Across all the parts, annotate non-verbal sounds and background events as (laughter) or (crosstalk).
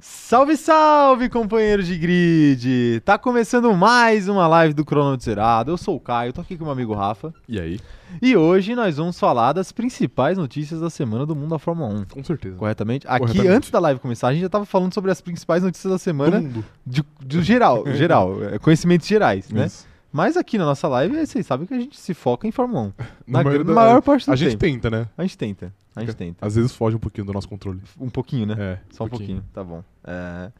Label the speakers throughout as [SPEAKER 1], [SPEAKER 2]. [SPEAKER 1] Salve, salve, companheiros de grid! Tá começando mais uma live do Cronômetro Zerado. Eu sou o Caio, tô aqui com meu amigo Rafa.
[SPEAKER 2] E aí?
[SPEAKER 1] E hoje nós vamos falar das principais notícias da semana do mundo da Fórmula 1.
[SPEAKER 2] Com certeza.
[SPEAKER 1] Corretamente? Aqui,
[SPEAKER 2] Corretamente. Hum.
[SPEAKER 1] antes da live começar, a gente já tava falando sobre as principais notícias da semana
[SPEAKER 2] mundo.
[SPEAKER 1] de, do
[SPEAKER 2] (laughs)
[SPEAKER 1] geral, geral, é, conhecimentos gerais, né?
[SPEAKER 2] Isso.
[SPEAKER 1] Mas aqui na nossa live, vocês sabem que a gente se foca em Fórmula 1.
[SPEAKER 2] Na
[SPEAKER 1] Na
[SPEAKER 2] maioria
[SPEAKER 1] gr-
[SPEAKER 2] da-
[SPEAKER 1] maior parte do
[SPEAKER 2] A
[SPEAKER 1] tempo.
[SPEAKER 2] gente tenta, né?
[SPEAKER 1] A gente tenta, a gente tenta.
[SPEAKER 2] Às vezes foge um pouquinho do nosso
[SPEAKER 1] (laughs)
[SPEAKER 2] controle.
[SPEAKER 1] Um pouquinho, né?
[SPEAKER 2] É,
[SPEAKER 1] Só um pouquinho, tá bom. É.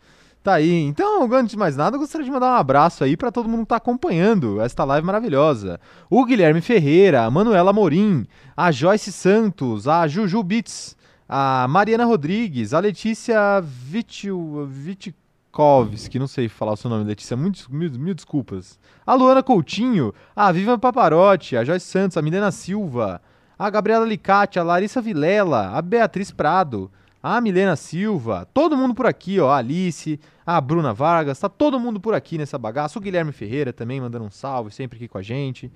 [SPEAKER 1] Tá aí. Então, antes de mais nada, eu gostaria de mandar um abraço aí pra todo mundo que tá acompanhando esta live maravilhosa. O Guilherme Ferreira, a Manuela Morim, a Joyce Santos, a Juju Bits, a Mariana Rodrigues, a Letícia Vitiu, Vitkovski, não sei falar o seu nome, Letícia, muito, des- mil, mil desculpas. A Luana Coutinho, a Vivian Ah, Paparotti, a Joyce Santos, a Milena Silva, a Gabriela Licati, a Larissa Vilela, a Beatriz Prado, a Milena Silva, todo mundo por aqui, ó, a Alice, a Bruna Vargas, tá todo mundo por aqui nessa bagaça. O Guilherme Ferreira também mandando um salve, sempre aqui com a gente.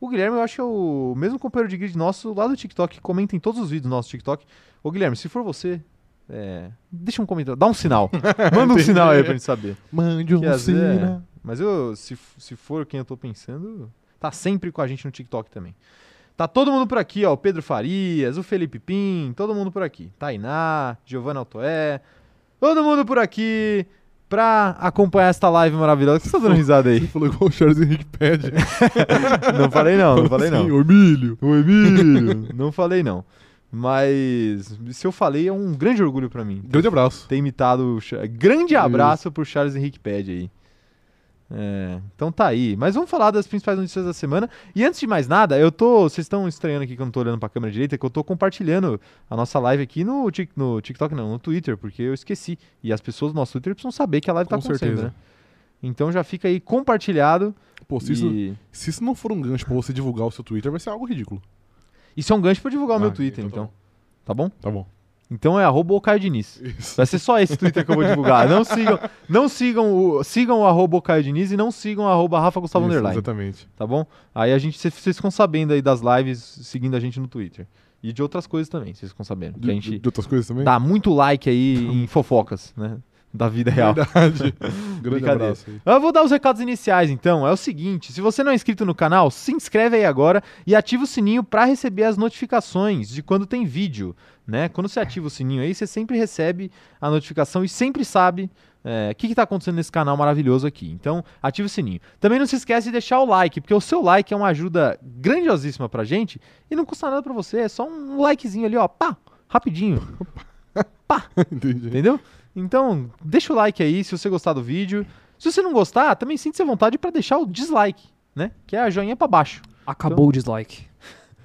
[SPEAKER 1] O Guilherme, eu acho que é o mesmo companheiro de grid nosso lá do TikTok, que comenta em todos os vídeos do nosso TikTok. Ô Guilherme, se for você, é, deixa um comentário, dá um sinal. Manda um
[SPEAKER 2] Entendi.
[SPEAKER 1] sinal aí pra gente saber.
[SPEAKER 2] Mande um
[SPEAKER 1] Que às vezes- é.
[SPEAKER 2] sino.
[SPEAKER 1] Mas eu, se, f- se for quem eu tô pensando, tá sempre com a gente no TikTok também. Tá todo mundo por aqui, ó. O Pedro Farias, o Felipe Pim, todo mundo por aqui. Tainá, Giovanna Altoé, todo mundo por aqui pra acompanhar esta live maravilhosa. O que você tá dando risada aí?
[SPEAKER 2] (laughs) Ele falou igual o Charles
[SPEAKER 1] (laughs)
[SPEAKER 2] Henrique pede.
[SPEAKER 1] Não falei não, não
[SPEAKER 2] Falou
[SPEAKER 1] falei não.
[SPEAKER 2] assim, Ô, Emílio.
[SPEAKER 1] O Emílio! Não falei não. Mas se eu falei, é um grande orgulho pra mim.
[SPEAKER 2] (laughs) Grande abraço.
[SPEAKER 1] ter imitado o Cha- Grande abraço pro Charles Henrique Pede aí. É, então tá aí. Mas vamos falar das principais notícias da semana. E antes de mais nada, eu tô. Vocês estão estranhando aqui que eu não tô olhando pra câmera direita, é que eu tô compartilhando a nossa live aqui no, Tik- no TikTok, não, no Twitter, porque eu esqueci. E as pessoas do nosso Twitter precisam saber que a live tá
[SPEAKER 2] Com
[SPEAKER 1] acontecendo,
[SPEAKER 2] certeza.
[SPEAKER 1] né? Então já fica aí compartilhado.
[SPEAKER 2] Pô, se, isso,
[SPEAKER 1] e...
[SPEAKER 2] se isso não for um gancho pra você divulgar o seu Twitter, vai ser algo ridículo.
[SPEAKER 1] Isso é um gancho pra eu divulgar o meu
[SPEAKER 2] Ah,
[SPEAKER 1] Twitter, então.
[SPEAKER 2] tá
[SPEAKER 1] Tá bom?
[SPEAKER 2] bom. Tá bom.
[SPEAKER 1] Então é arroba o Caio Diniz.
[SPEAKER 2] Isso.
[SPEAKER 1] Vai ser só esse Twitter que eu vou divulgar. Não sigam, não sigam o, sigam o arroba o Caio Diniz e não sigam o arroba Rafa Gustavo
[SPEAKER 2] Isso,
[SPEAKER 1] um Underline,
[SPEAKER 2] Exatamente.
[SPEAKER 1] tá bom? Aí a gente, cês- vocês ficam sabendo aí das lives, seguindo a gente no Twitter. E de outras coisas também, vocês ficam sabendo. Que a
[SPEAKER 2] De,
[SPEAKER 1] gente
[SPEAKER 2] de outras coisas também?
[SPEAKER 1] dá muito like aí em fofocas, né? Da vida real.
[SPEAKER 2] (laughs)
[SPEAKER 1] (laughs)
[SPEAKER 2] Verdade. Grande
[SPEAKER 1] Brincadeira.
[SPEAKER 2] abraço aí. (laughs)
[SPEAKER 1] Eu vou dar os recados iniciais então. É o seguinte, se você não é inscrito no canal, se inscreve aí agora e ativa o sininho para receber as notificações de quando tem vídeo, né? Quando você ativa o sininho aí, você sempre recebe a notificação e sempre sabe é, o que está acontecendo nesse canal maravilhoso aqui. Então, ativa o sininho. Também não se esquece de deixar o like, porque o seu like é uma ajuda grandiosíssima pra gente e não custa nada pra você, é só um likezinho ali, ó, pá, rapidinho.
[SPEAKER 2] Entendi.
[SPEAKER 1] Entendeu? Então, deixa o like aí se você gostar do vídeo. Se você não gostar, também sinta-se à vontade pra deixar o dislike, né? Que é a joinha pra baixo.
[SPEAKER 3] Acabou o dislike.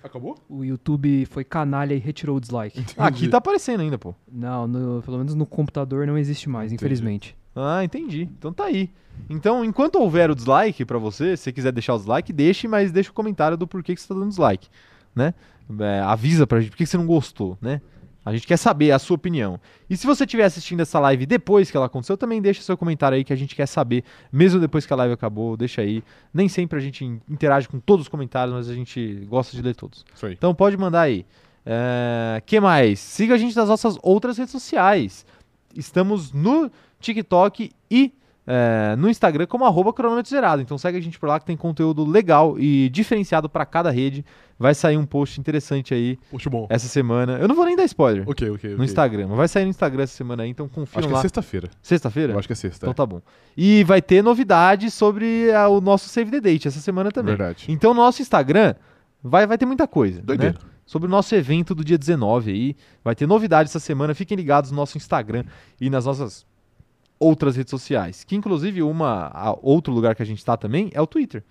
[SPEAKER 2] Acabou?
[SPEAKER 3] O YouTube foi canalha e retirou
[SPEAKER 2] (laughs)
[SPEAKER 3] o dislike.
[SPEAKER 1] Aqui tá aparecendo ainda, pô.
[SPEAKER 3] Não, no- pelo menos no computador não existe mais,
[SPEAKER 2] Entendi.
[SPEAKER 3] infelizmente.
[SPEAKER 1] Ah, entendi. Então tá aí. Então, enquanto houver o dislike pra você, se você quiser deixar o dislike, deixe, mas deixa o comentário do porquê que você tá dando dislike, né? É, avisa pra gente por que que você não gostou, né? A gente quer saber a sua opinião. E se você estiver assistindo essa live depois que ela aconteceu, também deixa seu comentário aí que a gente quer saber, mesmo depois que a live acabou, deixa aí. Nem sempre a gente in- interage com todos os comentários, mas a gente gosta de ler todos.
[SPEAKER 2] Isso aí.
[SPEAKER 1] Então pode mandar aí. É, que mais? Siga a gente nas nossas outras redes sociais. Estamos no TikTok e é, no Instagram como arroba cronômetro zerado. Então segue a gente por lá que tem conteúdo legal e diferenciado para cada rede. Vai sair um post interessante aí
[SPEAKER 2] Poxa, bom.
[SPEAKER 1] essa semana. Eu não vou nem dar spoiler
[SPEAKER 2] Ok, ok, ok.
[SPEAKER 1] É. no Instagram, mas vai sair no Instagram essa semana aí, então
[SPEAKER 2] Acho
[SPEAKER 1] confiam
[SPEAKER 2] que é
[SPEAKER 1] lá.
[SPEAKER 2] sexta-feira.
[SPEAKER 1] Sexta-feira?
[SPEAKER 2] Eu acho que é sexta.
[SPEAKER 1] Então tá bom. E vai ter novidades sobre ah, o nosso Save the Date essa semana
[SPEAKER 2] é.
[SPEAKER 1] também.
[SPEAKER 2] Verdade.
[SPEAKER 1] Então no nosso Instagram vai, vai ter muita coisa. Né?
[SPEAKER 2] Doideira.
[SPEAKER 1] sobre o nosso evento do dia 19 aí. Vai ter novidade essa semana. Fiquem ligados no nosso Instagram e nas nossas outras redes sociais. Que inclusive uma a- outro lugar que a gente está também é o Twitter,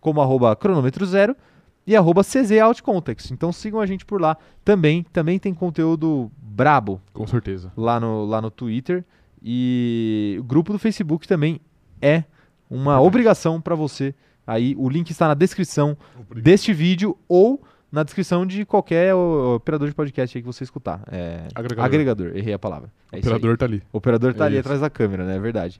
[SPEAKER 1] como arroba cronômetro zero e arroba CZ Outcontext. Então sigam a gente por lá também. Também tem conteúdo brabo
[SPEAKER 2] Com certeza.
[SPEAKER 1] lá no, lá no Twitter. E o grupo do Facebook também é uma obrigação para você. Aí o link está na descrição deste vídeo ou na descrição de qualquer ó, operador de podcast aí que você escutar. É,
[SPEAKER 2] Agregador.
[SPEAKER 1] agregador. errei a palavra. É isso aí.
[SPEAKER 2] Operador tá ali.
[SPEAKER 1] O operador tá
[SPEAKER 2] É
[SPEAKER 1] ali
[SPEAKER 2] isso.
[SPEAKER 1] atrás da câmera, né? É verdade.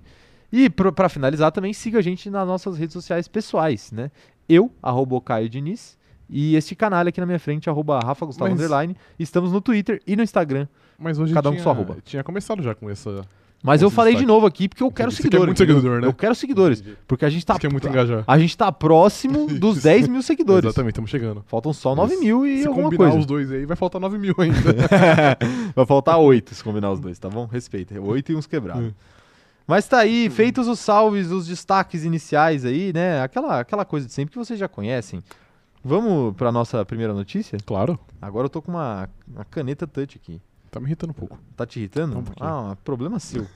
[SPEAKER 1] E pro- pra finalizar também, siga a gente nas nossas redes sociais pessoais, né? Eu, arroba o Caio Diniz, e este canal aqui na minha frente, arroba Rafa Gustavo
[SPEAKER 2] Mas-
[SPEAKER 1] Underline. Estamos no Twitter e no Instagram.
[SPEAKER 2] Mas hoje
[SPEAKER 1] Cada um com
[SPEAKER 2] tinha,
[SPEAKER 1] sua arroba.
[SPEAKER 2] tinha começado já com essa
[SPEAKER 1] Mas
[SPEAKER 2] Nossa,
[SPEAKER 1] eu falei
[SPEAKER 2] destaque.
[SPEAKER 1] de novo aqui porque eu quero
[SPEAKER 2] Você quer
[SPEAKER 1] seguidores.
[SPEAKER 2] muito
[SPEAKER 1] entendeu?
[SPEAKER 2] seguidor, né?
[SPEAKER 1] Eu quero seguidores.
[SPEAKER 2] Entendi.
[SPEAKER 1] Porque a gente tá.
[SPEAKER 2] Você quer muito engajar.
[SPEAKER 1] A gente tá
[SPEAKER 2] (laughs)
[SPEAKER 1] próximo dos
[SPEAKER 2] Isso.
[SPEAKER 1] 10 mil seguidores.
[SPEAKER 2] Exatamente, estamos chegando.
[SPEAKER 1] Faltam só 9 mil e
[SPEAKER 2] Se
[SPEAKER 1] alguma
[SPEAKER 2] combinar
[SPEAKER 1] coisa.
[SPEAKER 2] os dois aí, vai faltar 9 mil ainda.
[SPEAKER 1] (laughs) Vai faltar oito se combinar os dois, tá bom? Respeita. Oito e uns quebrados. Mas tá aí, feitos os salves, os destaques iniciais aí, né? Aquela, aquela coisa de sempre que vocês já conhecem. Vamos pra nossa primeira notícia?
[SPEAKER 2] (laughs) claro.
[SPEAKER 1] Agora eu tô com uma, uma caneta touch aqui.
[SPEAKER 2] Tá me irritando um pouco.
[SPEAKER 1] Tá te irritando?
[SPEAKER 2] Tá um pouquinho.
[SPEAKER 1] ah, problema seu.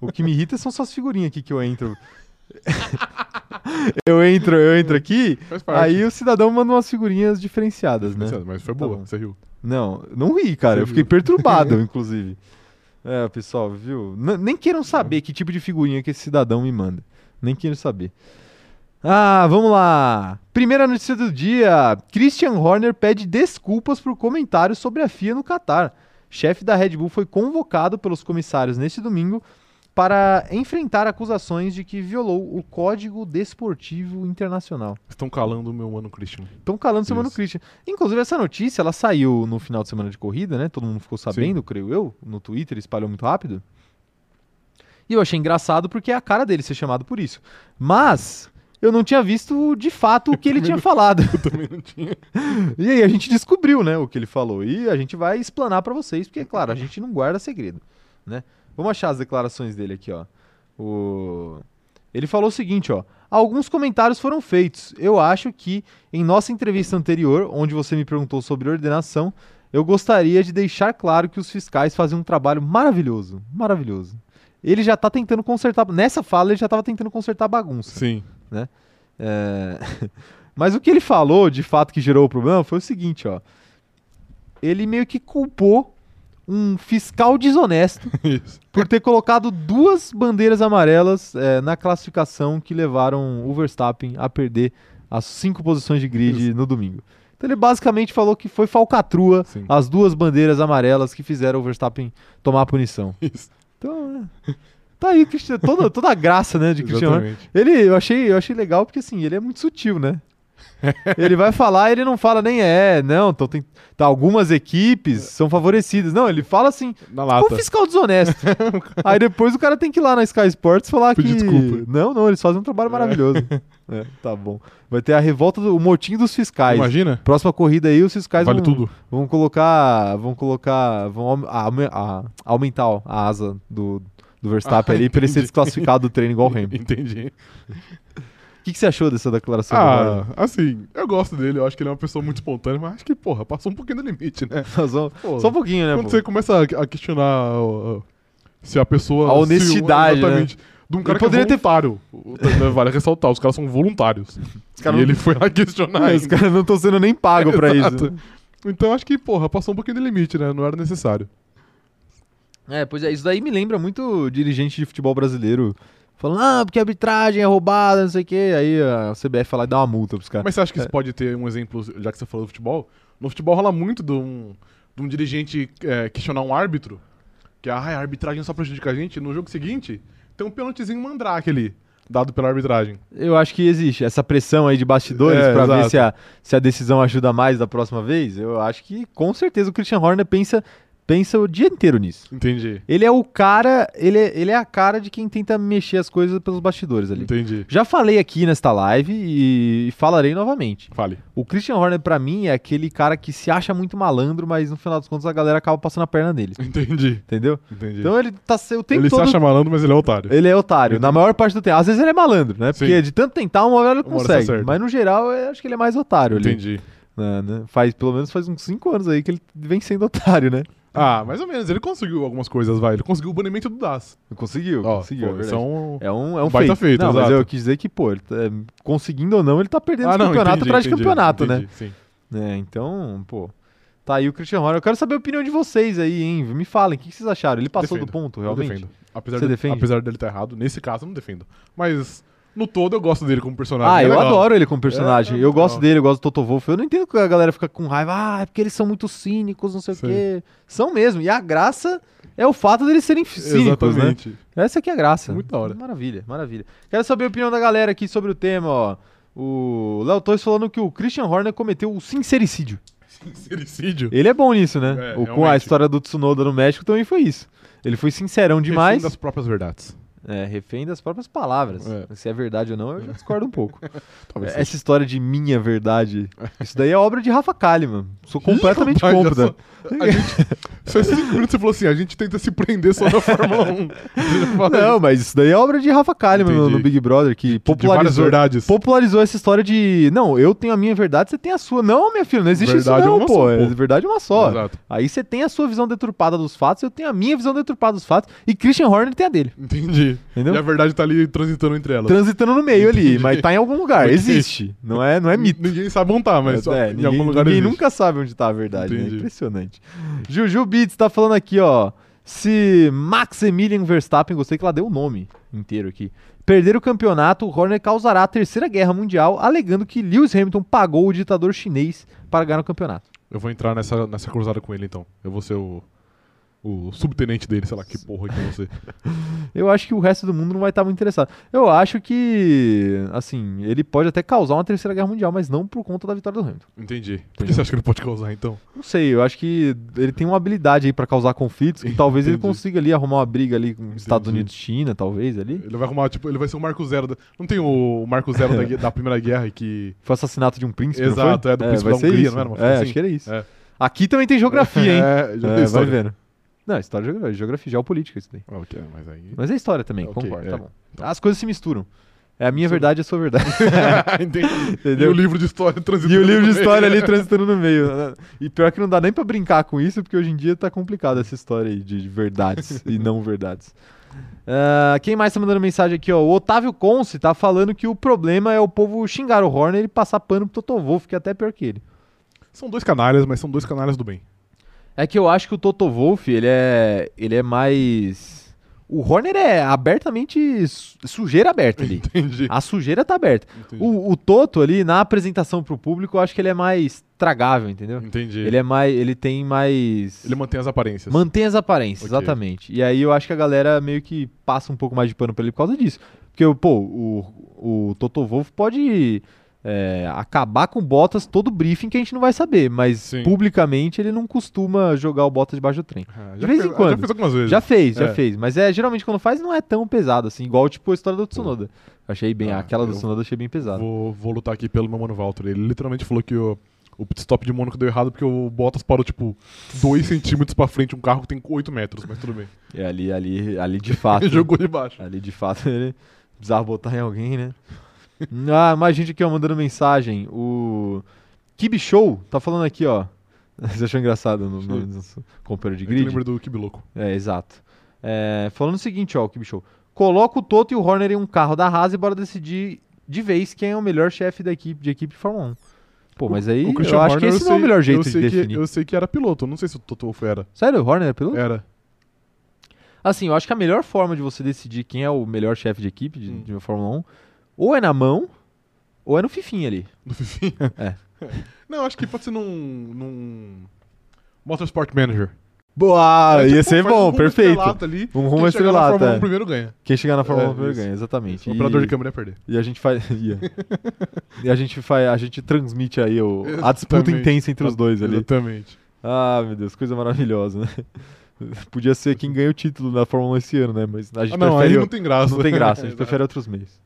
[SPEAKER 1] o que me irrita são suas figurinhas aqui que eu entro. (laughs) eu entro, eu entro aqui,
[SPEAKER 2] Faz parte.
[SPEAKER 1] aí o cidadão manda umas figurinhas diferenciadas, né?
[SPEAKER 2] Mas foi
[SPEAKER 1] Tá
[SPEAKER 2] boa,
[SPEAKER 1] bom.
[SPEAKER 2] você riu.
[SPEAKER 1] Não, não ri, cara. Eu
[SPEAKER 2] Você
[SPEAKER 1] fiquei
[SPEAKER 2] viu? (laughs)
[SPEAKER 1] perturbado, inclusive. É, pessoal, viu? N- nem queiram saber que tipo de figurinha que esse cidadão me manda. Nem queiram saber. Ah, vamos lá. Primeira notícia do dia. Christian Horner pede desculpas por comentários sobre a FIA no Catar. Chefe da Red Bull foi convocado pelos comissários neste domingo para enfrentar acusações de que violou o Código Desportivo Internacional.
[SPEAKER 2] Estão calando o meu mano Christian.
[SPEAKER 1] Estão calando o seu mano
[SPEAKER 2] Isso.
[SPEAKER 1] Christian. Inclusive, essa notícia, ela saiu no final de semana de corrida, né? Todo mundo ficou sabendo, creio eu, no Twitter, espalhou muito rápido. E eu achei engraçado porque é a cara dele ser chamado por isso. Mas eu não tinha visto de fato o que ele
[SPEAKER 2] também
[SPEAKER 1] tinha
[SPEAKER 2] não-
[SPEAKER 1] falado.
[SPEAKER 2] (laughs) Eu também não tinha.
[SPEAKER 1] (laughs) E aí a gente descobriu, né, o que ele falou. E a gente vai explanar pra vocês, porque, é claro, a gente não guarda segredo, né? Vamos achar as declarações dele aqui, ó. O... Ele falou o seguinte, ó. Alguns comentários foram feitos. Eu acho que, em nossa entrevista anterior, onde você me perguntou sobre ordenação, eu gostaria de deixar claro que os fiscais fazem um trabalho maravilhoso. Maravilhoso. Ele já tá tentando consertar... Nessa fala, ele já tava tentando consertar a bagunça.
[SPEAKER 2] Sim. (laughs)
[SPEAKER 1] É, Mas o que ele falou, de fato, que gerou o problema foi o seguinte, ó. Ele meio que culpou um fiscal desonesto
[SPEAKER 2] Isso.
[SPEAKER 1] por ter colocado duas bandeiras amarelas é, na classificação que levaram o Verstappen a perder as cinco posições de grid no domingo. Então ele basicamente falou que foi falcatrua
[SPEAKER 2] Sim.
[SPEAKER 1] as duas bandeiras amarelas que fizeram o Verstappen tomar a punição.
[SPEAKER 2] Isso.
[SPEAKER 1] Então, é, tá aí Cristiano, toda, toda a graça
[SPEAKER 2] (laughs)
[SPEAKER 1] né, de Cristiano Ronaldo.
[SPEAKER 2] Exatamente.
[SPEAKER 1] Ele, eu achei, eu achei legal porque assim, ele é muito sutil,
[SPEAKER 2] (laughs)
[SPEAKER 1] né? ele vai falar, ele não fala nem é, não, então tem, tá, algumas
[SPEAKER 2] É.
[SPEAKER 1] equipes são favorecidas. Não, ele fala assim,
[SPEAKER 2] Na
[SPEAKER 1] o
[SPEAKER 2] lata.
[SPEAKER 1] fiscal
[SPEAKER 2] (laughs)
[SPEAKER 1] desonesto. Aí depois o cara tem que ir lá na Sky Sports falar
[SPEAKER 2] Pedir
[SPEAKER 1] que
[SPEAKER 2] desculpa.
[SPEAKER 1] não, não, eles fazem um trabalho
[SPEAKER 2] (laughs)
[SPEAKER 1] maravilhoso. É, tá bom. Vai ter a revolta do o motim dos fiscais.
[SPEAKER 2] Imagina?
[SPEAKER 1] Próxima corrida aí, os fiscais
[SPEAKER 2] Vale
[SPEAKER 1] vão,
[SPEAKER 2] tudo. (laughs)
[SPEAKER 1] vão colocar, vão colocar, vão aum- a- aume- a- aumentar ó, a asa do, do Verstappen ali pra ele ser
[SPEAKER 2] Ah, entendi.
[SPEAKER 1] desclassificado do treino igual o Hamilton.
[SPEAKER 2] (laughs) Entendi.
[SPEAKER 1] O que, que você achou dessa declaração? do Horner?
[SPEAKER 2] Ah, assim, eu gosto dele, eu acho que ele é uma pessoa muito espontânea, mas acho que, porra, passou um pouquinho do limite, né?
[SPEAKER 1] Nós vamos-
[SPEAKER 2] Pô,
[SPEAKER 1] Só um pouquinho, né?
[SPEAKER 2] quando
[SPEAKER 1] pô?
[SPEAKER 2] você começa a, a questionar ó, ó, se a pessoa.
[SPEAKER 1] A
[SPEAKER 2] se o-
[SPEAKER 1] honestidade, né?
[SPEAKER 2] exatamente. De um cara
[SPEAKER 1] Ele poderia
[SPEAKER 2] que é
[SPEAKER 1] ter-
[SPEAKER 2] voluntário. O-
[SPEAKER 1] (laughs)
[SPEAKER 2] né, Vale ressaltar, os caras são voluntários.
[SPEAKER 1] caras
[SPEAKER 2] E
[SPEAKER 1] não-
[SPEAKER 2] ele foi lá (laughs) questionar.
[SPEAKER 1] Os
[SPEAKER 2] ainda.
[SPEAKER 1] caras não estão sendo nem pagos pra isso.
[SPEAKER 2] Exato. Então acho que, porra, passou um pouquinho do limite, né? Não era necessário.
[SPEAKER 1] É, pois é, isso daí me lembra muito dirigente de futebol brasileiro. Falando, ah, porque a arbitragem é roubada, não sei o quê. Aí a CBF fala e dá uma multa pros caras.
[SPEAKER 2] Mas você acha que isso pode ter um exemplo, já que você falou do futebol? No futebol rola muito de um, de um dirigente é, questionar um árbitro, que ah, a arbitragem só prejudica a gente. No jogo seguinte, tem um pênaltizinho mandrake ali, dado pela arbitragem.
[SPEAKER 1] Eu acho que existe essa pressão aí de bastidores
[SPEAKER 2] É,
[SPEAKER 1] pra ver
[SPEAKER 2] exato.
[SPEAKER 1] se a, se a decisão ajuda mais da próxima vez. Eu acho que com certeza o Christian Horner pensa, pensa o dia inteiro nisso.
[SPEAKER 2] Entendi.
[SPEAKER 1] Ele é o cara, ele é, ele é a cara de quem tenta mexer as coisas pelos bastidores ali.
[SPEAKER 2] Entendi.
[SPEAKER 1] Já falei aqui nesta live e falarei novamente.
[SPEAKER 2] Fale.
[SPEAKER 1] O Christian Horner, pra mim, é aquele cara que se acha muito malandro, mas no final dos contos a galera acaba passando a perna nele.
[SPEAKER 2] (laughs) Entendi.
[SPEAKER 1] Entendeu?
[SPEAKER 2] Entendi.
[SPEAKER 1] Então ele tá se- o tempo
[SPEAKER 2] ele
[SPEAKER 1] todo.
[SPEAKER 2] se acha malandro, mas ele é otário.
[SPEAKER 1] Ele é otário, na maior parte do tempo. Às vezes ele é malandro, né?
[SPEAKER 2] Sim.
[SPEAKER 1] Porque de tanto tentar, uma hora ele
[SPEAKER 2] Uma hora tá
[SPEAKER 1] consegue.
[SPEAKER 2] certo.
[SPEAKER 1] mas no geral, eu acho que ele é mais otário ali.
[SPEAKER 2] Entendi.
[SPEAKER 1] né, né? Faz, pelo menos faz uns 5 anos aí que ele vem sendo otário, né?
[SPEAKER 2] Ah, mais ou menos. Ele conseguiu algumas coisas, vai. Ele conseguiu o banimento do DAS.
[SPEAKER 1] Conseguiu,
[SPEAKER 2] Ó,
[SPEAKER 1] conseguiu.
[SPEAKER 2] pô,
[SPEAKER 1] é
[SPEAKER 2] isso
[SPEAKER 1] verdade.
[SPEAKER 2] é um...
[SPEAKER 1] É um, é um
[SPEAKER 2] Baita
[SPEAKER 1] feito.
[SPEAKER 2] feito,
[SPEAKER 1] não, mas
[SPEAKER 2] exato. Ah,
[SPEAKER 1] eu quis dizer que, pô, ele tá, é, conseguindo ou não, ele tá perdendo os campeonato
[SPEAKER 2] entendi,
[SPEAKER 1] atrás de
[SPEAKER 2] entendi,
[SPEAKER 1] campeonato, né?
[SPEAKER 2] entendi, Sim.
[SPEAKER 1] né? Então, pô. Tá aí o Christian Horner. Eu quero saber a opinião de vocês aí, hein? Me falem, o que que vocês acharam? Ele passou
[SPEAKER 2] Defendo.
[SPEAKER 1] do ponto,
[SPEAKER 2] Eu
[SPEAKER 1] realmente?
[SPEAKER 2] defendo. Apesar,
[SPEAKER 1] Você
[SPEAKER 2] de-
[SPEAKER 1] defende?
[SPEAKER 2] apesar dele estar errado, nesse caso eu não defendo. Mas no todo eu gosto dele como personagem.
[SPEAKER 1] Ah,
[SPEAKER 2] É
[SPEAKER 1] eu
[SPEAKER 2] legal.
[SPEAKER 1] adoro ele como personagem.
[SPEAKER 2] É, é
[SPEAKER 1] eu
[SPEAKER 2] muito
[SPEAKER 1] gosto
[SPEAKER 2] legal.
[SPEAKER 1] dele, eu gosto do Toto Wolff. Eu não entendo que a galera fica com raiva. Ah, é porque eles são muito cínicos, não sei
[SPEAKER 2] Sim.
[SPEAKER 1] o quê. São mesmo. E a graça é o fato deles serem cínicos, né?
[SPEAKER 2] Exatamente.
[SPEAKER 1] Essa aqui é a graça.
[SPEAKER 2] Muito da hora.
[SPEAKER 1] Maravilha, maravilha. Quero saber a opinião da galera aqui sobre o tema, ó. O Léo Torres falando que o Christian Horner cometeu o sincericídio.
[SPEAKER 2] Sincericídio.
[SPEAKER 1] Ele é bom nisso, né?
[SPEAKER 2] É,
[SPEAKER 1] o, com a
[SPEAKER 2] realmente.
[SPEAKER 1] história do Tsunoda no México também foi isso. Ele foi sincerão demais.
[SPEAKER 2] Refém das próprias verdades.
[SPEAKER 1] É, refém das próprias palavras.
[SPEAKER 2] É.
[SPEAKER 1] Se é verdade ou não, eu já discordo um pouco.
[SPEAKER 2] (laughs) Talvez seja.
[SPEAKER 1] Essa história de minha verdade, isso daí é obra de Rafa Kalimann.
[SPEAKER 2] (laughs)
[SPEAKER 1] Sou completamente
[SPEAKER 2] Rapaz, olha
[SPEAKER 1] contra. (laughs)
[SPEAKER 2] só, a gente- Só esses cinco minutos você falou assim, a gente tenta se prender só na Fórmula 1. Você já fala
[SPEAKER 1] Não, mas isso daí é obra de Rafa Kalimann no,
[SPEAKER 2] Entendi.
[SPEAKER 1] no Big Brother, que
[SPEAKER 2] de várias
[SPEAKER 1] popularizou,
[SPEAKER 2] verdades.
[SPEAKER 1] popularizou essa história de. Não, eu tenho a minha verdade, você tem a sua. Não, minha filha, não existe
[SPEAKER 2] Verdade
[SPEAKER 1] isso,
[SPEAKER 2] é
[SPEAKER 1] não,
[SPEAKER 2] uma
[SPEAKER 1] pô.
[SPEAKER 2] só,
[SPEAKER 1] É
[SPEAKER 2] pô.
[SPEAKER 1] verdade é uma só.
[SPEAKER 2] Exato.
[SPEAKER 1] Aí você tem a sua visão deturpada dos fatos, eu tenho a minha visão deturpada dos fatos, e Christian Horner tem a dele.
[SPEAKER 2] Entendi.
[SPEAKER 1] Entendeu?
[SPEAKER 2] E a verdade tá ali transitando entre elas.
[SPEAKER 1] Transitando no meio ali,
[SPEAKER 2] Entendi.
[SPEAKER 1] mas tá em algum lugar.
[SPEAKER 2] Ok.
[SPEAKER 1] Existe. Não é, não é mito.
[SPEAKER 2] Ninguém sabe onde tá, mas só
[SPEAKER 1] É,
[SPEAKER 2] em
[SPEAKER 1] ninguém,
[SPEAKER 2] algum lugar
[SPEAKER 1] ninguém
[SPEAKER 2] existe.
[SPEAKER 1] nunca sabe onde tá a verdade, né?
[SPEAKER 2] Entendi.
[SPEAKER 1] Impressionante. Juju Beats tá falando aqui, ó. Se Maximilian Verstappen, gostei que ela deu o nome inteiro aqui, perder o campeonato, o Horner causará a Terceira Guerra Mundial, alegando que Lewis Hamilton pagou o ditador chinês para ganhar o campeonato.
[SPEAKER 2] Eu vou entrar nessa, nessa cruzada com ele, então. Eu vou ser o, o subtenente dele, sei lá, que porra que eu vou ser.
[SPEAKER 1] Eu acho que o resto do mundo não vai estar muito interessado. Eu acho que, assim, ele pode até causar uma Terceira Guerra Mundial, mas não por conta da vitória do Hamilton.
[SPEAKER 2] Entendi. Por que você acha que ele pode causar, então?
[SPEAKER 1] Não sei, eu acho que ele tem uma habilidade aí pra causar conflitos que talvez ele
[SPEAKER 2] (laughs) Entendi.
[SPEAKER 1] consiga ali arrumar uma briga ali com Estados
[SPEAKER 2] Entendi.
[SPEAKER 1] Unidos e China, talvez ali.
[SPEAKER 2] Ele vai arrumar, tipo, ele vai ser o Marco Zero. Da... Não tem o Marco Zero
[SPEAKER 1] (laughs)
[SPEAKER 2] da, da Primeira Guerra que...
[SPEAKER 1] Foi o assassinato de um príncipe, não
[SPEAKER 2] Exato,
[SPEAKER 1] foi?
[SPEAKER 2] é, do príncipe
[SPEAKER 1] vai
[SPEAKER 2] da
[SPEAKER 1] ser
[SPEAKER 2] Hungria,
[SPEAKER 1] isso.
[SPEAKER 2] não era uma coisa
[SPEAKER 1] É,
[SPEAKER 2] assim?
[SPEAKER 1] acho que era isso.
[SPEAKER 2] É.
[SPEAKER 1] Aqui também tem geografia, hein?
[SPEAKER 2] (laughs)
[SPEAKER 1] (laughs)
[SPEAKER 2] É,
[SPEAKER 1] É,
[SPEAKER 2] já tem
[SPEAKER 1] vai
[SPEAKER 2] história.
[SPEAKER 1] vendo. Não, história de geografia, geografia, geopolítica isso daí.
[SPEAKER 2] Ah, ok,
[SPEAKER 1] (laughs)
[SPEAKER 2] mas aí... (laughs)
[SPEAKER 1] Mas é história também,
[SPEAKER 2] Ok,
[SPEAKER 1] concordo,
[SPEAKER 2] é.
[SPEAKER 1] tá bom.
[SPEAKER 2] Então.
[SPEAKER 1] As coisas se misturam. É a minha verdade e a sua verdade,
[SPEAKER 2] Entendi. E
[SPEAKER 1] entendeu?
[SPEAKER 2] o livro de história transitando.
[SPEAKER 1] E o livro
[SPEAKER 2] no
[SPEAKER 1] de
[SPEAKER 2] meio.
[SPEAKER 1] história ali transitando no meio. E pior que não dá nem pra brincar com isso, porque hoje em dia tá complicado essa história aí de verdades e não verdades. Ah, quem mais tá mandando mensagem aqui, ó? O Otávio Conce tá falando que o problema é o povo xingar o Horner e passar pano pro Toto Wolff, que é até pior que ele.
[SPEAKER 2] São dois canalhas, mas são dois canalhas do bem.
[SPEAKER 1] É que eu acho que o Toto Wolff, ele é, ele é mais... O Horner é abertamente su- sujeira aberta ali.
[SPEAKER 2] Entendi.
[SPEAKER 1] A sujeira tá aberta.
[SPEAKER 2] Entendi.
[SPEAKER 1] O, o Toto ali, na apresentação pro público, eu acho que ele é mais tragável, entendeu?
[SPEAKER 2] Entendi.
[SPEAKER 1] Ele é mais. Ele tem mais.
[SPEAKER 2] Ele mantém as aparências.
[SPEAKER 1] Mantém as aparências,
[SPEAKER 2] Ok.
[SPEAKER 1] exatamente. E aí eu acho que a galera meio que passa um pouco mais de pano pra ele por causa disso. Porque, pô, o, o Toto Wolff pode é, acabar com o Bottas todo briefing que a gente não vai saber. Mas
[SPEAKER 2] Sim.
[SPEAKER 1] publicamente ele não costuma jogar o Bottas debaixo do trem.
[SPEAKER 2] Ah,
[SPEAKER 1] de
[SPEAKER 2] já
[SPEAKER 1] vez
[SPEAKER 2] fez-
[SPEAKER 1] em quando.
[SPEAKER 2] Já fez algumas vezes.
[SPEAKER 1] Já fez, já
[SPEAKER 2] É.
[SPEAKER 1] fez. Mas é geralmente quando faz não é tão pesado assim, igual tipo a história do Tsunoda. Achei bem,
[SPEAKER 2] Ah,
[SPEAKER 1] aquela do
[SPEAKER 2] eu
[SPEAKER 1] Tsunoda eu achei bem pesada.
[SPEAKER 2] Vou, vou lutar aqui pelo meu mano Walter. Ele literalmente falou que o, o pit stop de Mônaco deu errado porque o Bottas parou, tipo, 2 centímetros pra frente um carro que tem 8 metros, mas tudo bem.
[SPEAKER 1] É ali, ali, ali de (laughs) fato.
[SPEAKER 2] Ele jogou de baixo.
[SPEAKER 1] Ali Ah, tá. de fato (laughs) ele precisava botar em alguém, né? ah, mais gente aqui, ó, mandando mensagem. O Kibi Show tá falando aqui, ó. (laughs) Você achou engraçado o nome do nosso companheiro de
[SPEAKER 2] É que
[SPEAKER 1] grid?
[SPEAKER 2] lembra do Kibi Louco.
[SPEAKER 1] É, exato. É, falando o seguinte, ó, o Kibi Show. Coloca o Toto e o Horner em um carro da Haas e bora decidir de vez quem é o melhor chefe da equipe, de equipe de Fórmula 1. Pô, mas aí
[SPEAKER 2] O Christian
[SPEAKER 1] eu acho que
[SPEAKER 2] Horner,
[SPEAKER 1] esse
[SPEAKER 2] eu
[SPEAKER 1] não é o
[SPEAKER 2] sei-
[SPEAKER 1] melhor
[SPEAKER 2] eu
[SPEAKER 1] jeito de
[SPEAKER 2] sei que-
[SPEAKER 1] definir.
[SPEAKER 2] Eu sei que era piloto, não sei se o Toto Wolff era.
[SPEAKER 1] Sério, o Horner é piloto?
[SPEAKER 2] Era.
[SPEAKER 1] Assim, eu acho que a melhor forma de você decidir quem é o melhor chefe de equipe de,
[SPEAKER 2] Hum.
[SPEAKER 1] de uma Fórmula 1 ou é na mão ou é no fifinha ali.
[SPEAKER 2] Do Fifinha?
[SPEAKER 1] É.
[SPEAKER 2] Não, acho que pode ser num. num. Motorsport Manager.
[SPEAKER 1] Boa,
[SPEAKER 2] É,
[SPEAKER 1] Ah, ia
[SPEAKER 2] tipo,
[SPEAKER 1] ser
[SPEAKER 2] faz um
[SPEAKER 1] bom,
[SPEAKER 2] rumo
[SPEAKER 1] perfeito.
[SPEAKER 2] estrelado Ali,
[SPEAKER 1] Um rumo
[SPEAKER 2] quem chegar na
[SPEAKER 1] estrelado,
[SPEAKER 2] Fórmula
[SPEAKER 1] é.
[SPEAKER 2] 1 primeiro ganha.
[SPEAKER 1] Quem chegar na Fórmula
[SPEAKER 2] É,
[SPEAKER 1] 1 primeiro
[SPEAKER 2] isso.
[SPEAKER 1] ganha, exatamente.
[SPEAKER 2] O operador
[SPEAKER 1] E-
[SPEAKER 2] de câmera ia perder.
[SPEAKER 1] E a gente faz. (laughs) ia. e a gente faz. A gente transmite aí o, a disputa
[SPEAKER 2] Exatamente.
[SPEAKER 1] intensa entre os dois ali.
[SPEAKER 2] Exatamente.
[SPEAKER 1] Ah, meu Deus, coisa maravilhosa, né? (laughs) Podia ser quem ganha o título da Fórmula 1 esse ano, né? Mas a gente
[SPEAKER 2] Ah, não, aí
[SPEAKER 1] prefere. o-
[SPEAKER 2] não tem graça. (laughs)
[SPEAKER 1] Não tem graça, a gente
[SPEAKER 2] Exato.
[SPEAKER 1] prefere outros meios.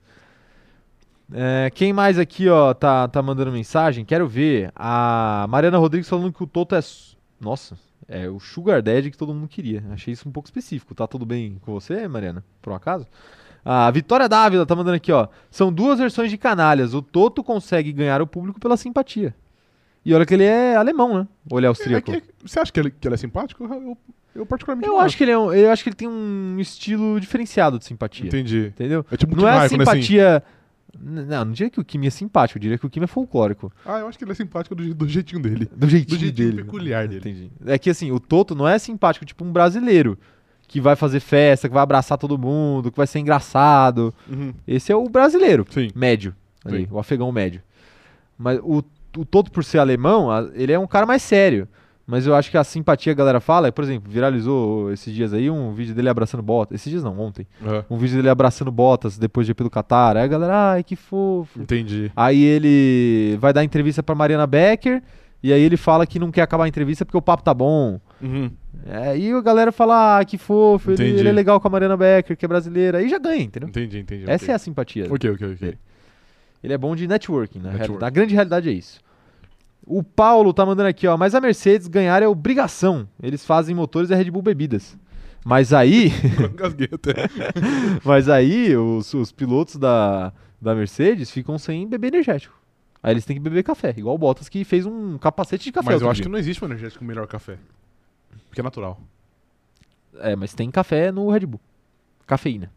[SPEAKER 1] É, quem mais aqui, ó, tá, tá mandando mensagem? Quero ver. A Mariana Rodrigues falando que o Toto é. su- Nossa, é o Sugar Daddy que todo mundo queria. Achei isso um pouco específico. Tá tudo bem com você, Mariana? Por um acaso? A Vitória Dávila tá mandando aqui, ó. São duas versões de canalhas. O Toto consegue ganhar o público pela simpatia. E olha que ele é alemão, né? Ou ele é
[SPEAKER 2] É
[SPEAKER 1] austríaco?
[SPEAKER 2] que- você acha que ele, que ele é simpático? Eu, eu particularmente
[SPEAKER 1] Eu
[SPEAKER 2] não
[SPEAKER 1] acho que ele é um- eu acho que ele tem um estilo diferenciado de simpatia.
[SPEAKER 2] Entendi.
[SPEAKER 1] Entendeu?
[SPEAKER 2] É tipo o
[SPEAKER 1] Não é a
[SPEAKER 2] Kim Raikkonen, assim.
[SPEAKER 1] simpatia. N- Não, não diria que o Kimi é simpático, eu diria que o Kimi é folclórico.
[SPEAKER 2] Ah, eu acho que ele é simpático do, je- do jeitinho dele.
[SPEAKER 1] Do jeitinho,
[SPEAKER 2] Do jeitinho
[SPEAKER 1] dele.
[SPEAKER 2] peculiar dele.
[SPEAKER 1] Entendi. É que assim, o Toto não é simpático, tipo um brasileiro que vai fazer festa, que vai abraçar todo mundo, que vai ser engraçado. Esse é o brasileiro,
[SPEAKER 2] Sim.
[SPEAKER 1] médio, ali,
[SPEAKER 2] Sim.
[SPEAKER 1] o afegão médio. Mas o, o Toto, por ser alemão, a- ele é um cara mais sério. Mas eu acho que a simpatia que a galera fala, é, por exemplo, viralizou esses dias aí um vídeo dele abraçando bota. Esses dias não, ontem.
[SPEAKER 2] É,
[SPEAKER 1] Um vídeo dele abraçando botas depois de ir pelo Qatar. Aí a galera, ai que fofo.
[SPEAKER 2] Entendi.
[SPEAKER 1] Aí ele vai dar entrevista pra Mariana Becker E aí ele fala que não quer acabar a entrevista porque o papo tá bom.
[SPEAKER 2] Uhum.
[SPEAKER 1] É, e a galera fala, ah, que fofo, ele,
[SPEAKER 2] Entendi.
[SPEAKER 1] ele é legal com a Mariana Becker, que é brasileira. Aí já ganha, entendeu?
[SPEAKER 2] Entendi, entendi.
[SPEAKER 1] Essa é a simpatia.
[SPEAKER 2] Ok, ok,
[SPEAKER 1] (laughs)
[SPEAKER 2] ok.
[SPEAKER 1] Ele é bom de networking, na
[SPEAKER 2] Networking.
[SPEAKER 1] realidade. A grande realidade é isso. O Paulo tá mandando aqui, ó. Mas a Mercedes ganhar é obrigação. Eles fazem motores e a Red Bull bebidas. Mas aí,
[SPEAKER 2] Engasguei até.
[SPEAKER 1] mas aí os, os pilotos da, da Mercedes ficam sem beber energético. Aí eles têm que beber café, igual o Bottas que fez um capacete de café.
[SPEAKER 2] Mas
[SPEAKER 1] outro
[SPEAKER 2] eu acho que
[SPEAKER 1] dia.
[SPEAKER 2] não existe um energético melhor café. Porque
[SPEAKER 1] (laughs)
[SPEAKER 2] é natural.
[SPEAKER 1] É, mas tem café no Red Bull. Cafeína.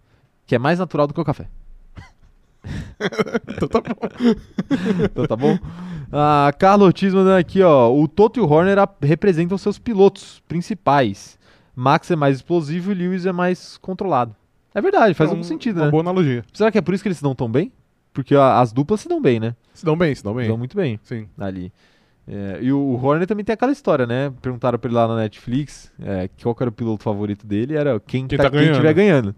[SPEAKER 1] Que é mais natural do que o café.
[SPEAKER 2] Então tá bom.
[SPEAKER 1] Então tá
[SPEAKER 2] (laughs)
[SPEAKER 1] bom? Ah, Carlos Ortiz mandando aqui, ó. O Toto e o Horner ap- representam seus pilotos principais. Max é mais explosivo e Lewis é mais controlado. É verdade, faz
[SPEAKER 2] É
[SPEAKER 1] algum
[SPEAKER 2] um-
[SPEAKER 1] sentido,
[SPEAKER 2] uma
[SPEAKER 1] né?
[SPEAKER 2] boa analogia.
[SPEAKER 1] Será que é por isso que eles se dão tão bem? Porque a- as duplas se dão bem, né?
[SPEAKER 2] Se dão bem, se dão
[SPEAKER 1] Se
[SPEAKER 2] bem.
[SPEAKER 1] dão muito bem
[SPEAKER 2] Sim.
[SPEAKER 1] ali. É, e o Horner também tem aquela história, né? Perguntaram pra ele lá na Netflix é, qual que era o piloto favorito dele. Era quem,
[SPEAKER 2] Quem
[SPEAKER 1] tá,
[SPEAKER 2] tá
[SPEAKER 1] quem
[SPEAKER 2] ganhando.
[SPEAKER 1] tiver ganhando.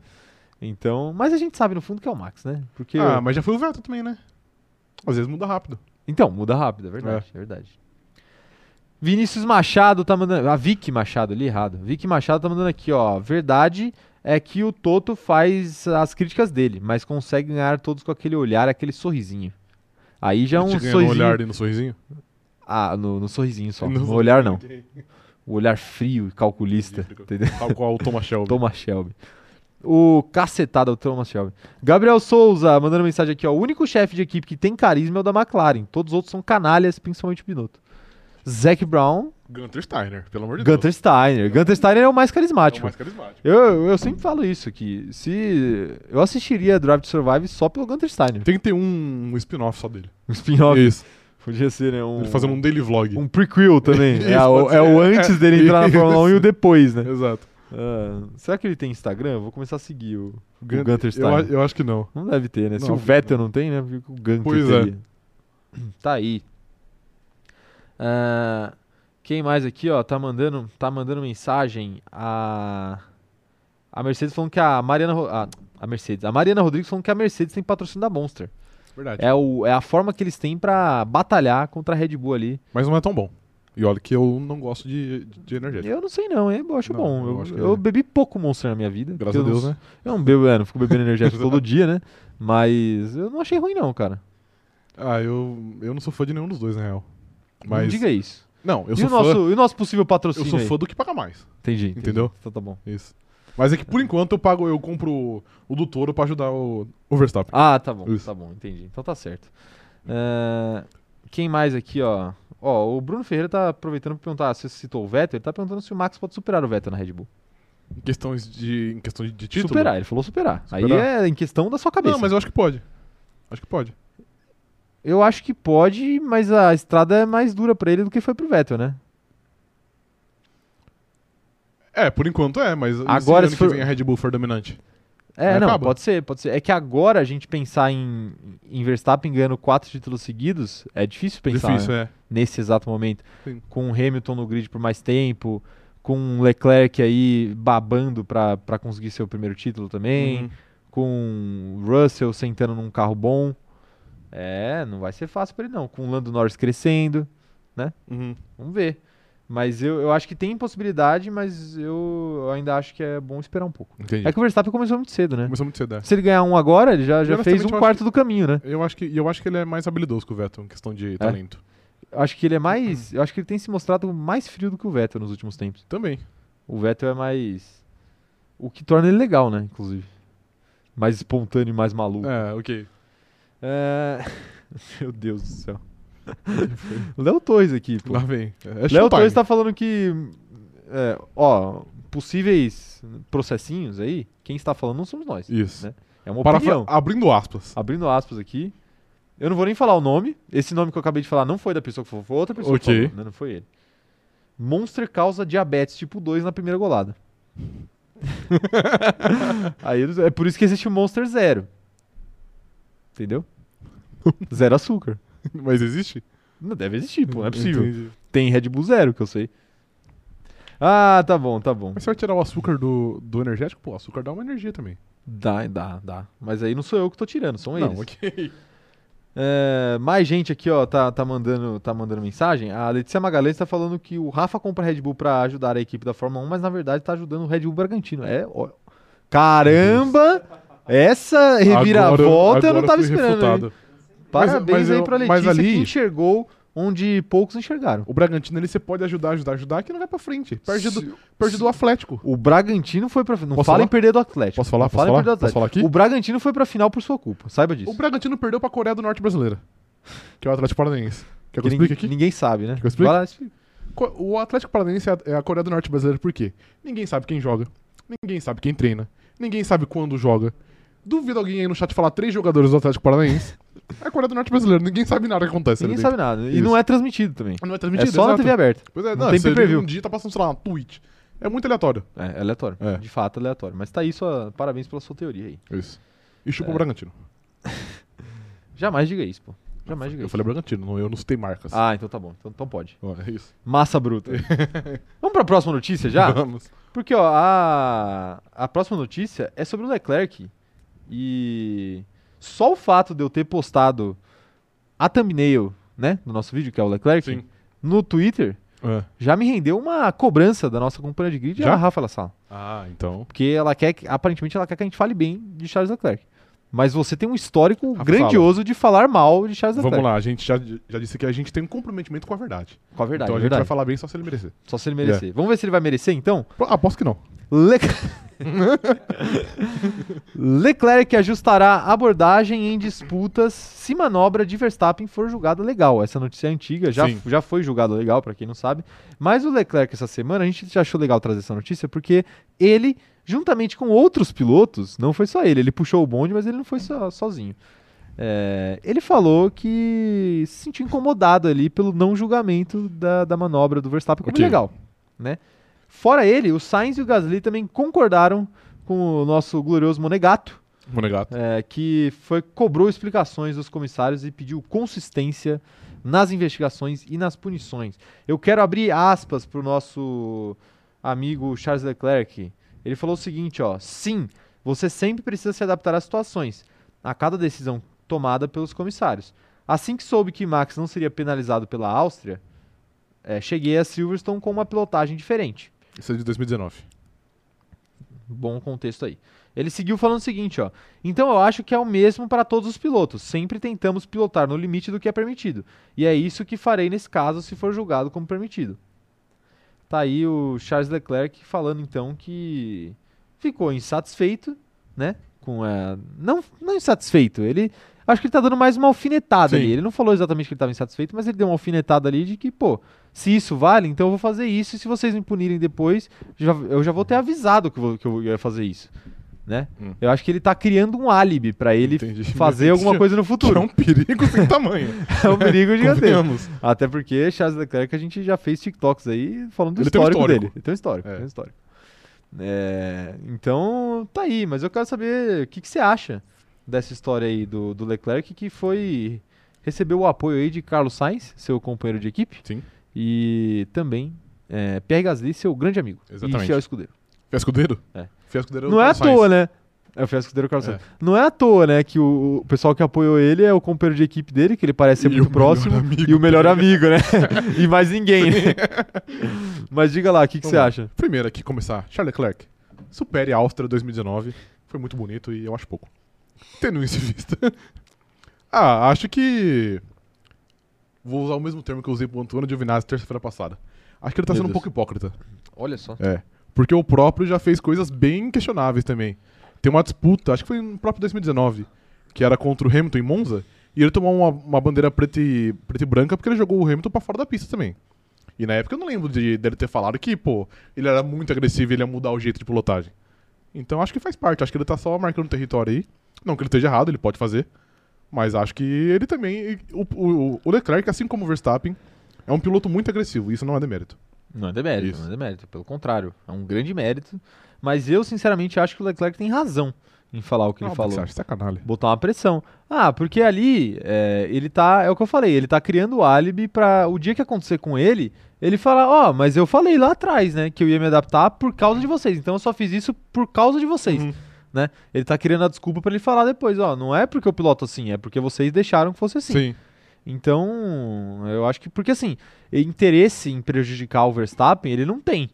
[SPEAKER 1] Então, mas a gente sabe no fundo que é o Max, né? Porque
[SPEAKER 2] Ah, mas já foi o Vettel também, né? Às vezes muda rápido.
[SPEAKER 1] Então, muda rápido, é verdade, é, verdade. Vinícius Machado tá mandando. A Vicky Machado, ali errado. Vicky Machado tá mandando aqui, ó. Verdade é que o Toto faz as críticas dele, mas consegue ganhar todos com aquele olhar, aquele sorrisinho. Aí já é um
[SPEAKER 2] Te ganha
[SPEAKER 1] sorrisinho.
[SPEAKER 2] no olhar e no sorrisinho.
[SPEAKER 1] Ah, no, no sorrisinho só.
[SPEAKER 2] No-
[SPEAKER 1] No, olhar não.
[SPEAKER 2] Ok.
[SPEAKER 1] O olhar frio e calculista.
[SPEAKER 2] Frio e
[SPEAKER 1] Entendeu?
[SPEAKER 2] Tal qual
[SPEAKER 1] (laughs)
[SPEAKER 2] o Thomas Shelby.
[SPEAKER 1] Thomas Shelby. O cacetada, o Thomas Shelby. Gabriel Souza, mandando mensagem aqui, ó. O único chefe de equipe que tem carisma é o da McLaren. Todos os outros são canalhas, principalmente o Binotto. Zac Brown,
[SPEAKER 2] Gunter Steiner, pelo amor de
[SPEAKER 1] Gunter
[SPEAKER 2] Deus.
[SPEAKER 1] Steiner. Gunter Steiner é o mais
[SPEAKER 2] É o
[SPEAKER 1] carismático.
[SPEAKER 2] mais carismático.
[SPEAKER 1] Eu, eu sempre falo isso, que se eu assistiria Drive to Survive só pelo Gunter Steiner. (laughs)
[SPEAKER 2] Tem que ter um, um spin-off só dele.
[SPEAKER 1] Um spin-off.
[SPEAKER 2] Isso.
[SPEAKER 1] Podia ser, né? Um,
[SPEAKER 2] Ele fazendo um daily vlog.
[SPEAKER 1] um prequel
[SPEAKER 2] (laughs)
[SPEAKER 1] também. é,
[SPEAKER 2] Isso,
[SPEAKER 1] o,
[SPEAKER 2] pode
[SPEAKER 1] é o
[SPEAKER 2] ser.
[SPEAKER 1] antes dele entrar
[SPEAKER 2] (laughs)
[SPEAKER 1] na Fórmula 1 e o depois, né?
[SPEAKER 2] Exato.
[SPEAKER 1] Ah, será que ele tem Instagram? Eu Vou começar a seguir o, o
[SPEAKER 2] Gun-
[SPEAKER 1] Gunter
[SPEAKER 2] eu,
[SPEAKER 1] Steiner.
[SPEAKER 2] a- eu acho que não.
[SPEAKER 1] Não deve ter, né? Se
[SPEAKER 2] Não,
[SPEAKER 1] o Vettel não tem, né? Porque o Gunter
[SPEAKER 2] Pois é.
[SPEAKER 1] teria. Tá aí. Ah, quem mais aqui, ó, tá mandando, tá mandando mensagem a a Mercedes falando que a Mariana Ro- a, a Mercedes, a Mariana Rodrigues falando que a Mercedes tem patrocínio da Monster.
[SPEAKER 2] Verdade.
[SPEAKER 1] É, o, é a forma que eles têm pra batalhar contra a Red Bull ali.
[SPEAKER 2] Mas não é tão bom. E olha que eu não gosto de, de energético.
[SPEAKER 1] Eu não sei não, hein? Eu acho
[SPEAKER 2] Não,
[SPEAKER 1] bom.
[SPEAKER 2] eu
[SPEAKER 1] Eu,
[SPEAKER 2] acho que- é.
[SPEAKER 1] eu bebi pouco Monster na minha vida. porque
[SPEAKER 2] Graças
[SPEAKER 1] eu
[SPEAKER 2] a Deus,
[SPEAKER 1] não,
[SPEAKER 2] né?
[SPEAKER 1] Eu não bebo, é, não fico bebendo energético
[SPEAKER 2] (laughs)
[SPEAKER 1] todo dia, né? Mas eu não achei ruim não, cara.
[SPEAKER 2] Ah, eu, eu não sou fã de nenhum dos dois, na real. Mas.
[SPEAKER 1] Não diga isso.
[SPEAKER 2] Não, eu
[SPEAKER 1] e,
[SPEAKER 2] sou
[SPEAKER 1] o nosso,
[SPEAKER 2] fã.
[SPEAKER 1] e o nosso possível
[SPEAKER 2] Eu
[SPEAKER 1] patrocínio?
[SPEAKER 2] sou
[SPEAKER 1] aí?
[SPEAKER 2] fã do que paga mais.
[SPEAKER 1] Entendi, entendi.
[SPEAKER 2] Entendeu?
[SPEAKER 1] Então tá bom.
[SPEAKER 2] Isso. Mas é que por enquanto eu pago, eu compro o do touro pra ajudar o, o Verstappen.
[SPEAKER 1] Ah, tá bom,
[SPEAKER 2] Isso.
[SPEAKER 1] tá bom, entendi. Então tá certo. É, quem mais aqui, ó? Ó, o Bruno Ferreira tá aproveitando pra perguntar se você citou o Vettel. Ele tá perguntando se o Max pode superar o Vettel na Red Bull.
[SPEAKER 2] Em questões de. Em questão de, de título.
[SPEAKER 1] Superar, ele falou superar.
[SPEAKER 2] Superar.
[SPEAKER 1] Aí é em questão da sua cabeça.
[SPEAKER 2] Não, mas eu acho que pode. Acho que pode.
[SPEAKER 1] Eu acho que pode, mas a estrada é mais dura pra ele do que foi pro Vettel, né?
[SPEAKER 2] É, por enquanto é, mas e
[SPEAKER 1] Agora,
[SPEAKER 2] se ano
[SPEAKER 1] se
[SPEAKER 2] que
[SPEAKER 1] for-
[SPEAKER 2] vem a Red Bull for dominante.
[SPEAKER 1] É,
[SPEAKER 2] Aí
[SPEAKER 1] não,
[SPEAKER 2] acaba.
[SPEAKER 1] pode ser, pode ser. É que agora a gente pensar em, em Verstappen ganhando quatro títulos seguidos, é difícil pensar. né?
[SPEAKER 2] Difícil, é.
[SPEAKER 1] nesse exato momento,
[SPEAKER 2] Sim.
[SPEAKER 1] com o Hamilton no grid por mais tempo, com o Leclerc aí babando pra pra conseguir seu primeiro título também,
[SPEAKER 2] Uhum.
[SPEAKER 1] com o Russell sentando num carro bom. É, não vai ser fácil pra ele não, com o Lando Norris crescendo,
[SPEAKER 2] Uhum.
[SPEAKER 1] vamos ver. Mas eu, eu acho que tem possibilidade, mas eu ainda acho que é bom esperar um pouco.
[SPEAKER 2] Entendi.
[SPEAKER 1] É que o Verstappen começou muito cedo, né?
[SPEAKER 2] Começou muito cedo, é.
[SPEAKER 1] Se ele ganhar um agora, ele já, já fez
[SPEAKER 2] honestamente,
[SPEAKER 1] um
[SPEAKER 2] eu acho
[SPEAKER 1] quarto do caminho, né?
[SPEAKER 2] Eu acho, que, e eu acho que ele é mais habilidoso que o Vettel em questão
[SPEAKER 1] É?
[SPEAKER 2] de talento.
[SPEAKER 1] Eu acho que ele é mais.
[SPEAKER 2] Uhum.
[SPEAKER 1] Eu acho que ele tem se mostrado mais frio do que o Vettel nos últimos tempos.
[SPEAKER 2] Também.
[SPEAKER 1] O Vettel é mais. O que torna ele legal, né? Inclusive. Mais espontâneo, mais maluco.
[SPEAKER 2] É, ok.
[SPEAKER 1] É... (laughs) Meu Deus do céu. (laughs) O Léo Torres aqui, pô.
[SPEAKER 2] Lá vem. É
[SPEAKER 1] Léo
[SPEAKER 2] showtime.
[SPEAKER 1] Torres tá falando que. é, ó, possíveis processinhos aí, quem está falando não somos nós.
[SPEAKER 2] Isso.
[SPEAKER 1] né? É uma
[SPEAKER 2] Parafra-
[SPEAKER 1] opinião.
[SPEAKER 2] Abrindo aspas.
[SPEAKER 1] Abrindo aspas aqui. Eu não vou nem falar o nome. Esse nome que eu acabei de falar não foi da pessoa que falou, foi outra pessoa que
[SPEAKER 2] Ok.
[SPEAKER 1] falou, né? Não foi ele. Monster causa diabetes tipo 2 na primeira golada. (laughs) Aí eles- é por isso que existe o Monster Zero. Entendeu? Zero açúcar.
[SPEAKER 2] (laughs) Mas existe?
[SPEAKER 1] Não deve existir, Ah. pô, não é possível.
[SPEAKER 2] Entendi.
[SPEAKER 1] Tem Red Bull Zero, que eu sei. Ah, tá bom, tá bom.
[SPEAKER 2] Mas você vai tirar o açúcar do, do energético? Pô, o açúcar dá uma energia também.
[SPEAKER 1] Dá, dá, dá. Mas aí não sou eu que tô tirando, são eles.
[SPEAKER 2] Não, ok.
[SPEAKER 1] (laughs) É, mais gente aqui, ó, tá, tá, mandando, tá mandando mensagem. A Letícia Magalhães tá falando que o Rafa compra Red Bull pra ajudar a equipe da Fórmula 1, mas na verdade tá ajudando o Red Bull Bragantino. É, ó, caramba! Essa reviravolta eu não tava
[SPEAKER 2] fui
[SPEAKER 1] esperando. hein?
[SPEAKER 2] refutado. Mas-
[SPEAKER 1] Parabéns
[SPEAKER 2] mas
[SPEAKER 1] aí
[SPEAKER 2] eu-
[SPEAKER 1] pra
[SPEAKER 2] mas
[SPEAKER 1] Letícia que
[SPEAKER 2] ali-
[SPEAKER 1] enxergou onde poucos enxergaram.
[SPEAKER 2] O Bragantino, ele você pode ajudar, ajudar, ajudar, que não vai pra frente. Perde,
[SPEAKER 1] Se-
[SPEAKER 2] do, perde do Atlético.
[SPEAKER 1] O Bragantino foi pra final. Não
[SPEAKER 2] Posso
[SPEAKER 1] fala
[SPEAKER 2] falar?
[SPEAKER 1] em perder do Atlético.
[SPEAKER 2] Posso falar?
[SPEAKER 1] Não
[SPEAKER 2] Posso
[SPEAKER 1] fala em
[SPEAKER 2] falar?
[SPEAKER 1] perder do
[SPEAKER 2] Posso
[SPEAKER 1] Atlético.
[SPEAKER 2] falar aqui?
[SPEAKER 1] O Bragantino foi pra final por sua culpa. Saiba disso.
[SPEAKER 2] O Bragantino perdeu pra Coreia do Norte brasileira, que é o Atlético Paranaense. Quer que eu
[SPEAKER 1] Que
[SPEAKER 2] explique
[SPEAKER 1] ninguém,
[SPEAKER 2] aqui?
[SPEAKER 1] ninguém sabe, né?
[SPEAKER 2] que eu explique?
[SPEAKER 1] Vai lá, explica.
[SPEAKER 2] Co- O Atlético Paranaense é a- é a Coreia do Norte brasileira por quê? Ninguém sabe quem joga, ninguém sabe quem treina, ninguém sabe quando joga. Duvido alguém aí no chat falar três jogadores do Atlético Paranaense. É a Coreia do Norte brasileira, ninguém sabe nada que acontece
[SPEAKER 1] Ninguém
[SPEAKER 2] ali
[SPEAKER 1] sabe nada. E
[SPEAKER 2] Isso.
[SPEAKER 1] não é transmitido também.
[SPEAKER 2] dentro. Não é
[SPEAKER 1] É
[SPEAKER 2] transmitido,
[SPEAKER 1] só na
[SPEAKER 2] exato.
[SPEAKER 1] TV aberta.
[SPEAKER 2] Pois é,
[SPEAKER 1] Não
[SPEAKER 2] não,
[SPEAKER 1] tem
[SPEAKER 2] você
[SPEAKER 1] pay-per-view.
[SPEAKER 2] Um dia tá passando, sei lá, na Twitch. É muito aleatório.
[SPEAKER 1] É, é aleatório.
[SPEAKER 2] É.
[SPEAKER 1] De fato, aleatório. Mas tá aí, sua... parabéns pela sua teoria aí.
[SPEAKER 2] Isso. E chupa
[SPEAKER 1] É.
[SPEAKER 2] o Bragantino.
[SPEAKER 1] Jamais diga isso, pô. Jamais diga
[SPEAKER 2] Eu
[SPEAKER 1] isso.
[SPEAKER 2] falei assim. Bragantino, não, eu não citei marcas.
[SPEAKER 1] É Ah, então tá bom. Então, então pode.
[SPEAKER 2] Ó, É isso.
[SPEAKER 1] Massa
[SPEAKER 2] (laughs)
[SPEAKER 1] bruta. Vamos pra próxima notícia já?
[SPEAKER 2] Vamos.
[SPEAKER 1] Porque, ó, a, a próxima notícia é sobre o Leclerc. E só o fato de eu ter postado a thumbnail, né, do nosso vídeo, que é o Leclerc,
[SPEAKER 2] Sim.
[SPEAKER 1] no Twitter,
[SPEAKER 2] É.
[SPEAKER 1] já me rendeu uma cobrança da nossa companhia de grid,
[SPEAKER 2] Já?
[SPEAKER 1] a Rafa Lassal.
[SPEAKER 2] Ah, então.
[SPEAKER 1] Porque ela quer, que- aparentemente, ela quer que a gente fale bem de Charles Leclerc. Mas você tem um histórico
[SPEAKER 2] Rafa,
[SPEAKER 1] grandioso de falar mal de Charles Leclerc.
[SPEAKER 2] Vamos lá, a gente já, já disse que a gente tem um comprometimento com a verdade.
[SPEAKER 1] Com a verdade,
[SPEAKER 2] então a
[SPEAKER 1] é
[SPEAKER 2] gente
[SPEAKER 1] verdade.
[SPEAKER 2] vai falar É. bem só se ele merecer.
[SPEAKER 1] Só se ele merecer. Vamos ver se ele vai merecer, então?
[SPEAKER 2] Pro- Aposto que não.
[SPEAKER 1] Le- (laughs) Leclerc ajustará abordagem em disputas se manobra de Verstappen for julgada legal. Essa notícia é antiga, já,
[SPEAKER 2] Sim.
[SPEAKER 1] já foi julgada legal, pra quem não sabe. Mas o Leclerc essa semana, a gente já achou legal trazer essa notícia, porque ele, juntamente com outros pilotos, não foi só ele, ele puxou o bonde, mas ele não foi só, sozinho. É, ele falou que se sentiu incomodado ali pelo não julgamento da, da manobra do Verstappen como
[SPEAKER 2] Ok.
[SPEAKER 1] legal, né? Fora ele, o Sainz e o Gasly também concordaram com o nosso glorioso Monegato,
[SPEAKER 2] Monegato.
[SPEAKER 1] é, que foi cobrou explicações dos comissários e pediu consistência nas investigações e nas punições. Eu quero abrir aspas para o nosso amigo Charles Leclerc. Ele falou o seguinte, ó: "Sim, você sempre precisa se adaptar às situações, a cada decisão tomada pelos comissários. Assim que soube que Max não seria penalizado pela Áustria, é, cheguei a Silverstone com uma pilotagem diferente."
[SPEAKER 2] Isso é de 2019.
[SPEAKER 1] Bom contexto aí. Ele seguiu falando o seguinte, ó. Então eu acho que é o mesmo para todos os pilotos. Sempre tentamos pilotar no limite do que é permitido. E é isso que farei nesse caso se for julgado como permitido. Tá aí o Charles Leclerc falando então que ficou insatisfeito, né? Com a... não, não insatisfeito. Ele acho que ele tá dando mais uma alfinetada
[SPEAKER 2] Sim.
[SPEAKER 1] ali. Ele não falou exatamente que ele estava insatisfeito, mas ele deu uma alfinetada ali de que, pô, se isso vale, então eu vou fazer isso. E se vocês me punirem depois, já- eu já vou ter avisado que eu, vou- que eu ia fazer isso, né?
[SPEAKER 2] Hum.
[SPEAKER 1] Eu acho que ele tá criando um álibi pra ele
[SPEAKER 2] Entendi. (laughs)
[SPEAKER 1] fazer
[SPEAKER 2] Entendi.
[SPEAKER 1] alguma coisa no
[SPEAKER 2] Que é
[SPEAKER 1] futuro.
[SPEAKER 2] um perigo sem
[SPEAKER 1] (laughs)
[SPEAKER 2] tamanho.
[SPEAKER 1] É um perigo gigantesco.
[SPEAKER 2] (laughs) Convenhamos.
[SPEAKER 1] Até porque Charles Leclerc a gente já fez TikToks aí falando do
[SPEAKER 2] Ele tem um
[SPEAKER 1] histórico,
[SPEAKER 2] histórico.
[SPEAKER 1] dele. Ele tem um histórico,
[SPEAKER 2] É.
[SPEAKER 1] tem um histórico. É, então, tá aí, mas eu quero saber o que, que você acha dessa história aí do, do Leclerc que foi. recebeu o apoio aí de Carlos Sainz, seu companheiro de equipe.
[SPEAKER 2] Sim.
[SPEAKER 1] E também é, Pierre Gasly, seu grande amigo.
[SPEAKER 2] Exatamente.
[SPEAKER 1] E fiel escudeiro.
[SPEAKER 2] Fiascudeiro?
[SPEAKER 1] É.
[SPEAKER 2] Fiascudeiro
[SPEAKER 1] Não é à
[SPEAKER 2] Carlos
[SPEAKER 1] toa,
[SPEAKER 2] Sainz.
[SPEAKER 1] né? É o fiel escudeiro Carlos
[SPEAKER 2] É.
[SPEAKER 1] Sainz. Não é à toa, né, que o, o pessoal que apoiou ele é o companheiro de equipe dele, que ele parece ser
[SPEAKER 2] E o
[SPEAKER 1] muito
[SPEAKER 2] melhor
[SPEAKER 1] próximo.
[SPEAKER 2] amigo
[SPEAKER 1] E o melhor amigo, né? (laughs) e mais ninguém, né? (laughs) Mas diga lá, o que, que
[SPEAKER 2] Vamos
[SPEAKER 1] você
[SPEAKER 2] lá.
[SPEAKER 1] acha?
[SPEAKER 2] Primeiro aqui, começar. Charles Leclerc. Supere a Áustria 2019. Foi muito bonito e eu acho pouco. Tendo isso em vista. (laughs) ah, acho que... Vou usar o mesmo termo que eu usei pro Antônio Giovinazzi terça-feira passada. Acho que ele tá
[SPEAKER 1] Meu
[SPEAKER 2] sendo um
[SPEAKER 1] Deus.
[SPEAKER 2] pouco hipócrita.
[SPEAKER 1] Olha só.
[SPEAKER 2] É. Porque o próprio já fez coisas bem questionáveis também. Tem uma disputa, acho que foi no próprio 2019, que era contra o Hamilton em Monza, e ele tomou uma, uma bandeira preta e, preta e branca porque ele jogou o Hamilton pra fora da pista também. E na época eu não lembro de, dele ter falado que, pô, ele era muito agressivo e ele ia mudar o jeito de pilotagem. Então acho que faz parte, acho que ele tá só marcando território aí. Não que ele esteja errado, ele pode fazer. Mas acho que ele também. O, o, o Leclerc, assim como o Verstappen, é um piloto muito agressivo, isso não é demérito.
[SPEAKER 1] Não é demérito,
[SPEAKER 2] Isso.
[SPEAKER 1] não é demérito. Pelo contrário, é um grande mérito. Mas eu, sinceramente, acho que o Leclerc tem razão em falar o que
[SPEAKER 2] não,
[SPEAKER 1] ele falou.
[SPEAKER 2] Você acha sacanagem.
[SPEAKER 1] Botar uma pressão. Ah, porque ali é, ele tá. É o que eu falei, ele tá criando o álibi pra o dia que acontecer com ele, ele falar, ó, mas eu falei lá atrás, né, que eu ia me adaptar por causa de vocês. Então eu só fiz isso por causa de vocês. né? Ele tá querendo a desculpa pra ele falar depois, ó, não é porque eu piloto assim, é porque vocês deixaram que fosse assim.
[SPEAKER 2] Sim.
[SPEAKER 1] Então, eu acho que porque assim, interesse em prejudicar o Verstappen, ele não tem.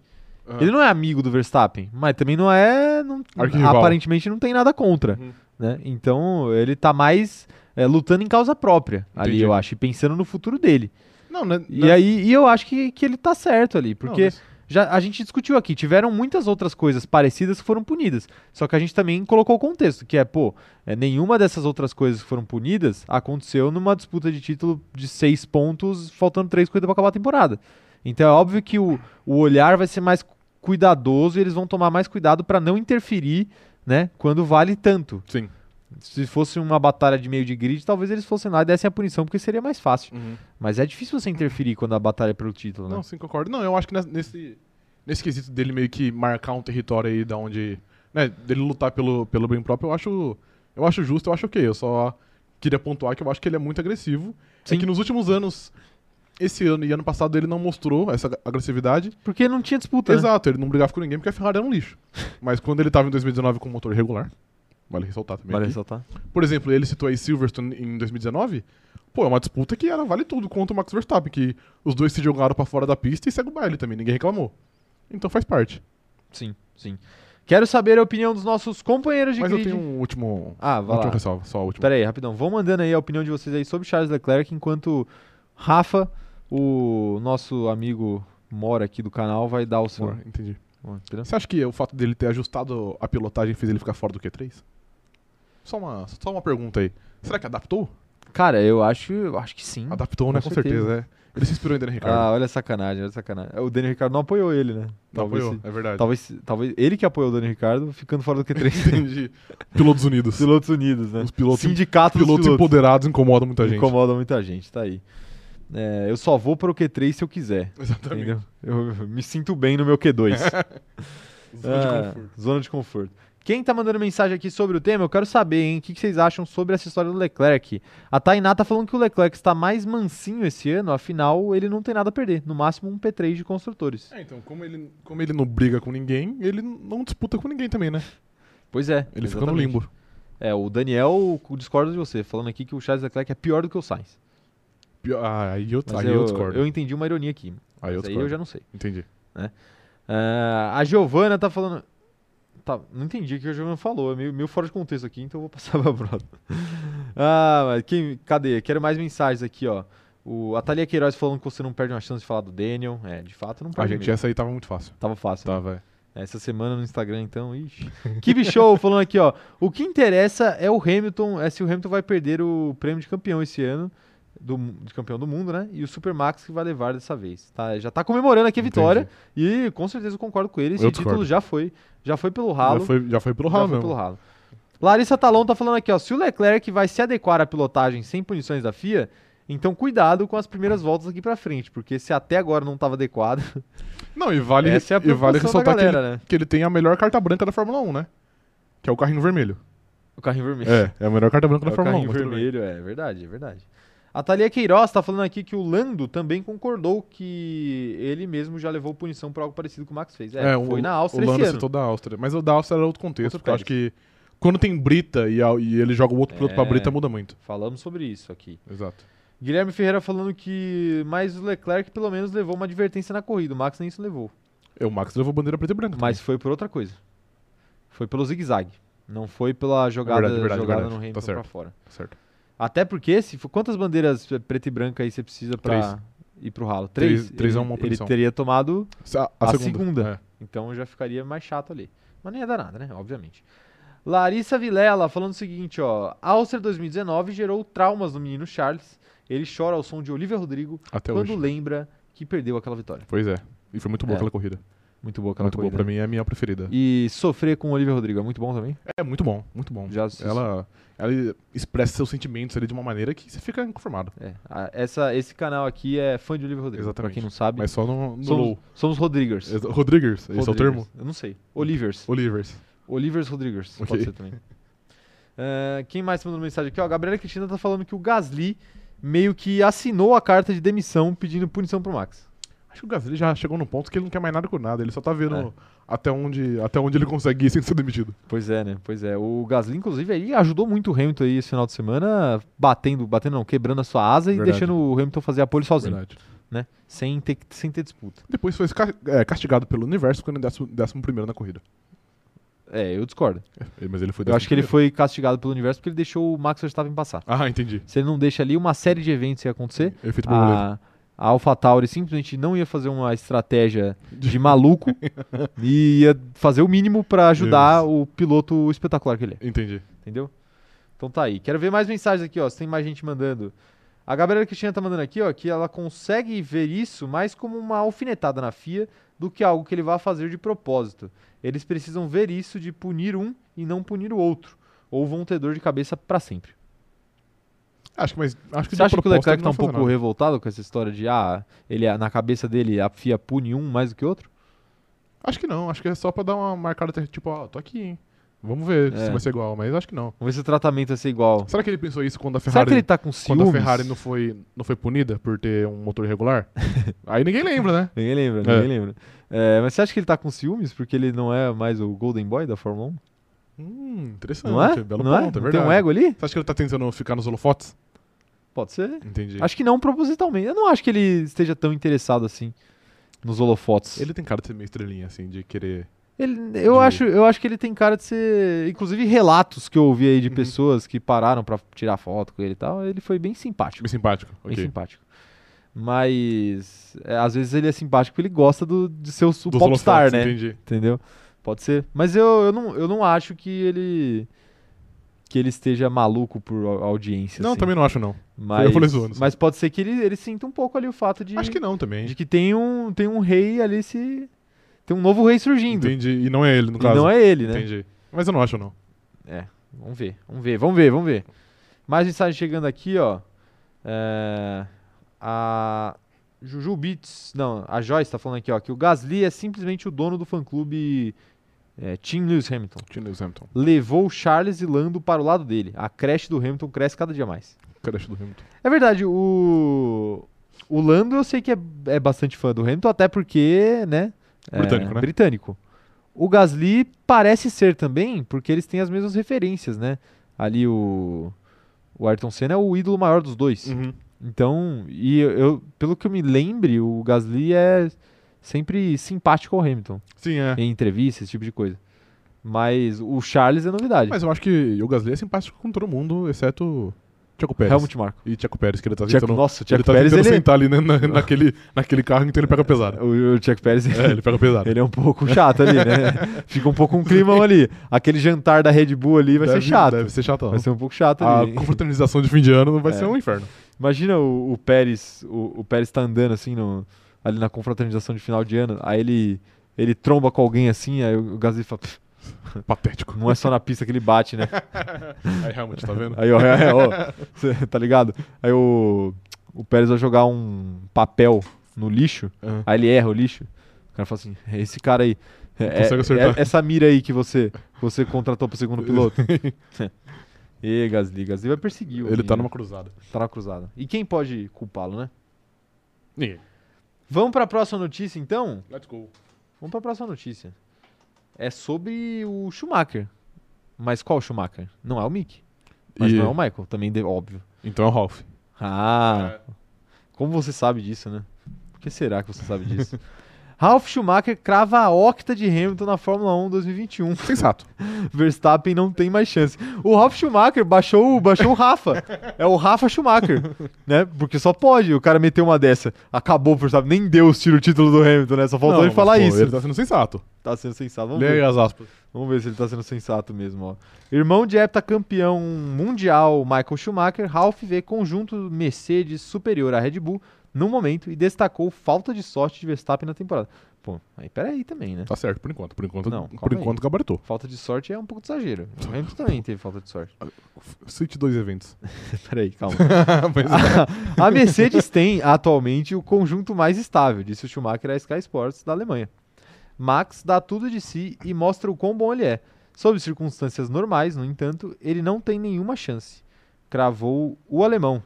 [SPEAKER 2] Ah.
[SPEAKER 1] Ele não é amigo do Verstappen, mas também não é. não-
[SPEAKER 2] Arquirrival.
[SPEAKER 1] aparentemente não tem nada contra.
[SPEAKER 2] Uhum.
[SPEAKER 1] Né? Então ele tá mais é, lutando em causa própria ali,
[SPEAKER 2] Entendi.
[SPEAKER 1] eu acho, e pensando no futuro dele.
[SPEAKER 2] Não, né?
[SPEAKER 1] E
[SPEAKER 2] né-
[SPEAKER 1] aí e eu acho que, que ele tá certo ali,
[SPEAKER 2] não,
[SPEAKER 1] porque
[SPEAKER 2] mas-
[SPEAKER 1] já, a gente discutiu aqui, tiveram muitas outras coisas parecidas que foram punidas. Só que a gente também colocou o contexto, que é, pô, é, nenhuma dessas outras coisas que foram punidas aconteceu numa disputa de título de seis pontos, faltando três coisas pra acabar a temporada. Então é óbvio que o, o olhar vai ser mais cuidadoso e eles vão tomar mais cuidado pra não interferir, né, quando vale tanto.
[SPEAKER 2] Sim.
[SPEAKER 1] Se fosse uma batalha de meio de grid, talvez eles fossem lá e dessem a punição, porque seria mais fácil.
[SPEAKER 2] Uhum.
[SPEAKER 1] Mas é difícil você interferir quando a batalha é pelo título, né?
[SPEAKER 2] Não, sim, concordo. Não, eu acho que nes- nesse, nesse quesito dele meio que marcar um território aí da onde. Né, dele lutar pelo, pelo bem próprio, eu acho. Eu acho justo, eu acho ok. Eu só queria pontuar que eu acho que ele é muito agressivo.
[SPEAKER 1] Sim.
[SPEAKER 2] É que nos últimos anos, esse ano e ano passado, ele não mostrou essa ag- agressividade.
[SPEAKER 1] Porque não tinha disputa, né?
[SPEAKER 2] Exato, ele não brigava com ninguém porque a Ferrari era um lixo. Mas quando ele tava em 2019 com motor regular, vale ressaltar também.
[SPEAKER 1] Vale
[SPEAKER 2] aqui.
[SPEAKER 1] ressaltar.
[SPEAKER 2] Por exemplo, ele citou aí Silverstone em 2019. Pô, é uma disputa que era vale tudo contra o Max Verstappen, que os dois se jogaram pra fora da pista e segue o baile também, ninguém reclamou. Então faz parte.
[SPEAKER 1] Sim, sim. Quero saber a opinião dos nossos companheiros de
[SPEAKER 2] Mas eu
[SPEAKER 1] grid.
[SPEAKER 2] tenho um último,
[SPEAKER 1] Ah, vai
[SPEAKER 2] último
[SPEAKER 1] lá.
[SPEAKER 2] ressalva, só o último.
[SPEAKER 1] Pera aí, rapidão. Vão mandando aí a opinião de vocês aí sobre Charles Leclerc, enquanto Rafa, o nosso amigo Mora aqui do canal, vai dar o seu.
[SPEAKER 2] Pô, entendi.
[SPEAKER 1] Ó, entendeu?
[SPEAKER 2] Você acha que o fato dele ter ajustado a pilotagem fez ele ficar fora do Q3? Só uma, só uma pergunta aí. Será que adaptou?
[SPEAKER 1] Cara, eu acho, eu acho que sim.
[SPEAKER 2] Adaptou,
[SPEAKER 1] Hum, com
[SPEAKER 2] né? Com certeza, é. Ele se inspirou em Daniel Ricardo.
[SPEAKER 1] Ah, olha a sacanagem, olha a sacanagem. O Daniel Ricardo não apoiou ele, né?
[SPEAKER 2] Não
[SPEAKER 1] Talvez
[SPEAKER 2] apoiou,
[SPEAKER 1] se-
[SPEAKER 2] é verdade.
[SPEAKER 1] Talvez, talvez ele que apoiou o Daniel Ricardo ficando fora do Q3
[SPEAKER 2] (laughs) Entendi. Pilotos Unidos.
[SPEAKER 1] dos (laughs) pilotos unidos, né?
[SPEAKER 2] Os pilotos-
[SPEAKER 1] Sindicato dos
[SPEAKER 2] Pilotos
[SPEAKER 1] pilotos.
[SPEAKER 2] empoderados incomodam muita gente.
[SPEAKER 1] Incomoda muita gente, tá aí. É, eu só vou pro Q3 se eu quiser.
[SPEAKER 2] (laughs) Exatamente.
[SPEAKER 1] Entendeu? Eu eu me sinto bem no meu Q2.
[SPEAKER 2] Zona de
[SPEAKER 1] Ah, (laughs)
[SPEAKER 2] conforto.
[SPEAKER 1] zona de conforto. Quem tá mandando mensagem aqui sobre o tema, eu quero saber, hein? O que, que vocês acham sobre essa história do Leclerc? A Tainá tá falando que o Leclerc está mais mansinho esse ano, afinal, ele não tem nada a perder. No máximo, um P3 de construtores.
[SPEAKER 2] É, então, como ele, como ele não briga com ninguém, ele não disputa com ninguém também, né?
[SPEAKER 1] Pois é.
[SPEAKER 2] Ele fica no
[SPEAKER 1] exatamente.
[SPEAKER 2] limbo.
[SPEAKER 1] É, o Daniel discorda de você, falando aqui que o Charles Leclerc é pior do que o Sainz.
[SPEAKER 2] Pior- Ah, aí eu,
[SPEAKER 1] Mas
[SPEAKER 2] aí eu,
[SPEAKER 1] eu,
[SPEAKER 2] discordo.
[SPEAKER 1] eu entendi uma ironia aqui.
[SPEAKER 2] aí
[SPEAKER 1] mas
[SPEAKER 2] eu
[SPEAKER 1] aí
[SPEAKER 2] discordo.
[SPEAKER 1] eu já não sei.
[SPEAKER 2] Entendi.
[SPEAKER 1] Ah, a Giovana tá falando. Tá, não entendi o que a Giovana falou. É meio, meio fora de contexto aqui, então eu vou (laughs) passar pra próxima. Ah, mas quem, cadê? Quero mais mensagens aqui, ó. O, a Thalia Queiroz falando que você não perde uma chance de falar do Daniel. É, de fato, não
[SPEAKER 2] A
[SPEAKER 1] perde.
[SPEAKER 2] gente,
[SPEAKER 1] mesmo.
[SPEAKER 2] essa aí tava muito fácil.
[SPEAKER 1] Tava fácil.
[SPEAKER 2] Tá, vai.
[SPEAKER 1] Essa semana no Instagram, então, ixi. Kib Show falando aqui, ó. O que interessa é o Hamilton, é se o Hamilton vai perder o prêmio de campeão esse ano, do, mu- de campeão do mundo, né? E o Supermax que vai levar dessa vez. Tá, já tá comemorando aqui a vitória e com certeza eu concordo com ele. Esse
[SPEAKER 2] Eu
[SPEAKER 1] título
[SPEAKER 2] discordo.
[SPEAKER 1] já foi, já foi pelo
[SPEAKER 2] Já
[SPEAKER 1] ralo.
[SPEAKER 2] foi, já foi pelo
[SPEAKER 1] já
[SPEAKER 2] ralo
[SPEAKER 1] foi
[SPEAKER 2] mesmo.
[SPEAKER 1] pelo ralo. Larissa Talon tá falando aqui, ó. Se o Leclerc vai se adequar à pilotagem sem punições da FIA, então cuidado com as primeiras voltas aqui pra frente, porque se até agora não tava adequado,
[SPEAKER 2] Não, e vale,
[SPEAKER 1] essa é a
[SPEAKER 2] e vale
[SPEAKER 1] preocupação da
[SPEAKER 2] ressaltar que
[SPEAKER 1] galera,
[SPEAKER 2] ele,
[SPEAKER 1] né?
[SPEAKER 2] que ele tem a melhor carta branca da Fórmula 1, né? Que é o carrinho vermelho.
[SPEAKER 1] O carrinho vermelho.
[SPEAKER 2] É, é a melhor carta branca
[SPEAKER 1] É
[SPEAKER 2] da
[SPEAKER 1] o
[SPEAKER 2] Fórmula 1.
[SPEAKER 1] carrinho
[SPEAKER 2] mas tudo bem.
[SPEAKER 1] vermelho, é verdade, é verdade. A Thalia Queiroz tá falando aqui que o Lando também concordou que ele mesmo já levou punição por algo parecido que o Max fez. É,
[SPEAKER 2] o-
[SPEAKER 1] foi na Áustria esse
[SPEAKER 2] o Lando
[SPEAKER 1] ano.
[SPEAKER 2] citou da Áustria. Mas o da Áustria era outro contexto.
[SPEAKER 1] Outro
[SPEAKER 2] porque eu acho que quando tem Brita e, a- e ele joga o outro piloto pra
[SPEAKER 1] É.
[SPEAKER 2] Brita, muda muito.
[SPEAKER 1] Falamos sobre isso aqui.
[SPEAKER 2] Exato.
[SPEAKER 1] Guilherme Ferreira falando que mas o Leclerc pelo menos levou uma advertência na corrida, o Max nem isso levou,
[SPEAKER 2] É, o Max levou bandeira preta e branca.
[SPEAKER 1] mas foi por outra coisa. Foi pelo zigue-zague, não foi pela jogada,
[SPEAKER 2] verdade, é verdade, é
[SPEAKER 1] jogada
[SPEAKER 2] verdade.
[SPEAKER 1] no
[SPEAKER 2] Tá
[SPEAKER 1] Hamilton pra
[SPEAKER 2] certo.
[SPEAKER 1] fora.
[SPEAKER 2] também, certo.
[SPEAKER 1] Até porque se for- quantas bandeiras eh, preta e branca aí você precisa pra
[SPEAKER 2] Três.
[SPEAKER 1] ir pro ralo?
[SPEAKER 2] Três-
[SPEAKER 1] Três.
[SPEAKER 2] três é
[SPEAKER 1] Ele-
[SPEAKER 2] uma
[SPEAKER 1] ele
[SPEAKER 2] punição.
[SPEAKER 1] teria tomado
[SPEAKER 2] A,
[SPEAKER 1] A segunda.
[SPEAKER 2] segunda. É,
[SPEAKER 1] Então já ficaria mais chato ali. Mas nem ia dar nada, né? Obviamente. Larissa Vilela falando o seguinte, ó. Alcer 2019 gerou traumas no menino Charles. Ele chora ao som de Olivia Rodrigo
[SPEAKER 2] É, até
[SPEAKER 1] quando
[SPEAKER 2] hoje.
[SPEAKER 1] lembra que perdeu aquela vitória.
[SPEAKER 2] Pois é. E foi muito boa
[SPEAKER 1] É.
[SPEAKER 2] aquela corrida.
[SPEAKER 1] Muito boa aquela
[SPEAKER 2] muito boa.
[SPEAKER 1] corrida,
[SPEAKER 2] Pra
[SPEAKER 1] né?
[SPEAKER 2] mim é a minha preferida.
[SPEAKER 1] E sofrer com Olivia Rodrigo é muito bom também?
[SPEAKER 2] É muito bom, muito bom.
[SPEAKER 1] Já se-
[SPEAKER 2] Ela, ela expressa seus sentimentos ali de uma maneira que você fica inconformado.
[SPEAKER 1] É. Ah, essa, esse canal aqui é fã de Olivia Rodrigo. Pra
[SPEAKER 2] Exatamente.
[SPEAKER 1] quem não sabe,
[SPEAKER 2] Mas só no, no
[SPEAKER 1] somos,
[SPEAKER 2] low.
[SPEAKER 1] somos Rodrigers.
[SPEAKER 2] Exa- Rodrigues, esse é o termo?
[SPEAKER 1] Rodrigers. Eu não sei. Olivers.
[SPEAKER 2] Olivers.
[SPEAKER 1] Olivers Rodrigues,
[SPEAKER 2] Ok.
[SPEAKER 1] pode ser também. Ah, quem mais mandou mensagem aqui? Ó, a Gabriela Cristina tá falando que o Gasly meio que assinou a carta de demissão pedindo punição pro Max.
[SPEAKER 2] Acho que o Gasly já chegou num ponto que ele não quer mais nada com nada. Ele só tá vendo até, onde, até onde ele consegue ir sem ser demitido.
[SPEAKER 1] Pois é, né? Pois é. O Gasly, inclusive, aí ajudou muito o Hamilton aí esse final de semana, batendo, batendo não, quebrando a sua asa e
[SPEAKER 2] Verdade.
[SPEAKER 1] deixando o Hamilton fazer a pole sozinho,
[SPEAKER 2] Verdade.
[SPEAKER 1] né? Sem ter, sem ter disputa.
[SPEAKER 2] Depois foi ca- é, castigado pelo universo ficando em décimo, décimo primeiro na corrida.
[SPEAKER 1] É, eu discordo.
[SPEAKER 2] É, Mas ele foi
[SPEAKER 1] Eu acho que ele
[SPEAKER 2] décimo
[SPEAKER 1] foi castigado pelo universo porque ele deixou o Max Verstappen passar.
[SPEAKER 2] primeiro. Ah, entendi.
[SPEAKER 1] Se ele não deixa ali, uma série de eventos ia acontecer.
[SPEAKER 2] Efeito
[SPEAKER 1] A,
[SPEAKER 2] borboleta.
[SPEAKER 1] a AlphaTauri simplesmente não ia fazer uma estratégia de maluco e ia fazer o mínimo pra ajudar o piloto espetacular que ele é.
[SPEAKER 2] Entendi.
[SPEAKER 1] Entendeu? Então tá aí. Quero ver mais mensagens aqui, ó. Se tem mais gente mandando. A Gabriela Cristina tá mandando aqui, ó, que ela consegue ver isso mais como uma alfinetada na FIA do que algo que ele vá fazer de propósito. Eles precisam ver isso de punir um e não punir o outro. Ou vão ter dor de cabeça pra sempre.
[SPEAKER 2] Acho que, mas, acho é
[SPEAKER 1] Você
[SPEAKER 2] que de
[SPEAKER 1] acha que o
[SPEAKER 2] propósito
[SPEAKER 1] Leclerc
[SPEAKER 2] ele
[SPEAKER 1] tá
[SPEAKER 2] não
[SPEAKER 1] um
[SPEAKER 2] faz
[SPEAKER 1] pouco
[SPEAKER 2] nada.
[SPEAKER 1] revoltado com essa história de, ah, ele, na cabeça dele a FIA pune um mais do que outro?
[SPEAKER 2] Acho que não. Acho que é só pra dar uma marcada, tipo, ó, tô aqui, hein. Vamos ver
[SPEAKER 1] É.
[SPEAKER 2] se vai ser igual, mas acho que não.
[SPEAKER 1] Vamos ver se o tratamento vai ser igual.
[SPEAKER 2] Será que ele pensou isso quando a
[SPEAKER 1] Será
[SPEAKER 2] Ferrari,
[SPEAKER 1] que ele tá com ciúmes?
[SPEAKER 2] quando a Ferrari não, foi, não foi punida por ter um
[SPEAKER 1] (laughs)
[SPEAKER 2] motor irregular? Aí ninguém lembra, né?
[SPEAKER 1] Ninguém lembra,
[SPEAKER 2] É.
[SPEAKER 1] ninguém lembra. É, mas você acha que ele tá com ciúmes porque ele não é mais o Golden Boy da Fórmula 1?
[SPEAKER 2] Hum, interessante.
[SPEAKER 1] Não é?
[SPEAKER 2] Belo
[SPEAKER 1] não
[SPEAKER 2] ponto,
[SPEAKER 1] é?
[SPEAKER 2] é
[SPEAKER 1] Não Tem
[SPEAKER 2] verdade.
[SPEAKER 1] um ego ali?
[SPEAKER 2] Você acha que ele tá tentando ficar nos holofotes?
[SPEAKER 1] Pode ser.
[SPEAKER 2] Entendi.
[SPEAKER 1] Acho que não propositalmente. Eu não acho que ele esteja tão interessado assim nos holofotes.
[SPEAKER 2] Ele tem cara de ser meio estrelinha, assim, de querer.
[SPEAKER 1] Ele- eu,
[SPEAKER 2] De-
[SPEAKER 1] acho, eu acho que ele tem cara de ser. Inclusive, relatos que eu ouvi aí de
[SPEAKER 2] Uhum.
[SPEAKER 1] pessoas que pararam pra tirar foto com ele e tal. Ele foi bem simpático.
[SPEAKER 2] Meio simpático.
[SPEAKER 1] Bem
[SPEAKER 2] Ok.
[SPEAKER 1] simpático. Mas é, às vezes ele é simpático porque ele gosta do, de ser o su-
[SPEAKER 2] Dos
[SPEAKER 1] popstar,
[SPEAKER 2] holofotes,
[SPEAKER 1] né?
[SPEAKER 2] Entendi.
[SPEAKER 1] Entendeu? Pode ser. Mas eu, eu, não, eu não acho que ele. Que ele esteja maluco por au- audiência.
[SPEAKER 2] Não,
[SPEAKER 1] assim.
[SPEAKER 2] também não acho, não.
[SPEAKER 1] Mas,
[SPEAKER 2] eu falei zoando, só.
[SPEAKER 1] mas pode ser que ele, ele sinta um pouco ali o fato de.
[SPEAKER 2] Acho que não também.
[SPEAKER 1] De que tem um, tem um rei ali se. Tem um novo rei surgindo.
[SPEAKER 2] Entendi. E não é ele, no
[SPEAKER 1] E
[SPEAKER 2] caso.
[SPEAKER 1] não é ele, né?
[SPEAKER 2] Entendi. Mas eu não acho, não.
[SPEAKER 1] Vamos ver, vamos ver, vamos ver, vamos ver. Mais mensagem chegando aqui, ó. É, a Juju Beats, não, a Joyce tá falando aqui, ó, que o Gasly é simplesmente o dono do fã-clube é, Team Lewis Hamilton.
[SPEAKER 2] Tinha Lewis Hamilton.
[SPEAKER 1] Levou Charles e Lando para o lado dele. A creche do Hamilton cresce cada dia mais.
[SPEAKER 2] Crush do Hamilton.
[SPEAKER 1] É verdade, o. O Lando eu sei que é, é bastante fã do Hamilton, até porque, né? é,
[SPEAKER 2] Britânico, né?
[SPEAKER 1] Britânico. O Gasly parece ser também, porque eles têm as mesmas referências, né? Ali o. O Ayrton Senna é o ídolo maior dos dois.
[SPEAKER 2] Uhum.
[SPEAKER 1] Então, e eu, eu- pelo que eu me lembre, o Gasly é sempre simpático ao Hamilton,
[SPEAKER 2] Sim, é.
[SPEAKER 1] em entrevistas, esse tipo de coisa. Mas o Charles é novidade.
[SPEAKER 2] Mas eu acho que o Gasly é simpático com todo mundo, exceto Tcheco Pérez.
[SPEAKER 1] Helmut Marko.
[SPEAKER 2] E Tcheco Pérez, que ele tá
[SPEAKER 1] Tcheco-
[SPEAKER 2] tentando.
[SPEAKER 1] nossa, o
[SPEAKER 2] ele
[SPEAKER 1] Tcheco
[SPEAKER 2] tá
[SPEAKER 1] Pérez,
[SPEAKER 2] tentando
[SPEAKER 1] ele, é
[SPEAKER 2] sentar ali né, na- naquele, naquele carro, então ele
[SPEAKER 1] (laughs)
[SPEAKER 2] pega pesado.
[SPEAKER 1] o, o Tcheco Pérez
[SPEAKER 2] É, ele pega pesado.
[SPEAKER 1] Ele é um pouco chato ali, né? (laughs) Fica um pouco um climão ali. Aquele jantar da Red Bull ali vai ser
[SPEAKER 2] Deve-
[SPEAKER 1] chato.
[SPEAKER 2] Deve ser chato.
[SPEAKER 1] Vai ser um pouco chato
[SPEAKER 2] A
[SPEAKER 1] ali.
[SPEAKER 2] confraternização de fim de ano vai
[SPEAKER 1] É.
[SPEAKER 2] ser
[SPEAKER 1] (laughs)
[SPEAKER 2] um inferno.
[SPEAKER 1] Imagina o, o Pérez, o, o Pérez tá andando assim no- ali na confraternização de final de ano, aí ele, ele tromba com alguém assim, aí o Gasly fala, "Pff,
[SPEAKER 2] Patético.
[SPEAKER 1] não é só na pista que ele bate, (laughs) né?
[SPEAKER 2] Aí realmente, tá vendo?
[SPEAKER 1] Aí, ó, é, ó, cê tá ligado? Aí o, o Pérez vai jogar um papel no lixo,
[SPEAKER 2] Aham.
[SPEAKER 1] aí ele erra o lixo. O cara fala assim, é esse cara aí. É, é-
[SPEAKER 2] consegue acertar.
[SPEAKER 1] é essa mira aí que você, você contratou pro segundo
[SPEAKER 2] (laughs)
[SPEAKER 1] piloto. (laughs) e Gasly, Gasly vai perseguir. o
[SPEAKER 2] Ele tá
[SPEAKER 1] menino.
[SPEAKER 2] numa cruzada.
[SPEAKER 1] tá na cruzada. E quem pode culpá-lo, né?
[SPEAKER 2] Ninguém.
[SPEAKER 1] Vamos pra próxima notícia, então?
[SPEAKER 2] Let's go.
[SPEAKER 1] Vamos pra próxima notícia. É sobre o Schumacher. Mas qual Schumacher? Não é o Mick. Mas
[SPEAKER 2] E-
[SPEAKER 1] não é o Michael, também, de- óbvio.
[SPEAKER 2] Então é o Ralph.
[SPEAKER 1] Ah,
[SPEAKER 2] É.
[SPEAKER 1] Como você sabe disso, né? Por que será que você sabe disso? (laughs) Ralf Schumacher crava a octa de Hamilton na Fórmula 1 2021.
[SPEAKER 2] Sensato.
[SPEAKER 1] (laughs) Verstappen não tem mais chance. O Ralf Schumacher baixou, o- baixou o Rafa. É o Rafa Schumacher,
[SPEAKER 2] (laughs)
[SPEAKER 1] né? Porque só pode o cara meter uma dessa. Acabou, Verstappen. Nem Deus tira o título do Hamilton, né? Só faltou
[SPEAKER 2] Não,
[SPEAKER 1] ele
[SPEAKER 2] mas,
[SPEAKER 1] falar
[SPEAKER 2] pô,
[SPEAKER 1] isso.
[SPEAKER 2] Ele tá sendo sensato.
[SPEAKER 1] Tá sendo sensato. Vamos ver.
[SPEAKER 2] Leia as aspas.
[SPEAKER 1] Vamos ver se ele tá sendo sensato mesmo, ó. Irmão de heptacampeão mundial Michael Schumacher, Ralph vê conjunto Mercedes superior à Red Bull no momento e destacou falta de sorte de Verstappen na temporada. Pô, aí peraí também, né?
[SPEAKER 2] Tá certo, por enquanto. Por enquanto,
[SPEAKER 1] Não,
[SPEAKER 2] por
[SPEAKER 1] calma aí.
[SPEAKER 2] enquanto gabaritou.
[SPEAKER 1] Falta de sorte é um pouco de exagero. O Hamilton também teve falta de sorte.
[SPEAKER 2] Cite dois eventos.
[SPEAKER 1] (laughs)
[SPEAKER 2] (laughs)
[SPEAKER 1] Peraí, calma.
[SPEAKER 2] Mas,
[SPEAKER 1] A Mercedes tem atualmente o conjunto mais estável, disse o Schumacher à Sky Sports da Alemanha. Max dá tudo de si e mostra o quão bom ele é. Sob circunstâncias normais, no entanto, ele não tem nenhuma chance. Cravou o alemão.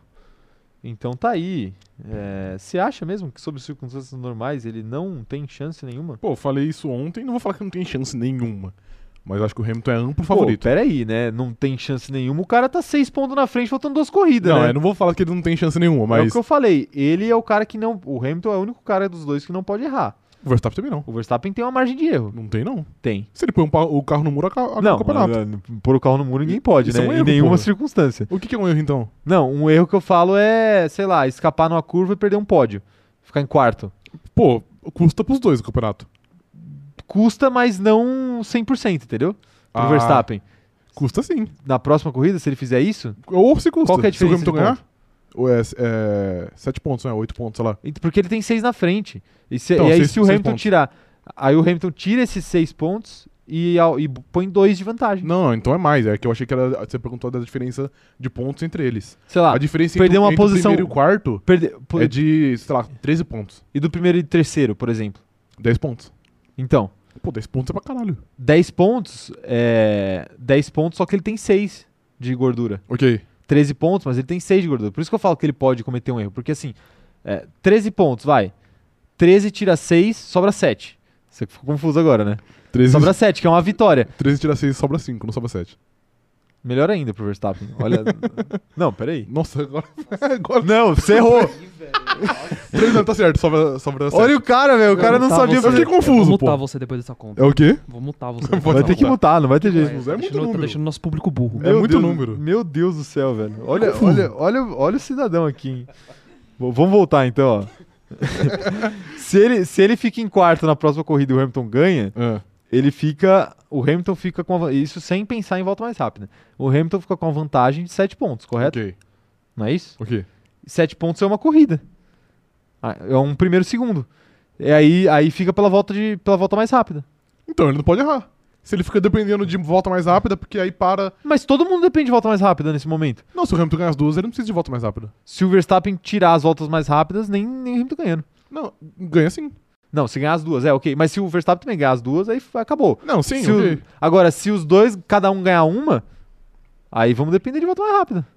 [SPEAKER 1] Então tá aí. É, você acha mesmo que, sob circunstâncias normais, ele não tem chance nenhuma?
[SPEAKER 2] Pô, eu falei isso ontem, não vou falar que não tem chance nenhuma. Mas eu acho que o Hamilton é amplo
[SPEAKER 1] Pô,
[SPEAKER 2] favorito.
[SPEAKER 1] peraí, né? Não tem chance nenhuma. O cara tá seis pontos na frente, faltando duas corridas,
[SPEAKER 2] não,
[SPEAKER 1] né?
[SPEAKER 2] eu não vou falar que ele não tem chance nenhuma,
[SPEAKER 1] É o
[SPEAKER 2] mas
[SPEAKER 1] que eu falei. Ele é o cara que não. O Hamilton é o único cara dos dois que não pode errar.
[SPEAKER 2] o Verstappen também não.
[SPEAKER 1] O Verstappen tem uma margem de erro.
[SPEAKER 2] Não tem, não.
[SPEAKER 1] Tem.
[SPEAKER 2] Se ele põe um pa- o carro no muro, acaba acaba
[SPEAKER 1] Não,
[SPEAKER 2] o campeonato.
[SPEAKER 1] eh, pôr o carro no muro ninguém pode,
[SPEAKER 2] Isso
[SPEAKER 1] né?
[SPEAKER 2] é um
[SPEAKER 1] em
[SPEAKER 2] erro,
[SPEAKER 1] nenhuma
[SPEAKER 2] porra.
[SPEAKER 1] circunstância.
[SPEAKER 2] O que, que é um erro, então?
[SPEAKER 1] Não, um erro que eu falo é, sei lá, escapar numa curva e perder um pódio. Ficar em quarto.
[SPEAKER 2] Pô, custa pros dois o campeonato.
[SPEAKER 1] Custa, mas não 100%, entendeu? Pro
[SPEAKER 2] Ah,
[SPEAKER 1] Verstappen.
[SPEAKER 2] Custa sim.
[SPEAKER 1] Na próxima corrida, se ele fizer isso,
[SPEAKER 2] Ou se custa.
[SPEAKER 1] Qual que é a
[SPEAKER 2] se o
[SPEAKER 1] diferença
[SPEAKER 2] Hamilton
[SPEAKER 1] de
[SPEAKER 2] ganhar? Ou é, é, sete pontos, né? Oito pontos, sei lá.
[SPEAKER 1] ent- porque ele tem seis na frente. E, se-
[SPEAKER 2] Então,
[SPEAKER 1] e aí,
[SPEAKER 2] seis-
[SPEAKER 1] se o
[SPEAKER 2] seis
[SPEAKER 1] Hamilton
[SPEAKER 2] pontos.
[SPEAKER 1] tirar. Aí o Hamilton tira esses seis pontos e, ao- e põe dois de vantagem.
[SPEAKER 2] Não, então é mais. É que eu achei que era, você perguntou da diferença de pontos entre eles.
[SPEAKER 1] Sei lá,
[SPEAKER 2] a diferença
[SPEAKER 1] perder
[SPEAKER 2] entre,
[SPEAKER 1] Ah, uma
[SPEAKER 2] entre
[SPEAKER 1] posição-
[SPEAKER 2] o primeiro e o quarto
[SPEAKER 1] perde- pô-
[SPEAKER 2] é de, sei lá, 13 pontos.
[SPEAKER 1] e do primeiro e do terceiro, por exemplo.
[SPEAKER 2] 10 pontos.
[SPEAKER 1] Então,
[SPEAKER 2] Pô, 10 pontos é pra caralho.
[SPEAKER 1] 10 pontos, é, 10 pontos, só que ele tem 6 de gordura.
[SPEAKER 2] Ok.
[SPEAKER 1] 13 pontos, mas ele tem 6 de gordura. Por isso que eu falo que ele pode cometer um erro. Porque assim, é, 13 pontos, vai. 13 tira 6, sobra 7. Você ficou confuso agora, né?
[SPEAKER 2] 13,
[SPEAKER 1] Sobra 7, que é uma vitória.
[SPEAKER 2] 13 tira 6, sobra 5, não sobra 7.
[SPEAKER 1] Melhor ainda pro Verstappen. (laughs) Olha. não, peraí.
[SPEAKER 2] Nossa, agora. (laughs) agora
[SPEAKER 1] Não,
[SPEAKER 2] (laughs)
[SPEAKER 1] você errou.
[SPEAKER 2] 3 não tá certo, sobra, sobra 7.
[SPEAKER 1] Olha o cara, velho. O cara não tá
[SPEAKER 3] mutar
[SPEAKER 1] sabia.
[SPEAKER 3] você.
[SPEAKER 2] Eu fiquei
[SPEAKER 3] Vou
[SPEAKER 2] confuso,
[SPEAKER 3] mutar
[SPEAKER 2] pô.
[SPEAKER 3] você depois dessa conta.
[SPEAKER 2] É o quê?
[SPEAKER 3] Vou mutar você.
[SPEAKER 2] (laughs) Vai
[SPEAKER 1] Vai
[SPEAKER 2] Pode
[SPEAKER 1] ter que
[SPEAKER 2] mudar.
[SPEAKER 1] mutar, não tá. vai ter jeito.
[SPEAKER 2] Mas é
[SPEAKER 3] Tá
[SPEAKER 2] muito
[SPEAKER 3] deixando- Tá
[SPEAKER 2] número.
[SPEAKER 3] deixando o nosso público burro.
[SPEAKER 2] É muito
[SPEAKER 1] Deus-
[SPEAKER 2] número.
[SPEAKER 1] Meu Deus do céu, velho. Olha, olha, olha, olha o cidadão aqui, hein? V- Vamos voltar
[SPEAKER 2] (laughs)
[SPEAKER 1] então, ó. se, ele, se ele fica em quarto na próxima corrida e o Hamilton ganha,
[SPEAKER 2] É.
[SPEAKER 1] ele fica. O Hamilton fica com a, van- Isso sem pensar em volta mais rápida. O Hamilton fica com a vantagem de 7 pontos, correto?
[SPEAKER 2] Ok,
[SPEAKER 1] Não é isso?
[SPEAKER 2] ok.
[SPEAKER 1] 7 pontos é uma corrida. Ah, É um primeiro segundo. E aí, aí fica pela volta, de, pela volta mais rápida.
[SPEAKER 2] Então, ele não pode errar. Se ele fica dependendo de volta mais rápida, porque aí para.
[SPEAKER 1] Mas todo mundo depende de volta mais rápida nesse momento.
[SPEAKER 2] Não, se o Hamilton ganhar as duas, ele não precisa de volta mais rápida.
[SPEAKER 1] Se o Verstappen tirar as voltas mais rápidas, nem, nem o Hamilton ganhando.
[SPEAKER 2] Não, ganha sim.
[SPEAKER 1] Não, se ganhar as duas, é ok. Mas se o Verstappen também ganhar as duas, aí f- acabou.
[SPEAKER 2] Não, sim,
[SPEAKER 1] Se o-
[SPEAKER 2] ok.
[SPEAKER 1] Agora, se os dois, cada um ganhar uma, aí vamos depender de volta mais rápida.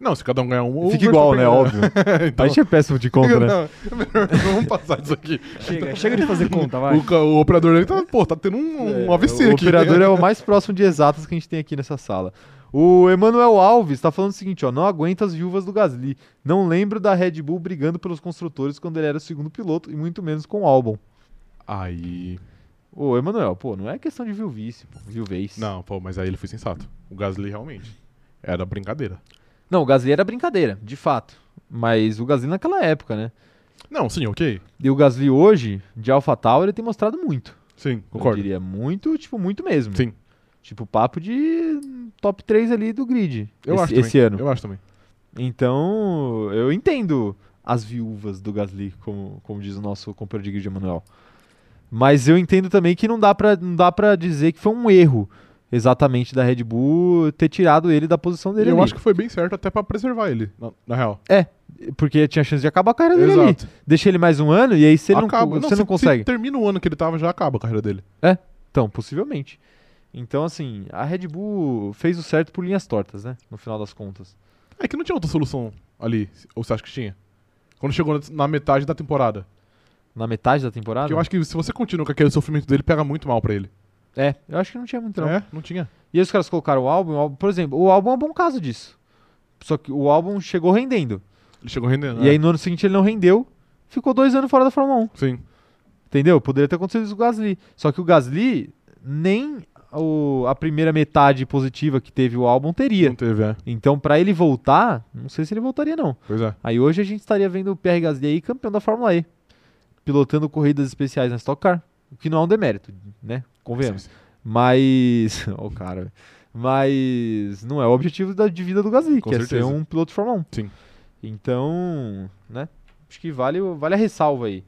[SPEAKER 2] Não, se cada um ganhar um. o
[SPEAKER 1] Fica igual, né?
[SPEAKER 2] (laughs) Verstappen
[SPEAKER 1] Óbvio.
[SPEAKER 2] ganha.
[SPEAKER 1] A
[SPEAKER 2] então,
[SPEAKER 1] gente é péssimo de conta, né?
[SPEAKER 2] não, vamos passar disso aqui.
[SPEAKER 3] Chega, chega
[SPEAKER 2] (laughs)
[SPEAKER 3] de fazer conta, vai.
[SPEAKER 2] O, ca- o operador dele tá, pô, tá tendo (laughs) um, um AVC
[SPEAKER 1] o
[SPEAKER 2] aqui.
[SPEAKER 1] operador é o mais próximo de exatas que a gente tem aqui nessa sala. O Emanuel Alves tá falando o seguinte, ó, não aguenta as viúvas do Gasly. Não lembro da Red Bull brigando pelos construtores quando ele era o segundo piloto e muito menos com o Albon.
[SPEAKER 2] Aí.
[SPEAKER 1] Ô, Emanuel, pô, não é questão de viuvice, pô, viuvez.
[SPEAKER 2] Não, pô, mas aí ele foi sensato. O Gasly realmente. Era brincadeira.
[SPEAKER 1] Não, o Gasly era brincadeira, de fato. Mas o Gasly naquela época, né?
[SPEAKER 2] Não, sim, ok.
[SPEAKER 1] E o Gasly hoje, de AlphaTauri, ele tem mostrado muito.
[SPEAKER 2] Sim,
[SPEAKER 1] Eu
[SPEAKER 2] concordo.
[SPEAKER 1] diria muito, tipo, muito mesmo.
[SPEAKER 2] Sim.
[SPEAKER 1] Tipo, papo de top 3 ali do grid
[SPEAKER 2] Eu
[SPEAKER 1] esse,
[SPEAKER 2] acho
[SPEAKER 1] esse
[SPEAKER 2] também.
[SPEAKER 1] ano.
[SPEAKER 2] Eu acho também.
[SPEAKER 1] Então, eu entendo as viúvas do Gasly, como, como diz o nosso companheiro de grid, Emanuel. Mas eu entendo também que não dá, pra, não dá pra dizer que foi um erro exatamente da Red Bull ter tirado ele da posição dele
[SPEAKER 2] eu
[SPEAKER 1] ali.
[SPEAKER 2] acho que foi bem certo até pra preservar ele, na, na real.
[SPEAKER 1] Porque tinha chance de acabar a carreira dele ali.
[SPEAKER 2] Exato.
[SPEAKER 1] Deixa ele mais um ano e aí se ele não,
[SPEAKER 2] Acaba.
[SPEAKER 1] você
[SPEAKER 2] se-
[SPEAKER 1] não consegue.
[SPEAKER 2] Se termina o ano que ele tava, já acaba a carreira dele.
[SPEAKER 1] Então, possivelmente. Então, assim, a Red Bull fez o certo por linhas tortas, né? No final das contas.
[SPEAKER 2] É que não tinha outra solução ali, ou você acha que tinha? Quando chegou na- na metade da temporada.
[SPEAKER 1] Ah, Na metade da temporada?
[SPEAKER 2] Porque eu acho que se você continua com aquele sofrimento dele, pega muito mal pra ele.
[SPEAKER 1] É, eu acho que não tinha muito, não.
[SPEAKER 2] É, não tinha.
[SPEAKER 1] E aí os caras colocaram o álbum, o álbum- por exemplo, o álbum é um bom caso disso. Só que o álbum chegou rendendo.
[SPEAKER 2] Ele chegou rendendo.
[SPEAKER 1] E
[SPEAKER 2] é.
[SPEAKER 1] aí no ano seguinte ele não rendeu, ficou dois anos fora da Fórmula 1.
[SPEAKER 2] Sim.
[SPEAKER 1] Entendeu? Poderia ter acontecido isso com o Gasly. Só que o Gasly, nem o- a primeira metade positiva que teve o álbum
[SPEAKER 2] Não
[SPEAKER 1] teria.
[SPEAKER 2] teve, é.
[SPEAKER 1] Então, pra ele voltar, não sei se ele voltaria, não.
[SPEAKER 2] Pois é.
[SPEAKER 1] Aí hoje a gente estaria vendo o Pierre Gasly aí campeão da Fórmula E, pilotando corridas especiais na Stock Car, o que não é um demérito, né? Convenhamos.
[SPEAKER 2] Sim, sim.
[SPEAKER 1] Mas, (laughs) o cara, mas não é o objetivo da de vida do Gasly,
[SPEAKER 2] Com
[SPEAKER 1] que é ser
[SPEAKER 2] certeza.
[SPEAKER 1] um piloto de Fórmula 1.
[SPEAKER 2] Sim.
[SPEAKER 1] Então, né? Acho que vale, o- vale a ressalva aí.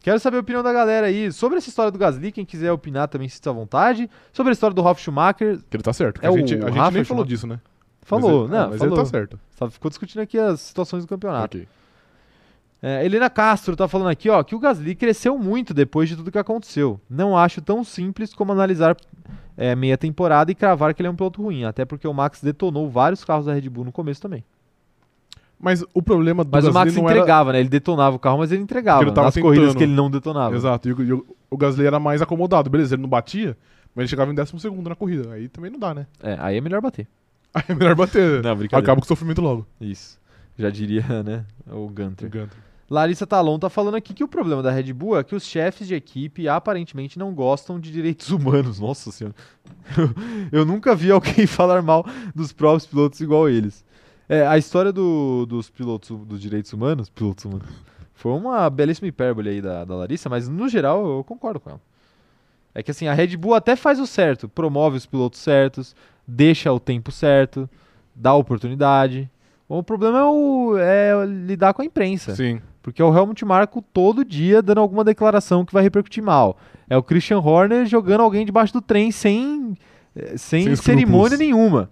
[SPEAKER 1] Quero saber a opinião da galera aí sobre essa história do Gasly. Quem quiser opinar também, se à vontade. Sobre a história do Ralf Schumacher,
[SPEAKER 2] Que ele tá certo. que
[SPEAKER 1] É
[SPEAKER 2] a
[SPEAKER 1] o
[SPEAKER 2] gente, a gente
[SPEAKER 1] Rafa
[SPEAKER 2] nem
[SPEAKER 1] que
[SPEAKER 2] falou
[SPEAKER 1] chama?
[SPEAKER 2] disso, né?
[SPEAKER 1] falou,
[SPEAKER 2] mas ele,
[SPEAKER 1] né?
[SPEAKER 2] ah, mas
[SPEAKER 1] falou.
[SPEAKER 2] ele tá certo.
[SPEAKER 1] Só Ficou discutindo aqui as situações do campeonato.
[SPEAKER 2] Ok.
[SPEAKER 1] É, Helena Castro tá falando aqui, ó, que o Gasly cresceu muito depois de tudo que aconteceu. Não acho tão simples como analisar é, meia temporada e cravar que ele é um piloto ruim, até porque o Max detonou vários carros da Red Bull no começo também.
[SPEAKER 2] Mas o problema do
[SPEAKER 1] Mas o
[SPEAKER 2] Gasly
[SPEAKER 1] Max
[SPEAKER 2] não era-
[SPEAKER 1] entregava, né? Ele detonava o carro, mas ele entregava.
[SPEAKER 2] Porque ele tava
[SPEAKER 1] nas corridas
[SPEAKER 2] tentando.
[SPEAKER 1] que ele não detonava.
[SPEAKER 2] Exato, e o, e o- o Gasly era mais acomodado. Beleza, ele não batia, mas ele chegava em décimo segundo na corrida. Aí também não dá, né? (laughs)
[SPEAKER 1] É, aí é melhor bater.
[SPEAKER 2] Aí é melhor bater.
[SPEAKER 1] Não, brincadeira.
[SPEAKER 2] Acaba com o sofrimento logo.
[SPEAKER 1] Isso. Já diria, (laughs) né? O Gunter.
[SPEAKER 2] Ganto.
[SPEAKER 1] Larissa Talon tá falando aqui que o problema da Red Bull é que os chefes de equipe aparentemente não gostam de direitos humanos. (laughs) Nossa senhora. Eu, eu nunca vi alguém (laughs) falar mal dos próprios pilotos igual eles. É, a história do- dos pilotos dos direitos humanos, pilotos humanos, foi uma belíssima hipérbole aí da, da Larissa, mas no geral eu concordo com ela. É que assim, a Red Bull até faz o certo, promove os pilotos certos, deixa o tempo certo, dá oportunidade. O problema é, o- é lidar com a imprensa.
[SPEAKER 2] Sim.
[SPEAKER 1] Porque é o Helmut Marko todo dia dando alguma declaração que vai repercutir mal. É o Christian Horner jogando alguém debaixo do trem sem, eh, sem,
[SPEAKER 2] Sem escrúpulos.
[SPEAKER 1] cerimônia nenhuma.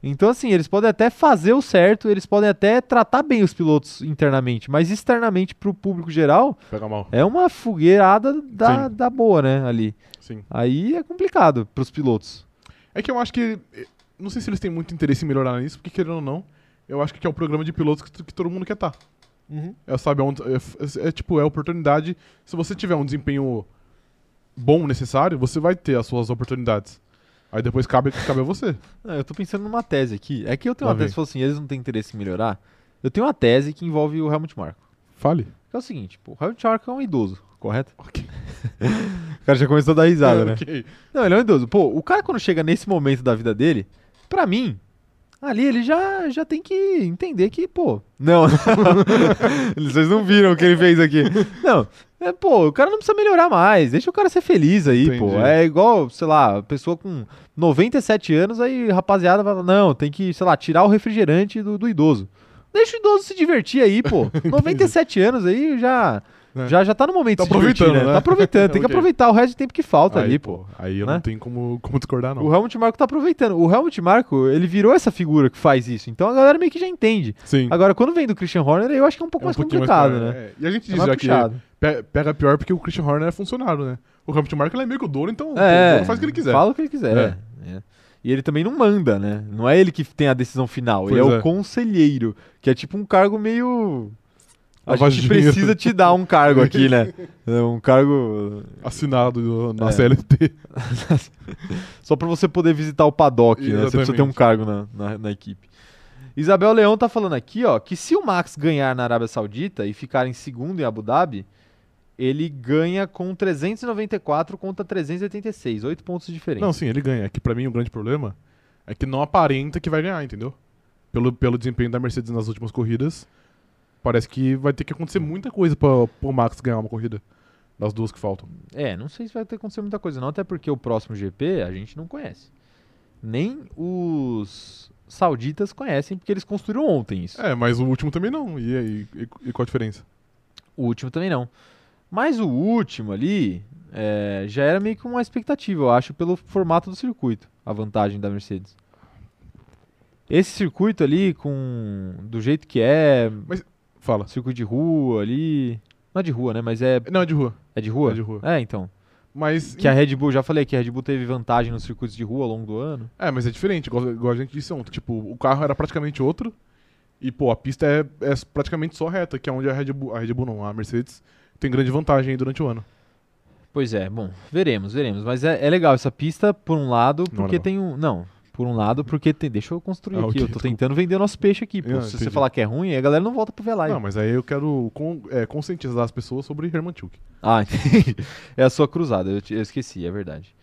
[SPEAKER 1] Então, assim, eles podem até fazer o certo, eles podem até tratar bem os pilotos internamente, mas externamente pro público geral
[SPEAKER 2] Pega mal.
[SPEAKER 1] é uma fogueirada da, da boa, né? Ali.
[SPEAKER 2] Sim.
[SPEAKER 1] Aí é complicado pros pilotos.
[SPEAKER 2] É que eu acho que. eh, Não sei se eles têm muito interesse em melhorar nisso, porque querendo ou não, eu acho que é o programa de pilotos que, t- que todo mundo quer estar. É, sabe, é, um- é- é- é tipo, é oportunidade. Se você tiver um desempenho bom, necessário, você vai ter as suas oportunidades. Aí depois cabe, cabe a você.
[SPEAKER 1] Não, eu tô pensando numa tese aqui. É que eu tenho
[SPEAKER 2] Lá
[SPEAKER 1] uma tese
[SPEAKER 2] vem.
[SPEAKER 1] que fala assim, eles não têm interesse em melhorar. Eu tenho uma tese que envolve o Helmut Marko.
[SPEAKER 2] Fale.
[SPEAKER 1] Que é o seguinte, pô, o Helmut Marko é um idoso, correto?
[SPEAKER 2] Ok.
[SPEAKER 1] O cara já começou a dar risada, né?
[SPEAKER 2] (laughs) Ok.
[SPEAKER 1] Não, ele é um idoso. Pô, o cara quando chega nesse momento da vida dele, pra mim, ali ele já, já tem que entender que, pô. Não, Eles- vocês não viram o que ele fez aqui. (laughs) Não, é, pô, o cara não precisa melhorar mais. Deixa o cara ser feliz aí, pô.
[SPEAKER 2] Entendi.
[SPEAKER 1] É igual, sei lá, pessoa com 97 anos, aí rapaziada fala, não, tem que, sei lá, tirar o refrigerante do, do idoso. Deixa o idoso se divertir aí, (laughs) pô. 97 anos aí já.
[SPEAKER 2] É.
[SPEAKER 1] Já, já tá no momento
[SPEAKER 2] Tá
[SPEAKER 1] de se divertir,
[SPEAKER 2] aproveitando, né?
[SPEAKER 1] Tá (laughs) aproveitando, tem que
[SPEAKER 2] Ok.
[SPEAKER 1] aproveitar o resto de tempo que falta
[SPEAKER 2] aí,
[SPEAKER 1] ali, pô.
[SPEAKER 2] Aí eu
[SPEAKER 1] Né?
[SPEAKER 2] não tenho como, como discordar, não.
[SPEAKER 1] O Helmut Marko tá aproveitando. O Helmut Marko, ele virou essa figura que faz isso. Então a galera meio que já entende.
[SPEAKER 2] Sim.
[SPEAKER 1] Agora, quando vem do Christian Horner, eu acho que é um pouco mais
[SPEAKER 2] pouquinho
[SPEAKER 1] complicado,
[SPEAKER 2] pra-
[SPEAKER 1] né?
[SPEAKER 2] é. E a gente
[SPEAKER 1] É
[SPEAKER 2] diz
[SPEAKER 1] mais
[SPEAKER 2] já que
[SPEAKER 1] puxado.
[SPEAKER 2] pe- pega pior porque o Christian Horner é funcionário, né? O Hamilton Mark ele é meio que o dono, então pô, o
[SPEAKER 1] É,
[SPEAKER 2] dono faz o que ele quiser.
[SPEAKER 1] Fala o que ele quiser.
[SPEAKER 2] É.
[SPEAKER 1] é. E ele também não manda, né? Não é ele que tem a decisão final. ele
[SPEAKER 2] Pois
[SPEAKER 1] é,
[SPEAKER 2] é.
[SPEAKER 1] o conselheiro, que é tipo um cargo meio. A
[SPEAKER 2] Lava
[SPEAKER 1] gente
[SPEAKER 2] dinheiro.
[SPEAKER 1] precisa te dar um cargo aqui,
[SPEAKER 2] (laughs)
[SPEAKER 1] né? É Um cargo
[SPEAKER 2] Assinado do- na
[SPEAKER 1] É.
[SPEAKER 2] CLT.
[SPEAKER 1] Só pra você poder visitar o paddock, né? Você precisa ter um
[SPEAKER 2] Exatamente.
[SPEAKER 1] cargo na, na, na equipe. Isabel Leão tá falando aqui, ó, que se o Max ganhar na Arábia Saudita e ficar em segundo em Abu Dhabi, ele ganha com 394 contra 386, oito pontos de diferença.
[SPEAKER 2] Não, sim, ele ganha. É que pra mim o grande problema é que não aparenta que vai ganhar, entendeu? Pelo, pelo desempenho da Mercedes nas últimas corridas, parece que vai ter que acontecer muita coisa pra, pro Max ganhar uma corrida. Das duas que faltam.
[SPEAKER 1] É, não sei se vai ter acontecido muita coisa, não, até porque o próximo GP a gente não conhece. Nem os sauditas conhecem, porque eles construíram ontem isso.
[SPEAKER 2] É, mas o último também não. E aí, e, e qual a diferença?
[SPEAKER 1] O último também não. Mas o último ali é, já era meio que uma expectativa, eu acho, pelo formato do circuito, a vantagem da Mercedes. Esse circuito ali, com do jeito que é,
[SPEAKER 2] Fala.
[SPEAKER 1] circuito de rua ali. Não é de rua, né? Mas é,
[SPEAKER 2] Não, é de rua.
[SPEAKER 1] é de rua?
[SPEAKER 2] É de rua.
[SPEAKER 1] É, então.
[SPEAKER 2] Mas.
[SPEAKER 1] Que a Red Bull, já falei que a Red Bull teve vantagem nos circuitos de rua ao longo do ano.
[SPEAKER 2] É, mas é diferente, igual, igual a gente disse ontem. Tipo, o carro era praticamente outro. E, pô, a pista é, é praticamente só reta, que é onde a Red Bull. A Red Bull não, a Mercedes tem grande vantagem aí durante o ano.
[SPEAKER 1] Pois é, bom, veremos, veremos. Mas é, é legal essa pista, por um lado,
[SPEAKER 2] é
[SPEAKER 1] porque
[SPEAKER 2] legal.
[SPEAKER 1] tem um. Não, por um lado, porque tem. Deixa eu construir
[SPEAKER 2] Ah,
[SPEAKER 1] aqui.
[SPEAKER 2] ok,
[SPEAKER 1] eu tô
[SPEAKER 2] desculpa.
[SPEAKER 1] tentando vender o nosso peixe aqui. pô.
[SPEAKER 2] Ah,
[SPEAKER 1] Se você
[SPEAKER 2] entendi.
[SPEAKER 1] falar que é ruim, aí a galera não volta pro Velay.
[SPEAKER 2] Não, mas aí eu quero con- é, conscientizar as pessoas sobre Herman Tilke.
[SPEAKER 1] Ah, entendi. (laughs) é a sua cruzada, eu, te- eu esqueci, é verdade.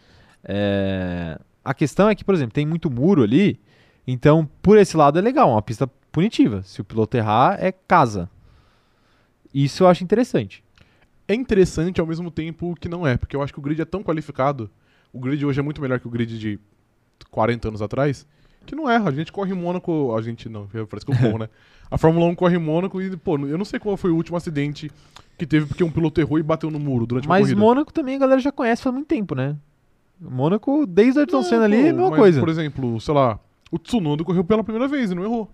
[SPEAKER 1] É, A questão é que, por exemplo, tem muito muro ali, então por esse lado é legal, é uma pista punitiva. Se o piloto errar, é casa. Isso eu acho interessante.
[SPEAKER 2] É interessante ao mesmo tempo que não é, porque eu acho que o grid é tão qualificado. O grid hoje é muito melhor que o grid de 40 anos atrás. Que não erra, a gente corre em Mônaco. A gente não, parece que
[SPEAKER 1] (laughs)
[SPEAKER 2] eu corro, né? A Fórmula 1 corre em Mônaco e, pô, eu não sei qual foi o último acidente que teve porque um piloto errou e bateu no muro durante É tipo uma
[SPEAKER 1] Mas
[SPEAKER 2] corrida.
[SPEAKER 1] Mônaco também a galera já conhece faz muito tempo, né? Mônaco, desde o Ayrton Senna ali, é a mesma
[SPEAKER 2] mas,
[SPEAKER 1] coisa.
[SPEAKER 2] Por exemplo, sei lá, o Tsunoda correu pela primeira vez e não errou.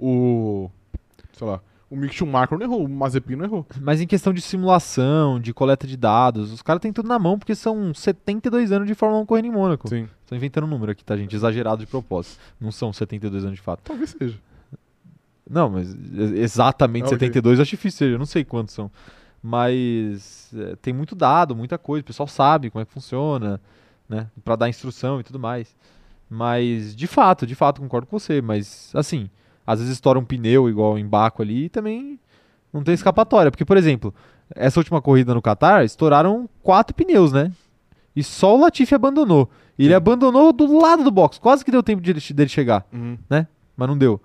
[SPEAKER 2] O. Sei lá, o Mick Schumacher não errou, o Mazepin não errou.
[SPEAKER 1] Mas em questão de simulação, de coleta de dados, os caras têm tudo na mão porque são 72 anos de Fórmula 1 correndo em Mônaco.
[SPEAKER 2] Sim.
[SPEAKER 1] Tô inventando um número aqui, tá, gente? Exagerado de propósito. Não são 72 anos de fato.
[SPEAKER 2] Talvez seja.
[SPEAKER 1] Não, mas e- exatamente
[SPEAKER 2] Ah, ok.
[SPEAKER 1] 72 eu acho difícil, eu não sei quantos são. Mas é, tem muito dado, muita coisa, o pessoal sabe como é que funciona, né? Pra dar instrução e tudo mais. Mas, de fato, de fato, concordo com você. Mas, assim, às vezes estoura um pneu igual em Baco ali e também não tem escapatória. Porque, por exemplo, essa última corrida no Qatar, estouraram quatro pneus, né? E só o Latifi abandonou. E ele abandonou do lado do box, quase que deu tempo de ele che- dele chegar
[SPEAKER 2] Uhum.
[SPEAKER 1] mas não deu.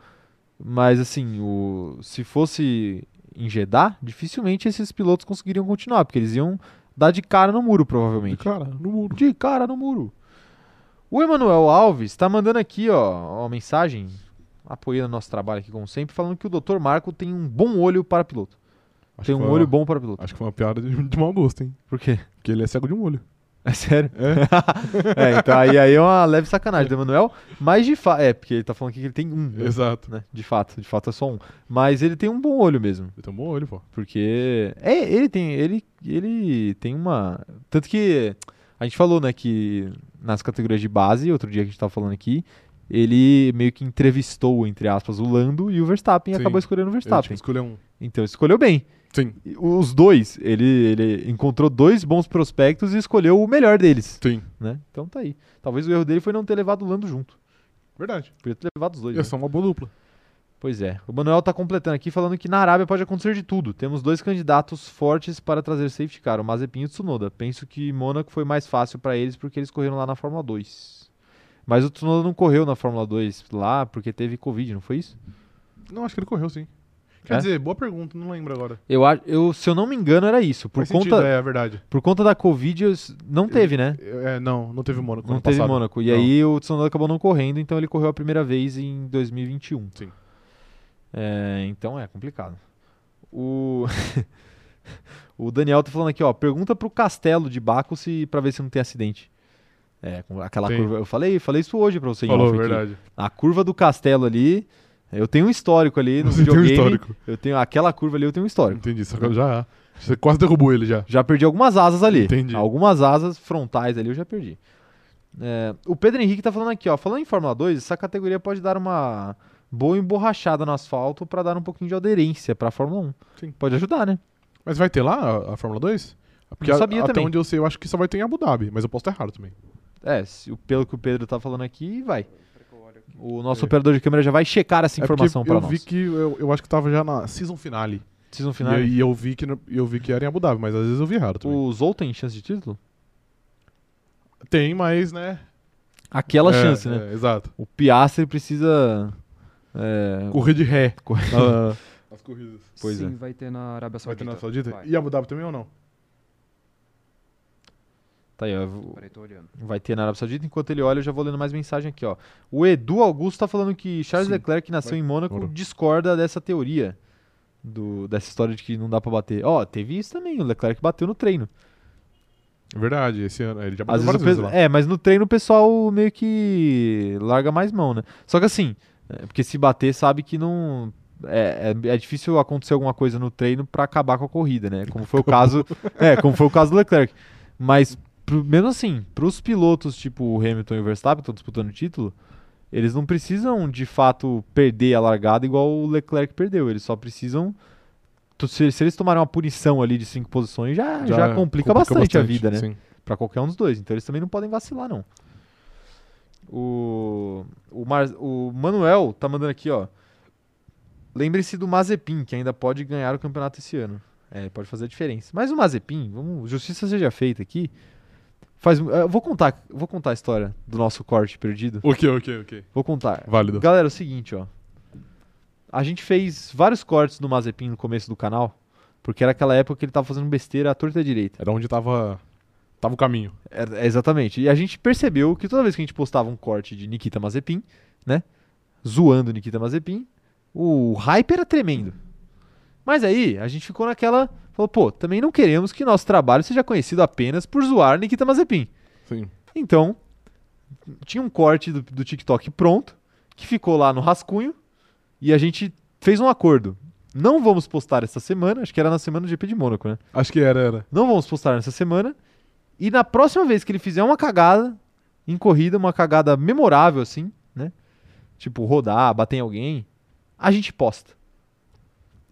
[SPEAKER 1] Mas assim, o... se fosse em Jeddah, dificilmente esses pilotos conseguiriam continuar, porque eles iam dar de cara no muro, provavelmente.
[SPEAKER 2] Cara, no muro.
[SPEAKER 1] De cara no muro. O Emanuel Alves tá mandando aqui, ó, uma mensagem, apoiando nosso trabalho aqui, como sempre, falando que o Dr. Marco tem um bom olho para piloto.
[SPEAKER 2] Acho
[SPEAKER 1] tem
[SPEAKER 2] que
[SPEAKER 1] um
[SPEAKER 2] foi
[SPEAKER 1] olho
[SPEAKER 2] uma-
[SPEAKER 1] bom para piloto.
[SPEAKER 2] Acho que foi uma piada de, de mau gosto, hein?
[SPEAKER 1] Por quê?
[SPEAKER 2] Porque ele é cego de um olho.
[SPEAKER 1] É sério? (laughs) É, então aí, aí é uma leve sacanagem do Emanuel, mas de fato. É, porque ele tá falando aqui que ele tem um. né?
[SPEAKER 2] Exato.
[SPEAKER 1] né? De fato, de fato é só um. Mas ele tem um bom olho mesmo.
[SPEAKER 2] Ele tem um bom olho, pô.
[SPEAKER 1] Porque é, ele tem, ele, ele tem uma, tanto que a gente falou, né, que nas categorias de base, outro dia que a gente tava falando aqui, ele meio que entrevistou, entre aspas, o Lando e o Verstappen e
[SPEAKER 2] Sim.
[SPEAKER 1] acabou escolhendo o
[SPEAKER 2] Ele
[SPEAKER 1] Verstappen.
[SPEAKER 2] tinha que escolher um.
[SPEAKER 1] Então escolheu bem.
[SPEAKER 2] Sim,
[SPEAKER 1] E Os dois, ele, ele encontrou dois bons prospectos e escolheu o melhor deles,
[SPEAKER 2] sim.
[SPEAKER 1] né? Então tá aí. Talvez o erro dele foi não ter levado o Lando junto.
[SPEAKER 2] Verdade.
[SPEAKER 1] Podia ter levado os dois.
[SPEAKER 2] E
[SPEAKER 1] né?
[SPEAKER 2] é só uma boa dupla.
[SPEAKER 1] Pois é. O Manuel tá completando aqui falando que na Arábia pode acontecer de tudo. Temos dois candidatos fortes para trazer safety car, o Mazepin e o Tsunoda. Penso que Mônaco foi mais fácil para eles porque eles correram lá na Fórmula 2. Mas o Tsunoda não correu na Fórmula 2 lá porque teve Covid, não foi isso?
[SPEAKER 2] Não, acho que ele correu, sim. Quer
[SPEAKER 1] É?
[SPEAKER 2] dizer, boa pergunta, não lembro agora.
[SPEAKER 1] Eu, a- eu se eu não me engano era isso. Por
[SPEAKER 2] Faz sentido,
[SPEAKER 1] conta
[SPEAKER 2] é, é verdade.
[SPEAKER 1] por conta da Covid eu s- não teve, né?
[SPEAKER 2] É, não, não teve Mônaco
[SPEAKER 1] Não
[SPEAKER 2] ano
[SPEAKER 1] teve
[SPEAKER 2] passado.
[SPEAKER 1] Mônaco. E
[SPEAKER 2] Não.
[SPEAKER 1] aí o Tsunoda acabou não correndo, então ele correu a primeira vez em 2021.
[SPEAKER 2] Sim.
[SPEAKER 1] É, então é complicado. O... (laughs) o Daniel tá falando aqui, ó. Pergunta pro Castelo de Baco se pra ver se não tem acidente. É, com aquela
[SPEAKER 2] Tem.
[SPEAKER 1] curva. Eu falei, falei isso hoje pra você em
[SPEAKER 2] Falou,
[SPEAKER 1] off aqui.
[SPEAKER 2] verdade.
[SPEAKER 1] (laughs) A curva do castelo ali. Eu tenho um histórico ali no
[SPEAKER 2] Você tem um
[SPEAKER 1] videogame.
[SPEAKER 2] histórico.
[SPEAKER 1] Eu tenho aquela curva ali, eu tenho um histórico.
[SPEAKER 2] Entendi, só que eu já. Você quase derrubou ele já.
[SPEAKER 1] Já perdi algumas asas ali.
[SPEAKER 2] Entendi.
[SPEAKER 1] Algumas asas frontais ali eu já perdi. É, o Pedro Henrique tá falando aqui, ó. Falando em Fórmula 2, essa categoria pode dar uma boa emborrachada no asfalto pra dar um pouquinho de aderência pra Fórmula 1.
[SPEAKER 2] Sim.
[SPEAKER 1] Pode ajudar, né?
[SPEAKER 2] Mas vai ter lá a, a Fórmula 2? Porque
[SPEAKER 1] Não
[SPEAKER 2] a-
[SPEAKER 1] sabia
[SPEAKER 2] até
[SPEAKER 1] também.
[SPEAKER 2] onde eu sei, eu acho que só vai ter em Abu Dhabi, mas eu posso estar errado também.
[SPEAKER 1] É, se- pelo que o Pedro tá falando aqui, vai. O nosso operador de câmera já vai checar essa
[SPEAKER 2] É porque
[SPEAKER 1] informação pra
[SPEAKER 2] eu
[SPEAKER 1] nós.
[SPEAKER 2] vi que eu, eu acho que tava já na season finale.
[SPEAKER 1] Season final.
[SPEAKER 2] E, e eu vi que no- eu vi que era em Abu Dhabi, mas às vezes eu vi errado também.
[SPEAKER 1] O Zou tem chance de título?
[SPEAKER 2] Tem, mas, né?
[SPEAKER 1] Aquela
[SPEAKER 2] é,
[SPEAKER 1] chance, né?
[SPEAKER 2] é, exato.
[SPEAKER 1] O Piastri precisa.
[SPEAKER 2] (laughs)
[SPEAKER 1] é,
[SPEAKER 2] Correr de ré.
[SPEAKER 1] co-
[SPEAKER 2] na- As corridas.
[SPEAKER 1] Pois
[SPEAKER 3] Sim,
[SPEAKER 1] é.
[SPEAKER 3] vai ter na Arábia
[SPEAKER 2] Vai ter
[SPEAKER 3] Saudita.
[SPEAKER 2] na Saudita?
[SPEAKER 3] Vai.
[SPEAKER 2] E Abu Dhabi também ou não?
[SPEAKER 1] (laughs) Tá aí, ó. eu vou-
[SPEAKER 3] Peraí, tô olhando.
[SPEAKER 1] Vai ter na Arábia Saudita. Enquanto ele olha, eu já vou lendo mais mensagem aqui, ó. O Edu Augusto tá falando que Charles
[SPEAKER 2] Sim.
[SPEAKER 1] Leclerc, que nasceu
[SPEAKER 2] Vai.
[SPEAKER 1] em Mônaco,
[SPEAKER 2] Moro.
[SPEAKER 1] discorda dessa teoria. do- dessa história de que não dá pra bater. Ó, teve isso também. O Leclerc bateu no treino.
[SPEAKER 2] É Verdade, esse ano. Ele já
[SPEAKER 1] Às vezes
[SPEAKER 2] bateu
[SPEAKER 1] o
[SPEAKER 2] várias vezes
[SPEAKER 1] pe-
[SPEAKER 2] lá.
[SPEAKER 1] É, mas no treino o pessoal meio que larga mais mão, né? Só que assim, é, porque se bater, sabe que não. É, é, é difícil acontecer alguma coisa no treino pra acabar com a corrida, né? Como foi o caso. é, como foi o caso do Leclerc. Mas, pro- mesmo assim, pros pilotos tipo o Hamilton e o Verstappen, que estão disputando o título, eles não precisam de fato perder a largada igual o Leclerc perdeu. Eles só precisam. tu- Se, se eles tomarem uma punição ali de cinco posições, é, já, já, complica, bastante a vida, né?
[SPEAKER 2] Sim.
[SPEAKER 1] Pra qualquer um dos dois. Então eles também não podem vacilar, não. O, o, Mar- o Manuel tá mandando aqui, ó. Lembre-se do Mazepin, que ainda pode ganhar o campeonato esse ano. É, pode fazer a diferença. Mas o Mazepin, vamos, justiça seja feita aqui. Faz, mu- eu vou contar, vou contar a história do nosso corte perdido.
[SPEAKER 2] Ok, ok, ok.
[SPEAKER 1] Vou contar.
[SPEAKER 2] Válido.
[SPEAKER 1] Galera, é o seguinte, ó. A gente fez vários cortes do Mazepin no começo do canal, porque era aquela época que ele tava fazendo besteira à torta e à direita.
[SPEAKER 2] Era onde tava. Tava o caminho.
[SPEAKER 1] Era- é, exatamente. E a gente percebeu que toda vez que a gente postava um corte de Nikita Mazepin, né? Zoando Nikita Mazepin, o hype era tremendo. Mas aí a gente ficou naquela. Falou, pô, também não queremos que nosso trabalho seja conhecido apenas por zoar Nikita Mazepin.
[SPEAKER 2] Sim.
[SPEAKER 1] Então, tinha um corte do, do TikTok pronto, que ficou lá no rascunho, e a gente fez um acordo. Não vamos postar essa semana, acho que era na semana do GP de Mônaco, né?
[SPEAKER 2] Acho que era, era.
[SPEAKER 1] não vamos postar nessa semana. E na próxima vez que ele fizer uma cagada em corrida, uma cagada memorável assim, né? Tipo rodar, bater em alguém, a gente posta.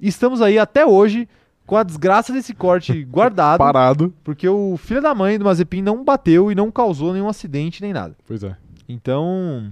[SPEAKER 1] E estamos aí até hoje com a desgraça desse corte guardado,
[SPEAKER 2] Parado.
[SPEAKER 1] porque o filho da mãe do Mazepin não bateu e não causou nenhum acidente nem nada.
[SPEAKER 2] Pois é.
[SPEAKER 1] Então,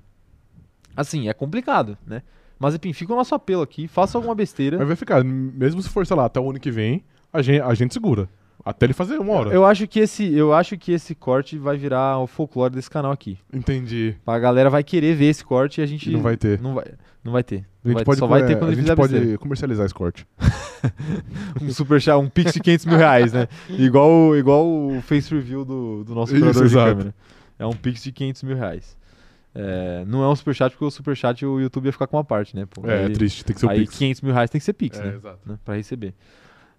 [SPEAKER 1] assim, é complicado, né? Mazepin, fica o nosso apelo aqui, faça alguma besteira.
[SPEAKER 2] Mas vai ficar, mesmo se for, sei lá, até o ano que vem, a gente, a gente segura. Até ele fazer uma hora.
[SPEAKER 1] Eu acho que esse, eu acho que esse corte vai virar o folclore desse canal aqui.
[SPEAKER 2] Entendi.
[SPEAKER 1] A galera vai querer ver esse corte e a gente
[SPEAKER 2] E não vai ter.
[SPEAKER 1] não vai, não vai ter.
[SPEAKER 2] A
[SPEAKER 1] Não
[SPEAKER 2] gente
[SPEAKER 1] vai-
[SPEAKER 2] pode,
[SPEAKER 1] só vai ter
[SPEAKER 2] é,
[SPEAKER 1] quando
[SPEAKER 2] a
[SPEAKER 1] ele
[SPEAKER 2] gente
[SPEAKER 1] fizer besteira.
[SPEAKER 2] pode comercializar esse corte.
[SPEAKER 1] (laughs) um super chat, um pix de 500 mil reais, né? Igual, o- igual o face review do, do nosso
[SPEAKER 2] Isso,
[SPEAKER 1] operador de
[SPEAKER 2] exato.
[SPEAKER 1] câmera. É um pix de 500 mil reais. É, não é um super chat porque o super chat o YouTube ia ficar com uma parte, né? pô?
[SPEAKER 2] É,
[SPEAKER 1] Aí-
[SPEAKER 2] é triste, tem que ser o
[SPEAKER 1] aí
[SPEAKER 2] Pix.
[SPEAKER 1] 500 mil reais tem que ser pix,
[SPEAKER 2] É,
[SPEAKER 1] né?
[SPEAKER 2] exato.
[SPEAKER 1] né, Pra receber.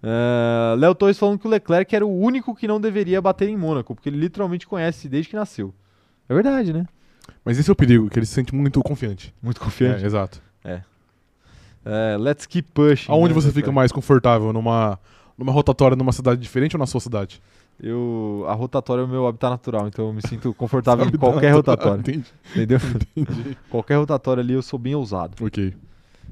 [SPEAKER 1] Ah, Léo Torres falando que o Leclerc era o único que não deveria bater em Mônaco, porque ele literalmente conhece desde que nasceu. É verdade, né?
[SPEAKER 2] Mas esse é o perigo, que ele se sente muito confiante.
[SPEAKER 1] Muito confiante.
[SPEAKER 2] É, exato.
[SPEAKER 1] É, let's keep pushing.
[SPEAKER 2] Aonde
[SPEAKER 1] né,
[SPEAKER 2] você
[SPEAKER 1] Leclerc?
[SPEAKER 2] fica mais confortável? Numa, numa rotatória numa cidade diferente ou na sua cidade?
[SPEAKER 1] Eu, a rotatória é o meu habitat natural, então eu me
[SPEAKER 2] (laughs)
[SPEAKER 1] sinto confortável em
[SPEAKER 2] Sabe,
[SPEAKER 1] qualquer
[SPEAKER 2] tá-
[SPEAKER 1] rotatória.
[SPEAKER 2] (laughs) Entendi.
[SPEAKER 1] Entendeu? (laughs) Qualquer rotatória ali eu sou bem ousado.
[SPEAKER 2] Ok.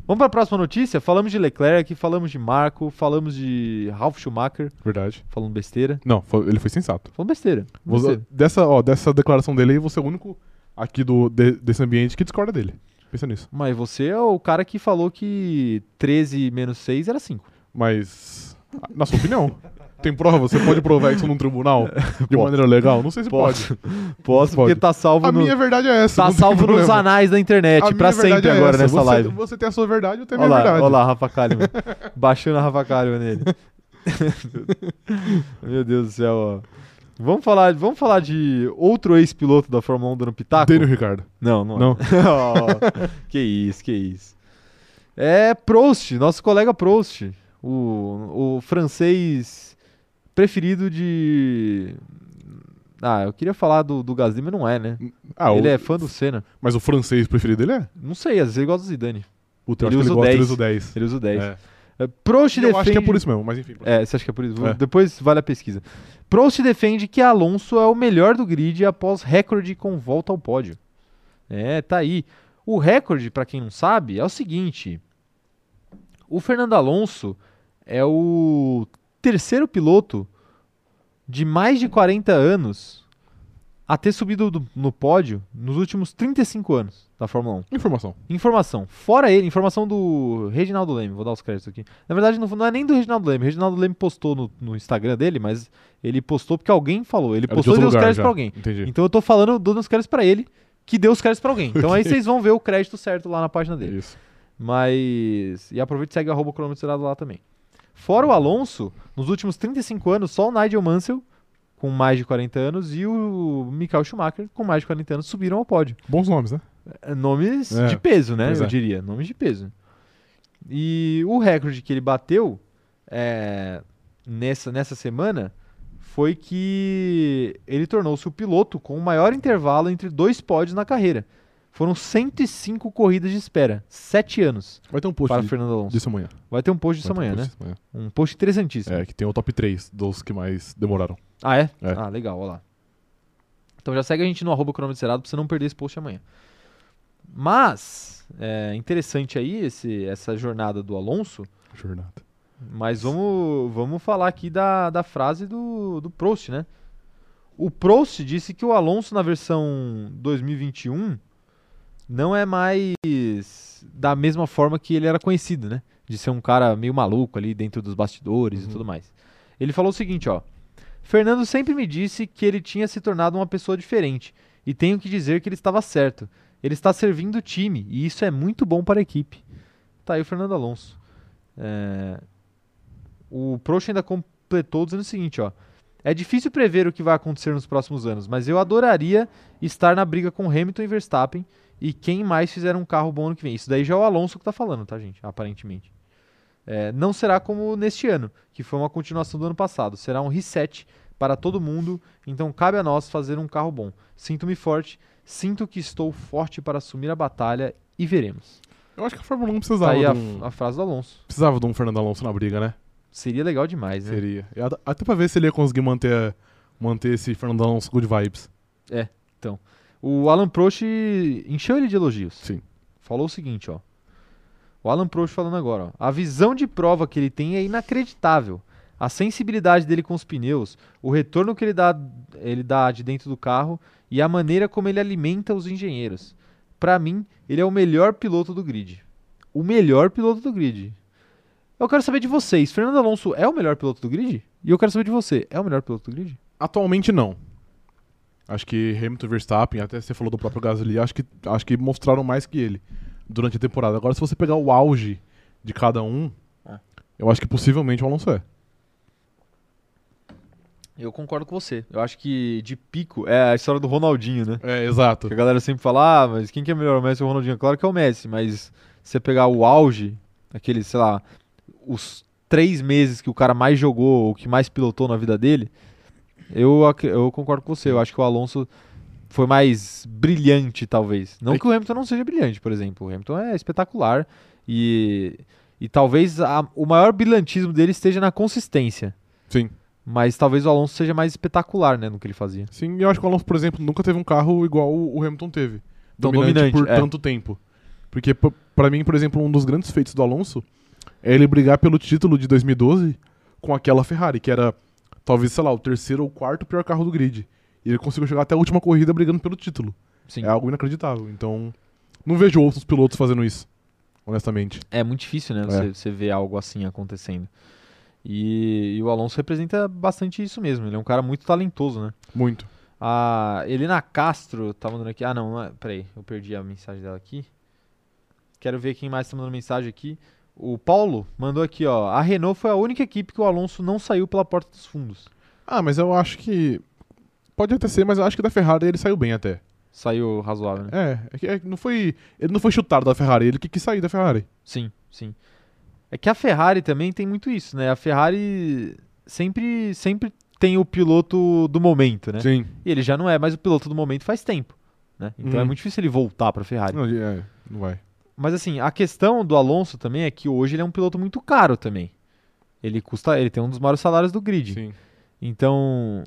[SPEAKER 1] Vamos pra próxima notícia? Falamos de Leclerc, falamos de Marco, falamos de Ralf Schumacher,
[SPEAKER 2] Verdade.
[SPEAKER 1] falando besteira.
[SPEAKER 2] Não, fo- ele foi sensato.
[SPEAKER 1] Falando besteira.
[SPEAKER 2] Vou-
[SPEAKER 1] besteira.
[SPEAKER 2] dessa, ó, dessa declaração dele aí, você é o único aqui do, de- desse ambiente que discorda dele. Pensa nisso.
[SPEAKER 1] Mas você é o cara que falou que 13 menos 6 era 5.
[SPEAKER 2] Mas, na
[SPEAKER 1] (laughs)
[SPEAKER 2] sua opinião, tem prova? Você pode provar isso num tribunal de
[SPEAKER 1] Posso.
[SPEAKER 2] maneira legal? Não sei se pode.
[SPEAKER 1] (laughs) Posso, porque
[SPEAKER 2] Pode.
[SPEAKER 1] tá salvo,
[SPEAKER 2] A
[SPEAKER 1] no,
[SPEAKER 2] minha verdade é essa.
[SPEAKER 1] tá
[SPEAKER 2] não tem
[SPEAKER 1] salvo nos
[SPEAKER 2] (laughs) problema.
[SPEAKER 1] anais da
[SPEAKER 2] A
[SPEAKER 1] internet,
[SPEAKER 2] minha
[SPEAKER 1] pra
[SPEAKER 2] verdade
[SPEAKER 1] sempre
[SPEAKER 2] é
[SPEAKER 1] agora
[SPEAKER 2] essa.
[SPEAKER 1] nessa
[SPEAKER 2] Você-
[SPEAKER 1] live.
[SPEAKER 2] Você tem a sua verdade, eu tenho a
[SPEAKER 1] Olha
[SPEAKER 2] minha
[SPEAKER 1] lá,
[SPEAKER 2] É verdade.
[SPEAKER 1] olha lá, Rafa
[SPEAKER 2] (laughs)
[SPEAKER 1] Kalimann. Baixando a Rafa Kalimann nele. Meu Deus do céu, ó. Vamos falar, vamos falar de outro ex-piloto da Fórmula 1 dando pitaco?
[SPEAKER 2] Daniel Ricardo.
[SPEAKER 1] Não, não. é.
[SPEAKER 2] Não.
[SPEAKER 1] (laughs) Ó, que isso, que isso. É Proust, nosso colega Proust, o, o francês preferido de. Ah, eu queria falar do, do Gasly, mas não é, né?
[SPEAKER 2] Ah,
[SPEAKER 1] ele
[SPEAKER 2] o-
[SPEAKER 1] é fã do Senna.
[SPEAKER 2] Mas o francês preferido dele é?
[SPEAKER 1] Não sei, às vezes ele gosta do Zidane.
[SPEAKER 2] Puta, eu
[SPEAKER 1] Ele
[SPEAKER 2] acho que
[SPEAKER 1] usa
[SPEAKER 2] ele
[SPEAKER 1] o
[SPEAKER 2] gosta,
[SPEAKER 1] 10.
[SPEAKER 2] ele usa o 10.
[SPEAKER 1] Ele usa o 10.
[SPEAKER 2] É.
[SPEAKER 1] É, Proust defende.
[SPEAKER 2] Eu acho que é por isso mesmo, mas enfim.
[SPEAKER 1] É, você acha que é por isso?
[SPEAKER 2] É.
[SPEAKER 1] Depois vale a pesquisa. Prost defende que Alonso é o melhor do grid após recorde com volta ao pódio. É, tá aí. O recorde, pra quem não sabe, é o seguinte: o Fernando Alonso é o terceiro piloto de mais de 40 anos a ter subido do- no pódio nos últimos 35 anos da Fórmula 1.
[SPEAKER 2] Informação.
[SPEAKER 1] Informação. Fora ele, informação do Reginaldo Leme. Vou dar os créditos aqui. Na verdade, não, não é nem do Reginaldo Leme. O Reginaldo Leme postou no, no Instagram dele, mas ele postou porque alguém falou. Ele
[SPEAKER 2] Era É de
[SPEAKER 1] postou e
[SPEAKER 2] outro
[SPEAKER 1] deu os
[SPEAKER 2] lugar
[SPEAKER 1] créditos
[SPEAKER 2] já.
[SPEAKER 1] pra alguém.
[SPEAKER 2] Entendi.
[SPEAKER 1] Então eu tô falando, dando os créditos pra ele, que deu os créditos pra alguém. Então aí vocês vão ver o crédito certo lá na página dele.
[SPEAKER 2] Isso.
[SPEAKER 1] Mas. E aproveita e segue o arroba cronômetro zerado lá também. Fora o Alonso, nos últimos 35 anos, só o Nigel Mansell, com mais de 40 anos, e o Michael Schumacher, com mais de 40 anos, subiram ao pódio.
[SPEAKER 2] Bons nomes, né?
[SPEAKER 1] É, Nomes
[SPEAKER 2] É,
[SPEAKER 1] de peso, né?
[SPEAKER 2] pois
[SPEAKER 1] Eu
[SPEAKER 2] é.
[SPEAKER 1] diria. Nomes de peso. E o recorde que ele bateu é, nessa, nessa semana foi que ele tornou-se o piloto com o maior intervalo entre dois pódios na carreira. Foram 105 corridas de espera, 7 anos
[SPEAKER 2] Vai ter um post
[SPEAKER 1] para
[SPEAKER 2] de-
[SPEAKER 1] Fernando Alonso.
[SPEAKER 2] disso amanhã.
[SPEAKER 1] Vai ter um post disso
[SPEAKER 2] Vai ter
[SPEAKER 1] amanhã,
[SPEAKER 2] um
[SPEAKER 1] né?
[SPEAKER 2] post disso amanhã.
[SPEAKER 1] Um post interessantíssimo.
[SPEAKER 2] É, que tem o top 3 dos que mais demoraram.
[SPEAKER 1] Ah, é?
[SPEAKER 2] É.
[SPEAKER 1] Ah, legal, olha lá. Então já segue a gente no arroba cronômetro zerado pra você não perder esse post amanhã. Mas, é interessante aí esse, essa jornada do Alonso,
[SPEAKER 2] Jornada.
[SPEAKER 1] mas vamos, vamos falar aqui da, da frase do, do Prost, né? O Prost disse que o Alonso na versão 2021 não é mais da mesma forma que ele era conhecido, né? De ser um cara meio maluco ali dentro dos bastidores e
[SPEAKER 2] Uhum.
[SPEAKER 1] tudo mais. Ele falou o seguinte, ó. Fernando sempre me disse que ele tinha se tornado uma pessoa diferente e tenho que dizer que ele estava certo. Ele está servindo o time e isso é muito bom para a equipe. Tá aí o Fernando Alonso. É, O Prost ainda completou dizendo o seguinte, ó. É difícil prever o que vai acontecer nos próximos anos, mas eu adoraria estar na briga com Hamilton e Verstappen e quem mais fizer um carro bom ano que vem. Isso daí já é o Alonso que tá falando, tá, gente? Aparentemente. É, não será como neste ano, que foi uma continuação do ano passado. Será um reset para todo mundo, então cabe a nós fazer um carro bom. Sinto-me forte, sinto que estou forte para assumir a batalha e veremos.
[SPEAKER 2] Eu acho que a Fórmula 1
[SPEAKER 1] Tá
[SPEAKER 2] precisava,
[SPEAKER 1] aí
[SPEAKER 2] de,
[SPEAKER 1] a,
[SPEAKER 2] um,
[SPEAKER 1] a frase do Alonso.
[SPEAKER 2] precisava de um Fernando Alonso na briga, né?
[SPEAKER 1] Seria legal demais, né?
[SPEAKER 2] Seria. E a- Até pra ver se ele ia conseguir manter, manter esse Fernando Alonso good vibes.
[SPEAKER 1] O Alan Prost encheu ele de elogios.
[SPEAKER 2] Sim.
[SPEAKER 1] Falou o seguinte, ó. O Alan Proust falando agora, ó. A visão de prova que ele tem é inacreditável. A sensibilidade dele com os pneus, o retorno que ele dá, ele dá de dentro do carro e a maneira como ele alimenta os engenheiros. Pra mim, ele é o melhor piloto do grid. O melhor piloto do grid. Eu quero saber de vocês. Fernando Alonso é o melhor piloto do grid? E eu quero saber de você. É o melhor piloto do grid?
[SPEAKER 2] Atualmente não. Acho que Hamilton e Verstappen, até você falou do próprio Gasly, acho que, acho que mostraram mais que ele durante a temporada. Agora, se você pegar o auge de cada um, eu acho que possivelmente o Alonso é.
[SPEAKER 1] Eu concordo com você. Eu acho que de pico é a história do Ronaldinho, né?
[SPEAKER 2] É, exato.
[SPEAKER 1] Que a galera sempre fala, ah, mas quem que é melhor, o Messi ou o Ronaldinho? Claro que é o Messi, mas se você pegar o auge, aquele, sei lá, os três meses que o cara mais jogou, ou que mais pilotou na vida dele, eu, ac- eu concordo com você. Eu acho que o Alonso foi mais brilhante, talvez. Não
[SPEAKER 2] É
[SPEAKER 1] que o Hamilton não seja brilhante, por exemplo. O Hamilton é espetacular e, e talvez a- o maior brilhantismo dele esteja na consistência.
[SPEAKER 2] Sim.
[SPEAKER 1] Mas talvez o Alonso seja mais espetacular, né, no que ele fazia.
[SPEAKER 2] Sim, e eu acho que o Alonso, por exemplo, nunca teve um carro igual o o Hamilton teve.
[SPEAKER 1] Tão
[SPEAKER 2] Dominante,
[SPEAKER 1] dominante,
[SPEAKER 2] por
[SPEAKER 1] é.
[SPEAKER 2] tanto tempo. Porque p- pra mim, por exemplo, um dos grandes feitos do Alonso é ele brigar pelo título de 2012 com aquela Ferrari, que era talvez, sei lá, o terceiro ou quarto pior carro do grid. E ele conseguiu chegar até a última corrida brigando pelo título.
[SPEAKER 1] Sim.
[SPEAKER 2] É algo inacreditável. Então, não vejo outros pilotos fazendo isso, honestamente.
[SPEAKER 1] É muito difícil, né? Você, você ver algo assim acontecendo. E, e o Alonso representa bastante isso mesmo. Ele é um cara muito talentoso, né?
[SPEAKER 2] Muito.
[SPEAKER 1] A Helena Castro tá mandando aqui. Ah, não, não é- peraí, eu perdi a mensagem dela aqui. Quero ver quem mais tá mandando mensagem aqui. O Paulo mandou aqui, ó. A Renault foi a única equipe que o Alonso não saiu pela porta dos fundos.
[SPEAKER 2] Ah, mas eu acho que. Pode até ser, mas eu acho que da Ferrari ele saiu bem até.
[SPEAKER 1] Saiu razoável, né?
[SPEAKER 2] É, é que- é que não foi. Ele não foi chutado da Ferrari, ele que quis sair da Ferrari.
[SPEAKER 1] Sim, sim. É que a Ferrari também tem muito isso, né? A Ferrari sempre, sempre tem o piloto do momento, né?
[SPEAKER 2] Sim.
[SPEAKER 1] E ele já não é mais o piloto do momento faz tempo. Né? Então é
[SPEAKER 2] Uhum.
[SPEAKER 1] muito difícil ele voltar para Ferrari.
[SPEAKER 2] Não, ele- é, não vai.
[SPEAKER 1] Mas assim, a questão do Alonso também é que hoje ele é um piloto muito caro também. Ele custa, ele tem um dos maiores salários do grid.
[SPEAKER 2] Sim.
[SPEAKER 1] Então,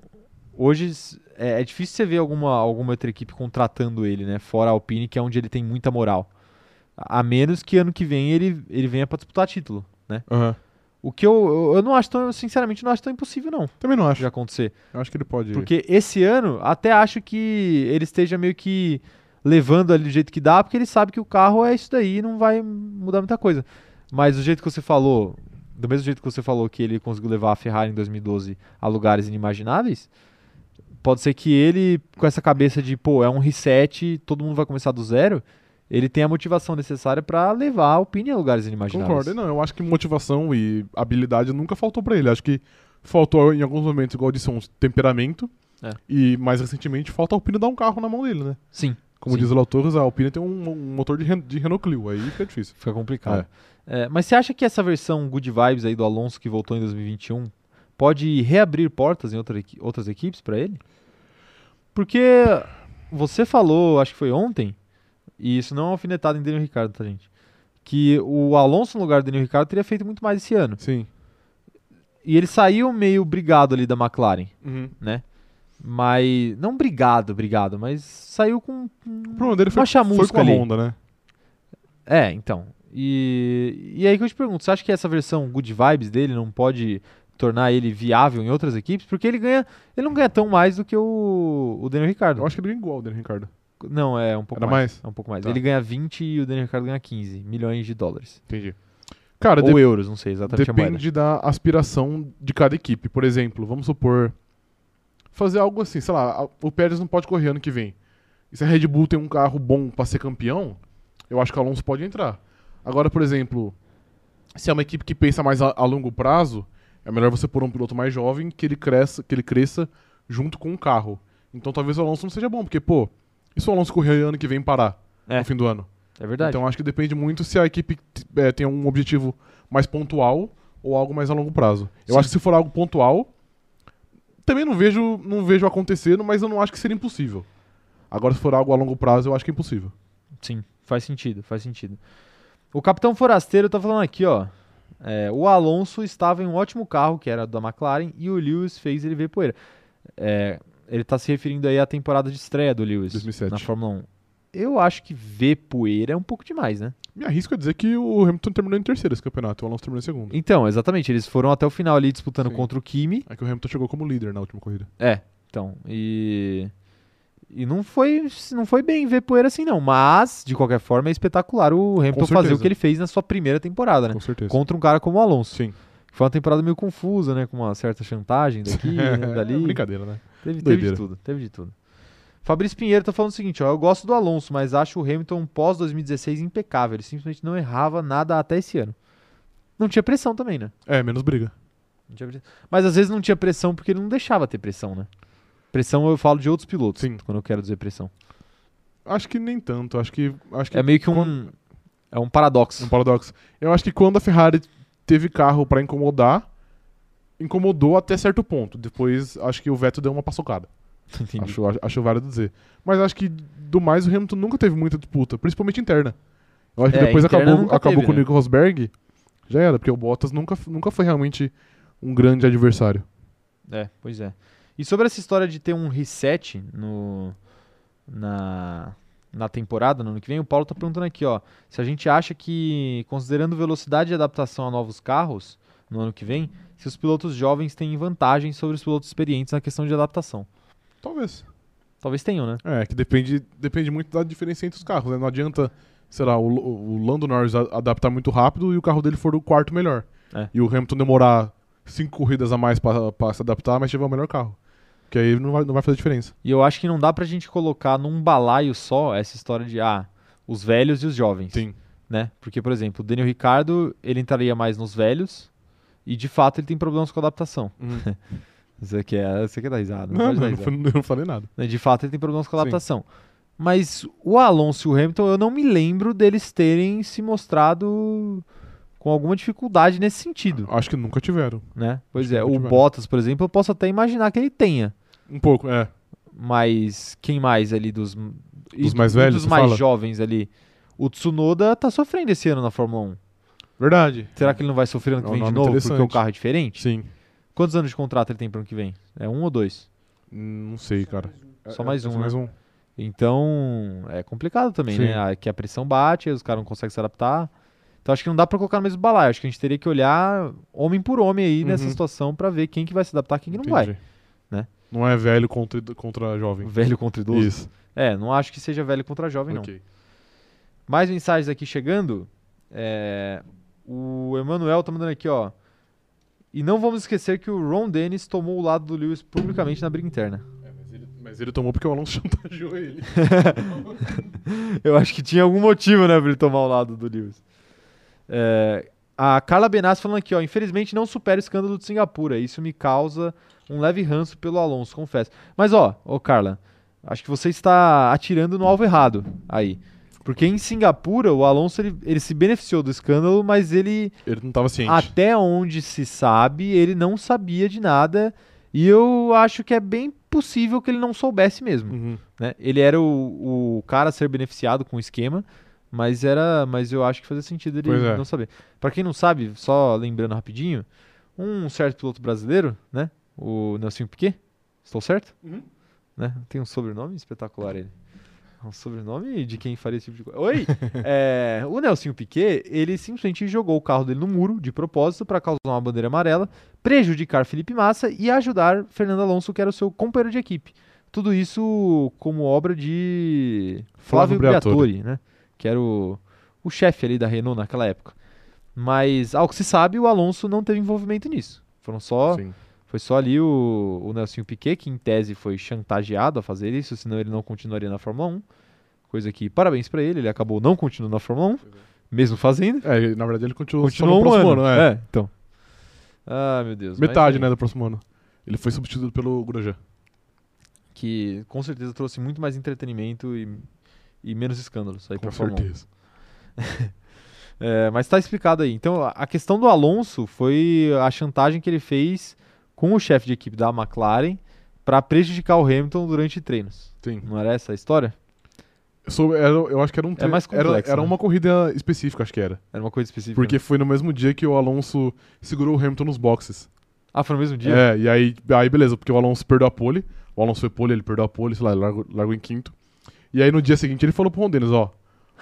[SPEAKER 1] hoje s- é, é difícil você ver alguma, alguma outra equipe contratando ele, né? Fora a Alpine, que é onde ele tem muita moral. A a menos que ano que vem ele, ele venha para disputar título.
[SPEAKER 2] Aham.
[SPEAKER 1] O que eu, eu, eu não acho tão, sinceramente, não acho tão impossível não
[SPEAKER 2] Também não
[SPEAKER 1] de
[SPEAKER 2] acho.
[SPEAKER 1] acontecer.
[SPEAKER 2] Eu acho que ele pode.
[SPEAKER 1] Porque esse ano, até acho que ele esteja meio que levando ali do jeito que dá, porque ele sabe que o carro é isso daí e não vai mudar muita coisa. Mas do jeito que você falou, do mesmo jeito que você falou que ele conseguiu levar a Ferrari em 2012 a lugares inimagináveis, pode ser que ele, com essa cabeça de, pô, é um reset, todo mundo vai começar do zero, ele tenha a motivação necessária pra levar a Alpine a lugares inimagináveis.
[SPEAKER 2] Concordo. Não, eu acho que motivação e habilidade nunca faltou pra ele. Acho que faltou em alguns momentos, igual eu disse, um temperamento.
[SPEAKER 1] É.
[SPEAKER 2] E mais recentemente, falta a Alpine dar um carro na mão dele, né?
[SPEAKER 1] Sim.
[SPEAKER 2] Como
[SPEAKER 1] Sim.
[SPEAKER 2] diz o Léo Torres, a Alpine tem um, um motor de, Ren- de Renault Clio. Aí fica difícil.
[SPEAKER 1] Fica complicado. É, mas você acha que essa versão Good Vibes aí do Alonso que voltou em 2021 pode reabrir portas em outra equi- outras equipes pra ele? Porque você falou, acho que foi ontem, e isso não é uma alfinetada em Daniel Ricardo, tá, gente? Que o Alonso no lugar do Daniel Ricardo teria feito muito mais esse ano.
[SPEAKER 2] Sim.
[SPEAKER 1] E ele saiu meio brigado ali da McLaren,
[SPEAKER 2] Uhum.
[SPEAKER 1] mas. Não brigado, brigado, mas saiu com. um
[SPEAKER 2] O problema dele foi,
[SPEAKER 1] Uma chamusca
[SPEAKER 2] foi com a
[SPEAKER 1] ali.
[SPEAKER 2] Honda, né?
[SPEAKER 1] É, então. E, e aí que eu te pergunto, você acha que essa versão good vibes dele não pode tornar ele viável em outras equipes? Porque ele ganha, ele não ganha tão mais do que o, o Daniel Ricardo.
[SPEAKER 2] Eu acho que ele é igual o Daniel Ricardo.
[SPEAKER 1] Não, é um pouco
[SPEAKER 2] Era
[SPEAKER 1] mais.
[SPEAKER 2] mais?
[SPEAKER 1] É um pouco mais.
[SPEAKER 2] Tá.
[SPEAKER 1] Ele ganha 20 e o Daniel Ricardo ganha 15 milhões de dólares.
[SPEAKER 2] Entendi. Cara,
[SPEAKER 1] Ou euros, não sei exatamente a moeda.
[SPEAKER 2] Depende da aspiração de cada equipe. Por exemplo, vamos supor. Fazer algo assim, sei lá, a- o Pérez não pode correr ano que vem. E se a Red Bull tem um carro bom pra ser campeão, eu acho que o Alonso pode entrar. Agora, por exemplo, se é uma equipe que pensa mais a, a longo prazo, é melhor você pôr um piloto mais jovem que ele cresça, que ele cresça junto com o carro. Então talvez o Alonso não seja bom, porque, pô, e se o Alonso correr ano que vem e parar
[SPEAKER 1] É.
[SPEAKER 2] no fim do ano?
[SPEAKER 1] É verdade.
[SPEAKER 2] Então acho que depende muito se a equipe t- eh, tem um objetivo mais pontual ou algo mais a longo prazo. Eu
[SPEAKER 1] Sim.
[SPEAKER 2] acho que se for algo pontual, também não vejo, não vejo acontecendo, mas eu não acho que seria impossível. Agora, se for algo a longo prazo, eu acho que é impossível.
[SPEAKER 1] Sim, faz sentido, faz sentido. O Capitão Forasteiro tá falando aqui, ó. É, o Alonso estava em um ótimo carro, que era da McLaren, e o Lewis fez ele ver poeira. É, ele tá se referindo aí à temporada de estreia do Lewis
[SPEAKER 2] 2007.
[SPEAKER 1] na Fórmula 1. Eu acho que ver poeira é um pouco demais, né?
[SPEAKER 2] Me arrisco a dizer que o Hamilton terminou em terceiro esse campeonato, o Alonso terminou em segundo.
[SPEAKER 1] Então, exatamente, eles foram até o final ali disputando
[SPEAKER 2] Uhum. Sim.
[SPEAKER 1] contra o Kimi.
[SPEAKER 2] É que o Hamilton chegou como líder na última corrida.
[SPEAKER 1] É, então, e e não foi não foi bem ver poeira assim não, mas de qualquer forma é espetacular o Hamilton fazer o
[SPEAKER 2] certeza.
[SPEAKER 1] que ele fez na sua primeira temporada, né?
[SPEAKER 2] Com certeza.
[SPEAKER 1] Contra um cara como o Alonso.
[SPEAKER 2] Sim.
[SPEAKER 1] Foi uma temporada meio confusa, né, com uma certa chantagem
[SPEAKER 2] (laughs)
[SPEAKER 1] daqui, né,
[SPEAKER 2] É,
[SPEAKER 1] dali.
[SPEAKER 2] brincadeira, né?
[SPEAKER 1] Teve, teve de
[SPEAKER 2] Doideira.
[SPEAKER 1] tudo, teve de tudo. Fabrício Pinheiro tá falando o seguinte, ó, eu gosto do Alonso, mas acho o Hamilton pós 2016 impecável, ele simplesmente não errava nada até esse ano. Não tinha pressão também, né?
[SPEAKER 2] É, menos briga.
[SPEAKER 1] Não tinha pressão. Mas às vezes não tinha pressão porque ele não deixava ter pressão, né? Pressão eu falo de outros pilotos,
[SPEAKER 2] Sim.
[SPEAKER 1] quando eu quero dizer pressão.
[SPEAKER 2] Acho que nem tanto. Acho que. Acho que
[SPEAKER 1] É meio que um
[SPEAKER 2] quando-
[SPEAKER 1] é um paradoxo.
[SPEAKER 2] (laughs) Um paradoxo. Eu acho que quando a Ferrari teve carro pra incomodar, incomodou até certo ponto. Depois, acho que o Vettel deu uma paçocada.
[SPEAKER 1] Entendi.
[SPEAKER 2] Acho, acho, acho válido dizer. Mas acho que, do mais, o Hamilton nunca teve muita disputa, principalmente interna. Eu acho que
[SPEAKER 1] É,
[SPEAKER 2] depois
[SPEAKER 1] interna
[SPEAKER 2] acabou,
[SPEAKER 1] nunca
[SPEAKER 2] acabou
[SPEAKER 1] teve,
[SPEAKER 2] com o
[SPEAKER 1] né?
[SPEAKER 2] Nico Rosberg, já era, porque o Bottas nunca, nunca foi realmente um grande adversário.
[SPEAKER 1] É, pois é. E sobre essa história de ter um reset no na na temporada, no ano que vem, o Paulo tá perguntando aqui, ó, se a gente acha que considerando velocidade e adaptação a novos carros no ano que vem, se os pilotos jovens têm vantagem sobre os pilotos experientes na questão de adaptação.
[SPEAKER 2] Talvez.
[SPEAKER 1] Talvez tenham, né?
[SPEAKER 2] É, que depende, depende muito da diferença entre os carros, né? Não adianta, sei lá, o, o Lando Norris a- adaptar muito rápido e o carro dele for o quarto melhor.
[SPEAKER 1] É.
[SPEAKER 2] E o Hamilton demorar cinco corridas a mais pra, pra se adaptar, mas tiver o melhor carro. Que aí não vai, não vai fazer diferença.
[SPEAKER 1] E eu acho que não dá pra gente colocar num balaio só essa história de ah, os velhos e os jovens.
[SPEAKER 2] Sim.
[SPEAKER 1] Né? Porque, por exemplo, o Daniel Ricardo ele entraria mais nos velhos e de fato ele tem problemas com adaptação. (laughs) Isso aqui é, isso aqui é da risada. Não,
[SPEAKER 2] Hum.
[SPEAKER 1] pode
[SPEAKER 2] Não,
[SPEAKER 1] dar
[SPEAKER 2] (laughs) não,
[SPEAKER 1] risada.
[SPEAKER 2] não, não falei nada.
[SPEAKER 1] Né, De fato ele tem problemas com
[SPEAKER 2] Sim.
[SPEAKER 1] adaptação. Mas o Alonso e o Hamilton, eu não me lembro deles terem se mostrado com alguma dificuldade nesse sentido,
[SPEAKER 2] Acho que nunca tiveram.
[SPEAKER 1] né? Pois
[SPEAKER 2] Ah, Acho que
[SPEAKER 1] é,
[SPEAKER 2] nunca
[SPEAKER 1] o
[SPEAKER 2] tiveram.
[SPEAKER 1] Bottas, por exemplo, eu posso até imaginar que ele tenha.
[SPEAKER 2] Um pouco, é.
[SPEAKER 1] Mas quem mais ali dos,
[SPEAKER 2] Dos mais
[SPEAKER 1] e
[SPEAKER 2] velhos,
[SPEAKER 1] Dos
[SPEAKER 2] você
[SPEAKER 1] mais
[SPEAKER 2] fala?
[SPEAKER 1] jovens ali. O Tsunoda tá sofrendo esse ano na Fórmula 1.
[SPEAKER 2] Verdade.
[SPEAKER 1] Será que ele não vai sofrer ano
[SPEAKER 2] É
[SPEAKER 1] que
[SPEAKER 2] um
[SPEAKER 1] vem de
[SPEAKER 2] nome
[SPEAKER 1] novo porque o
[SPEAKER 2] interessante.
[SPEAKER 1] carro é diferente?
[SPEAKER 2] Sim.
[SPEAKER 1] Quantos anos de contrato ele tem para ano que vem? É um ou dois?
[SPEAKER 2] Hum, Não sei, cara.
[SPEAKER 1] Só
[SPEAKER 2] É,
[SPEAKER 1] mais
[SPEAKER 2] é,
[SPEAKER 1] um,
[SPEAKER 2] Só mais um.
[SPEAKER 1] Então, é complicado também,
[SPEAKER 2] Sim.
[SPEAKER 1] né? A- que a pressão bate, aí os caras não conseguem se adaptar. Então acho que não dá pra colocar no mesmo balaio. Acho que a gente teria que olhar homem por homem aí nessa
[SPEAKER 2] Uhum.
[SPEAKER 1] situação pra ver quem que vai se adaptar, quem que não vai.
[SPEAKER 2] Entendi.
[SPEAKER 1] né?
[SPEAKER 2] Não é velho contra, contra jovem.
[SPEAKER 1] Velho contra idoso.
[SPEAKER 2] Isso.
[SPEAKER 1] É, não acho que seja velho contra jovem, não.
[SPEAKER 2] Ok.
[SPEAKER 1] Mais mensagens aqui chegando. É, o Emanuel tá mandando aqui, ó. E não vamos esquecer que o Ron Dennis tomou o lado do Lewis publicamente na briga interna. (laughs)
[SPEAKER 2] É, mas, ele, mas ele tomou porque o Alonso (laughs) chantageou ele.
[SPEAKER 1] Eu acho que tinha algum motivo, né, pra ele tomar o lado do Lewis. É, a Carla Benassi falando aqui, ó. Infelizmente não supera o escândalo de Singapura. Isso me causa um leve ranço pelo Alonso, confesso. Mas, ó, ô Carla, acho que você está atirando no alvo errado aí. Porque em Singapura, o Alonso ele- ele se beneficiou do escândalo, mas ele
[SPEAKER 2] Ele não tava ciente.
[SPEAKER 1] Até onde se sabe, ele não sabia de nada. E eu acho que é bem possível que ele não soubesse mesmo.
[SPEAKER 2] Uhum.
[SPEAKER 1] Né? Ele era o, o cara a ser beneficiado com o esquema, mas era, mas eu acho que fazia sentido ele
[SPEAKER 2] Pois é.
[SPEAKER 1] não saber. Pra quem não sabe, só lembrando rapidinho, um certo piloto brasileiro, né? O Nelson Piquet, estou certo?
[SPEAKER 2] Uhum.
[SPEAKER 1] Né? Tem um sobrenome espetacular ele. É Um sobrenome de quem faria esse tipo de coisa. Oi! É, o Nelson Piquet, ele simplesmente jogou o carro dele no muro, de propósito, pra causar uma bandeira amarela, prejudicar Felipe Massa e ajudar Fernando Alonso, que era o seu companheiro de equipe. Tudo isso como obra de Flávio,
[SPEAKER 2] Flávio
[SPEAKER 1] Briatore,
[SPEAKER 2] Briatore.
[SPEAKER 1] né? Que era o, o chefe ali da Renault naquela época. Mas, ao que se sabe, o Alonso não teve envolvimento nisso. Foram só
[SPEAKER 2] Sim.
[SPEAKER 1] foi só ali o, o Nelson Piquet, que em tese foi chantageado a fazer isso, senão ele não continuaria na Fórmula 1. Coisa que, parabéns pra ele, ele acabou não continuando na Fórmula 1, mesmo fazendo.
[SPEAKER 2] É, ele- na verdade ele continuou,
[SPEAKER 1] Continuou
[SPEAKER 2] só no
[SPEAKER 1] um
[SPEAKER 2] próximo
[SPEAKER 1] ano.
[SPEAKER 2] é.
[SPEAKER 1] então. Ah, meu Deus. mas
[SPEAKER 2] Metade,
[SPEAKER 1] é,
[SPEAKER 2] né, do próximo ano. Ele foi substituído pelo Grosjean.
[SPEAKER 1] assim, Que com certeza trouxe muito mais entretenimento e, e menos escândalos aí
[SPEAKER 2] Com
[SPEAKER 1] pra Fórmula 1.
[SPEAKER 2] certeza.
[SPEAKER 1] É, mas tá explicado aí. Então, a- a questão do Alonso foi a chantagem que ele fez com o chefe de equipe da McLaren pra prejudicar o Hamilton durante treinos.
[SPEAKER 2] Sim.
[SPEAKER 1] Não era essa a história?
[SPEAKER 2] Sou- era- eu acho que era um
[SPEAKER 1] É mais
[SPEAKER 2] tre- era-
[SPEAKER 1] complexo,
[SPEAKER 2] era
[SPEAKER 1] né?
[SPEAKER 2] uma corrida específica, acho que era.
[SPEAKER 1] Era uma coisa específica. né?
[SPEAKER 2] Porque foi no mesmo dia que o Alonso segurou o Hamilton nos boxes.
[SPEAKER 1] Ah, foi no mesmo dia?
[SPEAKER 2] É, e aí, aí beleza, porque o Alonso perdeu a pole. O Alonso foi pole, ele perdeu a pole, sei lá, ele largou, largou em quinto. E aí no dia seguinte ele falou pro Ron Dennis, ó,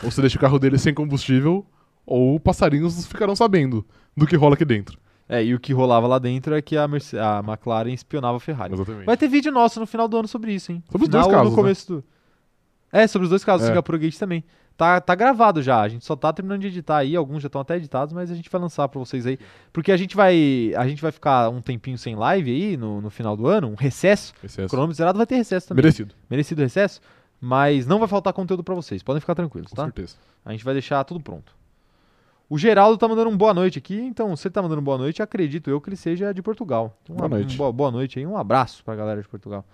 [SPEAKER 2] ou você deixa o carro dele sem combustível, ou passarinhos ficarão sabendo do que rola aqui dentro.
[SPEAKER 1] É, e o que rolava lá dentro é que a, Merce- a McLaren espionava a Ferrari.
[SPEAKER 2] Exatamente.
[SPEAKER 1] Vai ter vídeo nosso no final do ano sobre isso, hein?
[SPEAKER 2] Sobre os
[SPEAKER 1] Final
[SPEAKER 2] dois casos,
[SPEAKER 1] ou
[SPEAKER 2] né?
[SPEAKER 1] No começo do... É, sobre os dois casos,
[SPEAKER 2] É.
[SPEAKER 1] Singapore Gate também. Tá, tá gravado já, a gente só tá terminando de editar aí, alguns já estão até editados, mas a gente vai lançar pra vocês aí. Porque a gente vai a gente vai ficar um tempinho sem live aí no, no final do ano, um recesso.
[SPEAKER 2] Excesso.
[SPEAKER 1] Cronômetro zerado vai ter recesso também.
[SPEAKER 2] é Merecido,
[SPEAKER 1] Merecido recesso, mas não vai faltar conteúdo pra vocês, podem ficar tranquilos,
[SPEAKER 2] com
[SPEAKER 1] tá?
[SPEAKER 2] certeza.
[SPEAKER 1] A gente vai deixar tudo pronto. O Geraldo tá mandando um boa noite aqui, então se ele tá mandando um boa noite, acredito eu que ele seja de Portugal. Um
[SPEAKER 2] Boa
[SPEAKER 1] ab-
[SPEAKER 2] noite.
[SPEAKER 1] um boa, boa noite aí, um abraço pra galera de Portugal.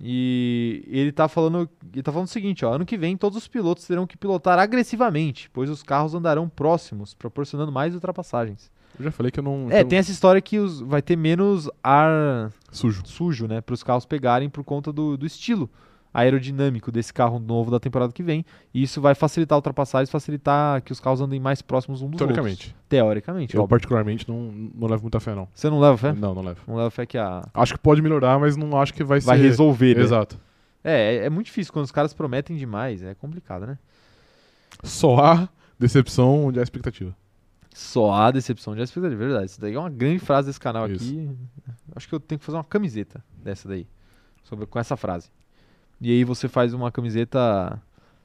[SPEAKER 1] E ele tá falando, ele tá falando o seguinte, ó, ano que vem todos os pilotos terão que pilotar agressivamente, pois os carros andarão próximos, proporcionando mais ultrapassagens.
[SPEAKER 2] Eu já falei que eu não... então,
[SPEAKER 1] É,
[SPEAKER 2] que eu
[SPEAKER 1] tem essa história que os, vai ter menos ar
[SPEAKER 2] não- Sujo.
[SPEAKER 1] sujo, né, para os carros pegarem por conta do, do estilo aerodinâmico desse carro novo da temporada que vem. E isso vai facilitar ultrapassagens, facilitar que os carros andem mais próximos um dos outros.
[SPEAKER 2] Teoricamente.
[SPEAKER 1] Teoricamente.
[SPEAKER 2] Eu
[SPEAKER 1] óbvio.
[SPEAKER 2] particularmente não, não levo muita fé, não.
[SPEAKER 1] Você não leva fé? Não.
[SPEAKER 2] Não, não levo.
[SPEAKER 1] leva fé que a
[SPEAKER 2] Acho que pode melhorar, mas não acho que vai,
[SPEAKER 1] vai
[SPEAKER 2] ser...
[SPEAKER 1] resolver. né?
[SPEAKER 2] Exato.
[SPEAKER 1] É, é, é muito difícil quando os caras prometem demais, é complicado, né?
[SPEAKER 2] Só há decepção onde há expectativa. (laughs)
[SPEAKER 1] Só a decepção de expectativa, de verdade. Isso daí é uma grande frase desse canal aqui.
[SPEAKER 2] Isso.
[SPEAKER 1] Acho que eu tenho que fazer uma camiseta dessa daí. Sobre, com essa frase. E aí você faz uma camiseta.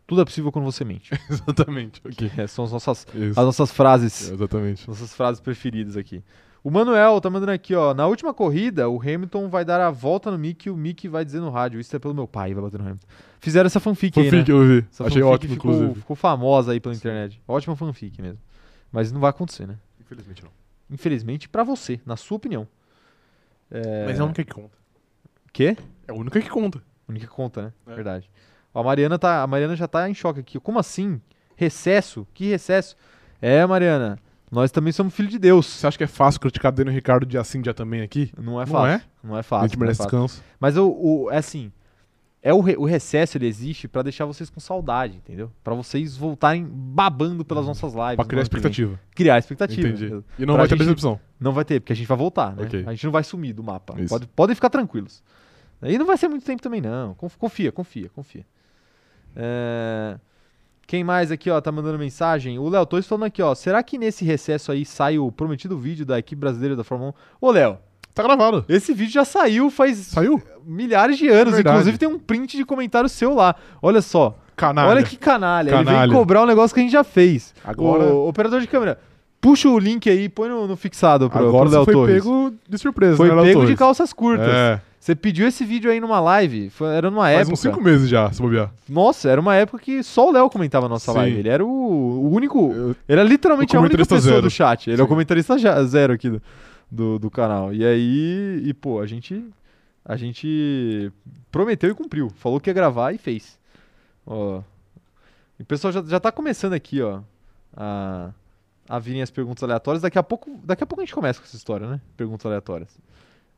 [SPEAKER 1] Tudo é possível quando você mente. (laughs)
[SPEAKER 2] Exatamente. Ok.
[SPEAKER 1] Que são as nossas
[SPEAKER 2] Isso.
[SPEAKER 1] as nossas frases,
[SPEAKER 2] Exatamente.
[SPEAKER 1] nossas frases preferidas aqui. O Manuel tá mandando aqui, ó. Na última corrida, o Hamilton vai dar a volta no Mick e o Mick vai dizer no rádio: Isso é pelo meu pai, vai bater no Hamilton. Fizeram essa fanfic
[SPEAKER 2] Foi
[SPEAKER 1] aí,
[SPEAKER 2] o fim
[SPEAKER 1] né?
[SPEAKER 2] que eu vi.
[SPEAKER 1] Essa
[SPEAKER 2] Achei
[SPEAKER 1] fanfic
[SPEAKER 2] ótimo,
[SPEAKER 1] ficou,
[SPEAKER 2] inclusive.
[SPEAKER 1] Ficou famosa aí pela
[SPEAKER 2] Sim.
[SPEAKER 1] internet. Ótima fanfic mesmo. Mas não vai acontecer, né?
[SPEAKER 2] Infelizmente não.
[SPEAKER 1] Infelizmente, pra você, na sua opinião. É...
[SPEAKER 2] Mas é a única que conta.
[SPEAKER 1] Quê?
[SPEAKER 2] É a única que conta.
[SPEAKER 1] A única que conta, né?
[SPEAKER 2] É.
[SPEAKER 1] Verdade. Ó, a, Mariana tá, a Mariana já tá em choque aqui. Como assim? Recesso? Que recesso? É, Mariana, nós também somos filho de Deus.
[SPEAKER 2] Você acha que é fácil criticar Daniel Ricardo de assim já também aqui?
[SPEAKER 1] Não é
[SPEAKER 2] Não
[SPEAKER 1] fácil.
[SPEAKER 2] é?
[SPEAKER 1] Não é
[SPEAKER 2] a
[SPEAKER 1] fácil.
[SPEAKER 2] gente
[SPEAKER 1] não é
[SPEAKER 2] merece
[SPEAKER 1] fácil.
[SPEAKER 2] descanso.
[SPEAKER 1] Mas o, o- é assim, é o, re- o recesso ele existe pra deixar vocês com saudade, entendeu? Pra vocês voltarem babando pelas nossas lives.
[SPEAKER 2] Hum. Pra
[SPEAKER 1] no ano
[SPEAKER 2] criar
[SPEAKER 1] que vem.
[SPEAKER 2] expectativa.
[SPEAKER 1] Criar né? expectativa.
[SPEAKER 2] Entendi.
[SPEAKER 1] entendeu?
[SPEAKER 2] E não
[SPEAKER 1] Pra
[SPEAKER 2] vai ter
[SPEAKER 1] gente-
[SPEAKER 2] decepção.
[SPEAKER 1] Não vai ter, porque a gente vai voltar, né?
[SPEAKER 2] Ok.
[SPEAKER 1] A gente não vai sumir do mapa.
[SPEAKER 2] Isso.
[SPEAKER 1] Pode, podem ficar tranquilos. E não vai ser muito tempo também, não. Conf- Confia, confia, confia. É, Quem mais aqui, ó, tá mandando mensagem? O Léo Torres falando aqui, ó. Será que nesse recesso aí sai o prometido vídeo da equipe brasileira da Fórmula 1? Ô, Léo,
[SPEAKER 2] Tá gravado.
[SPEAKER 1] esse vídeo já saiu faz
[SPEAKER 2] Saiu?
[SPEAKER 1] milhares de anos.
[SPEAKER 2] É Verdade.
[SPEAKER 1] Inclusive tem um print de comentário seu lá. Olha só.
[SPEAKER 2] Canalha.
[SPEAKER 1] Olha que canalha. Ele
[SPEAKER 2] Canalha.
[SPEAKER 1] vem cobrar um negócio que a gente já fez.
[SPEAKER 2] Agora-
[SPEAKER 1] O operador de câmera, puxa o link aí e põe no, no fixado pro,
[SPEAKER 2] Agora
[SPEAKER 1] pro Léo
[SPEAKER 2] você foi
[SPEAKER 1] Torres.
[SPEAKER 2] pego de surpresa,
[SPEAKER 1] foi
[SPEAKER 2] né, Léo
[SPEAKER 1] pego de
[SPEAKER 2] Torres?
[SPEAKER 1] calças curtas.
[SPEAKER 2] É,
[SPEAKER 1] Você pediu esse vídeo aí numa live, foi- era numa
[SPEAKER 2] faz
[SPEAKER 1] época.
[SPEAKER 2] uns cinco meses já, se bobear.
[SPEAKER 1] Nossa, era uma época que só o Léo comentava a nossa
[SPEAKER 2] Sim.
[SPEAKER 1] live. Ele era o, o único.
[SPEAKER 2] Eu-
[SPEAKER 1] Ele era literalmente a
[SPEAKER 2] o
[SPEAKER 1] única
[SPEAKER 2] comentarista
[SPEAKER 1] pessoa
[SPEAKER 2] zero.
[SPEAKER 1] do chat. Ele é o
[SPEAKER 2] Sim.
[SPEAKER 1] comentarista ja- zero aqui do, do, do canal. E aí, e pô, a gente a gente prometeu e cumpriu. Falou que ia gravar e fez. Ó. E o pessoal já, já tá começando aqui, ó, a, a virem as perguntas aleatórias. Daqui a pouco, daqui a pouco a gente começa com essa história, né? Perguntas aleatórias.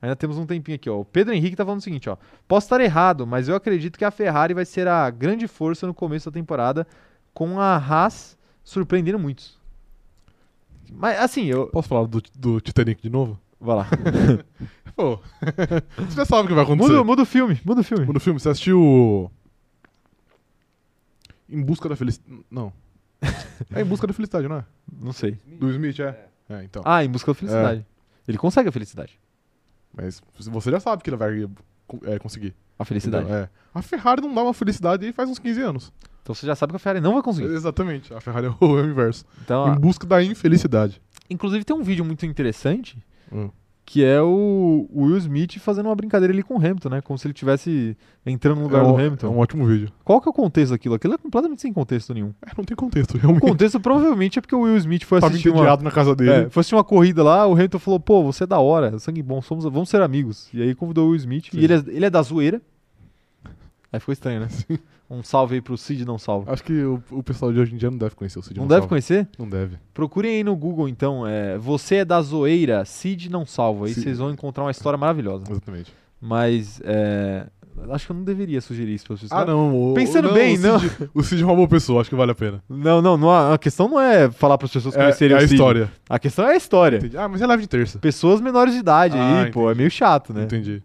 [SPEAKER 1] Ainda temos um tempinho aqui, ó. O Pedro Henrique tá falando o seguinte, ó. Posso estar errado, mas eu acredito que a Ferrari vai ser a grande força no começo da temporada, com a Haas surpreendendo muitos. Mas assim, eu.
[SPEAKER 2] Posso falar do, do Titanic de novo?
[SPEAKER 1] Vai lá.
[SPEAKER 2] Pô, (laughs) você já sabe o que vai acontecer.
[SPEAKER 1] Muda, muda o filme, muda o filme.
[SPEAKER 2] No filme, você assistiu. o- Em Busca da Felicidade. Não. É Em Busca da Felicidade, não é?
[SPEAKER 1] Não sei.
[SPEAKER 2] Do Smith, é? É, então.
[SPEAKER 1] Ah, em busca da felicidade. Ele consegue a felicidade.
[SPEAKER 2] Mas você já sabe que ele vai é, conseguir.
[SPEAKER 1] A felicidade.
[SPEAKER 2] entendeu? É. A Ferrari não dá uma felicidade aí faz uns 15 anos.
[SPEAKER 1] Então você já sabe que a Ferrari não vai conseguir.
[SPEAKER 2] Exatamente. A Ferrari é o (laughs) inverso.
[SPEAKER 1] Então,
[SPEAKER 2] Em
[SPEAKER 1] a-
[SPEAKER 2] busca da infelicidade.
[SPEAKER 1] inclusive tem um vídeo muito interessante
[SPEAKER 2] Hum.
[SPEAKER 1] que é o o Will Smith fazendo uma brincadeira ali com o Hamilton, né? Como se ele tivesse entrando no lugar
[SPEAKER 2] é,
[SPEAKER 1] do
[SPEAKER 2] um,
[SPEAKER 1] Hamilton.
[SPEAKER 2] é um ótimo vídeo.
[SPEAKER 1] Qual que é o contexto daquilo? Aquilo é completamente sem contexto nenhum.
[SPEAKER 2] É, não tem contexto,
[SPEAKER 1] O
[SPEAKER 2] realmente.
[SPEAKER 1] contexto (laughs) provavelmente é porque o Will Smith foi
[SPEAKER 2] Tava
[SPEAKER 1] assistir uma...
[SPEAKER 2] entediado um na casa
[SPEAKER 1] É,
[SPEAKER 2] dele.
[SPEAKER 1] foi assistir uma corrida lá, o Hamilton falou, pô, você é da hora, sangue bom, somos, vamos ser amigos. E aí convidou o Will Smith,
[SPEAKER 2] Sim.
[SPEAKER 1] e ele é, ele é da zoeira. Aí ficou estranho, né? Um salve aí pro Cid não salva.
[SPEAKER 2] Acho que o, o pessoal de hoje em dia não deve conhecer o Ah, Cid
[SPEAKER 1] não deve
[SPEAKER 2] Gonçalves.
[SPEAKER 1] conhecer?
[SPEAKER 2] Não deve.
[SPEAKER 1] Procurem aí no Google, então. É, você é da zoeira, Cid não salva. Aí
[SPEAKER 2] Cid.
[SPEAKER 1] vocês vão encontrar uma história maravilhosa.
[SPEAKER 2] Exatamente.
[SPEAKER 1] Mas, é, acho que eu não deveria sugerir isso pra vocês.
[SPEAKER 2] Ah, não. o-
[SPEAKER 1] Pensando
[SPEAKER 2] não,
[SPEAKER 1] bem,
[SPEAKER 2] o
[SPEAKER 1] não.
[SPEAKER 2] Cid, o Cid é uma boa pessoa, acho que vale a pena.
[SPEAKER 1] Não, não, não, a a questão não é falar para as pessoas
[SPEAKER 2] É,
[SPEAKER 1] conhecerem
[SPEAKER 2] é
[SPEAKER 1] o
[SPEAKER 2] a
[SPEAKER 1] Cid.
[SPEAKER 2] história.
[SPEAKER 1] A questão é a história.
[SPEAKER 2] Entendi. Ah, mas é live de terça.
[SPEAKER 1] Pessoas menores de idade
[SPEAKER 2] Ah,
[SPEAKER 1] aí, pô, é meio chato, né?
[SPEAKER 2] Entendi.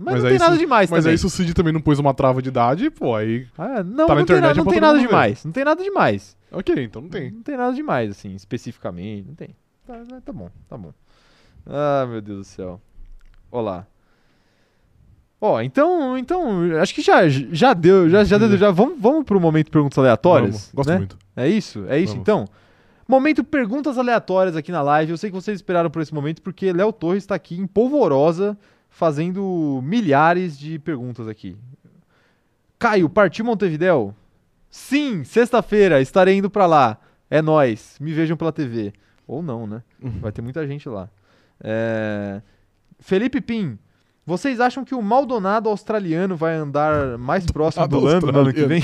[SPEAKER 1] Mas, é
[SPEAKER 2] Mas
[SPEAKER 1] não
[SPEAKER 2] aí
[SPEAKER 1] tem nada
[SPEAKER 2] isso-
[SPEAKER 1] demais
[SPEAKER 2] Mas
[SPEAKER 1] também.
[SPEAKER 2] aí se o Cid também não pôs uma trava de idade, pô, aí.
[SPEAKER 1] Ah, não,
[SPEAKER 2] Tá na
[SPEAKER 1] não tem,
[SPEAKER 2] internet,
[SPEAKER 1] nada-
[SPEAKER 2] é
[SPEAKER 1] não
[SPEAKER 2] pra
[SPEAKER 1] tem
[SPEAKER 2] todo
[SPEAKER 1] nada
[SPEAKER 2] mundo ver.
[SPEAKER 1] demais. Não tem nada demais.
[SPEAKER 2] Ok, então não tem.
[SPEAKER 1] Não tem nada demais, assim, especificamente. Não tem. Tá, tá bom, tá bom. Ah, meu Deus do céu. Olá. Ó, então, então, acho que já, já deu, já, já deu, já vamos, vamos pro momento perguntas aleatórias.
[SPEAKER 2] Vamos. Gosto
[SPEAKER 1] né?
[SPEAKER 2] muito.
[SPEAKER 1] É isso? É isso
[SPEAKER 2] Vamos.
[SPEAKER 1] então? Momento perguntas aleatórias aqui na live. Eu sei que vocês esperaram por esse momento porque Léo Torres está aqui em polvorosa fazendo milhares de perguntas aqui. Caio, partiu Montevidéu? Sim, sexta-feira estarei indo pra lá. É nóis, me vejam pela TV. Ou não, né?
[SPEAKER 2] Uhum.
[SPEAKER 1] Vai ter muita gente lá. É, Felipe Pim, vocês acham que o Maldonado australiano vai andar mais próximo do Lando no ano que vem?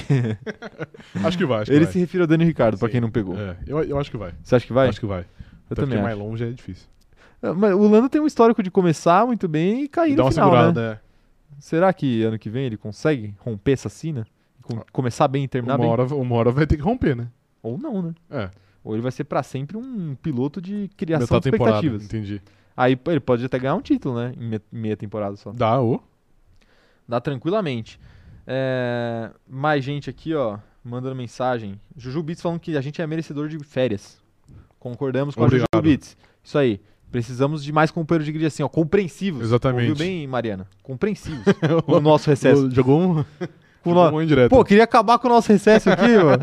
[SPEAKER 2] Acho que vai, acho que
[SPEAKER 1] Ele
[SPEAKER 2] vai.
[SPEAKER 1] se refere ao Dani Ricardo, pra
[SPEAKER 2] Sim.
[SPEAKER 1] quem não pegou.
[SPEAKER 2] É, eu, eu acho que vai.
[SPEAKER 1] Você acha que vai?
[SPEAKER 2] Acho que vai.
[SPEAKER 1] Eu
[SPEAKER 2] Até porque
[SPEAKER 1] também acho.
[SPEAKER 2] mais longe é difícil.
[SPEAKER 1] Ah, Mas o Lando tem um histórico de começar muito bem e cair
[SPEAKER 2] Dá
[SPEAKER 1] no
[SPEAKER 2] uma
[SPEAKER 1] final, né?
[SPEAKER 2] segurada, né?
[SPEAKER 1] Será que ano que vem ele consegue romper essa sina? E com- começar bem e terminar
[SPEAKER 2] Ah, Uma
[SPEAKER 1] bem?
[SPEAKER 2] hora, uma hora vai ter que romper, né?
[SPEAKER 1] Ou não, né?
[SPEAKER 2] É,
[SPEAKER 1] Ou ele vai ser pra sempre um piloto de criação
[SPEAKER 2] metade
[SPEAKER 1] de
[SPEAKER 2] da temporada.
[SPEAKER 1] expectativas.
[SPEAKER 2] Entendi.
[SPEAKER 1] Aí pô, ele pode até ganhar um título, né? Em me- meia temporada só.
[SPEAKER 2] Dá, ô.
[SPEAKER 1] Dá tranquilamente. É, Mais gente aqui, ó, mandando mensagem. Juju Bits falando que a gente é merecedor de férias. Concordamos com a
[SPEAKER 2] Obrigado.
[SPEAKER 1] Juju Bits. Isso aí. Precisamos de mais companheiros de grid assim, ó, compreensivos.
[SPEAKER 2] Exatamente.
[SPEAKER 1] Ouviu bem, Mariana?
[SPEAKER 2] (laughs)
[SPEAKER 1] Compreensivos. o nosso recesso.
[SPEAKER 2] Jogou um,
[SPEAKER 1] Com
[SPEAKER 2] jogou
[SPEAKER 1] no-
[SPEAKER 2] um indireto.
[SPEAKER 1] Pô, queria acabar com o nosso recesso aqui, mano.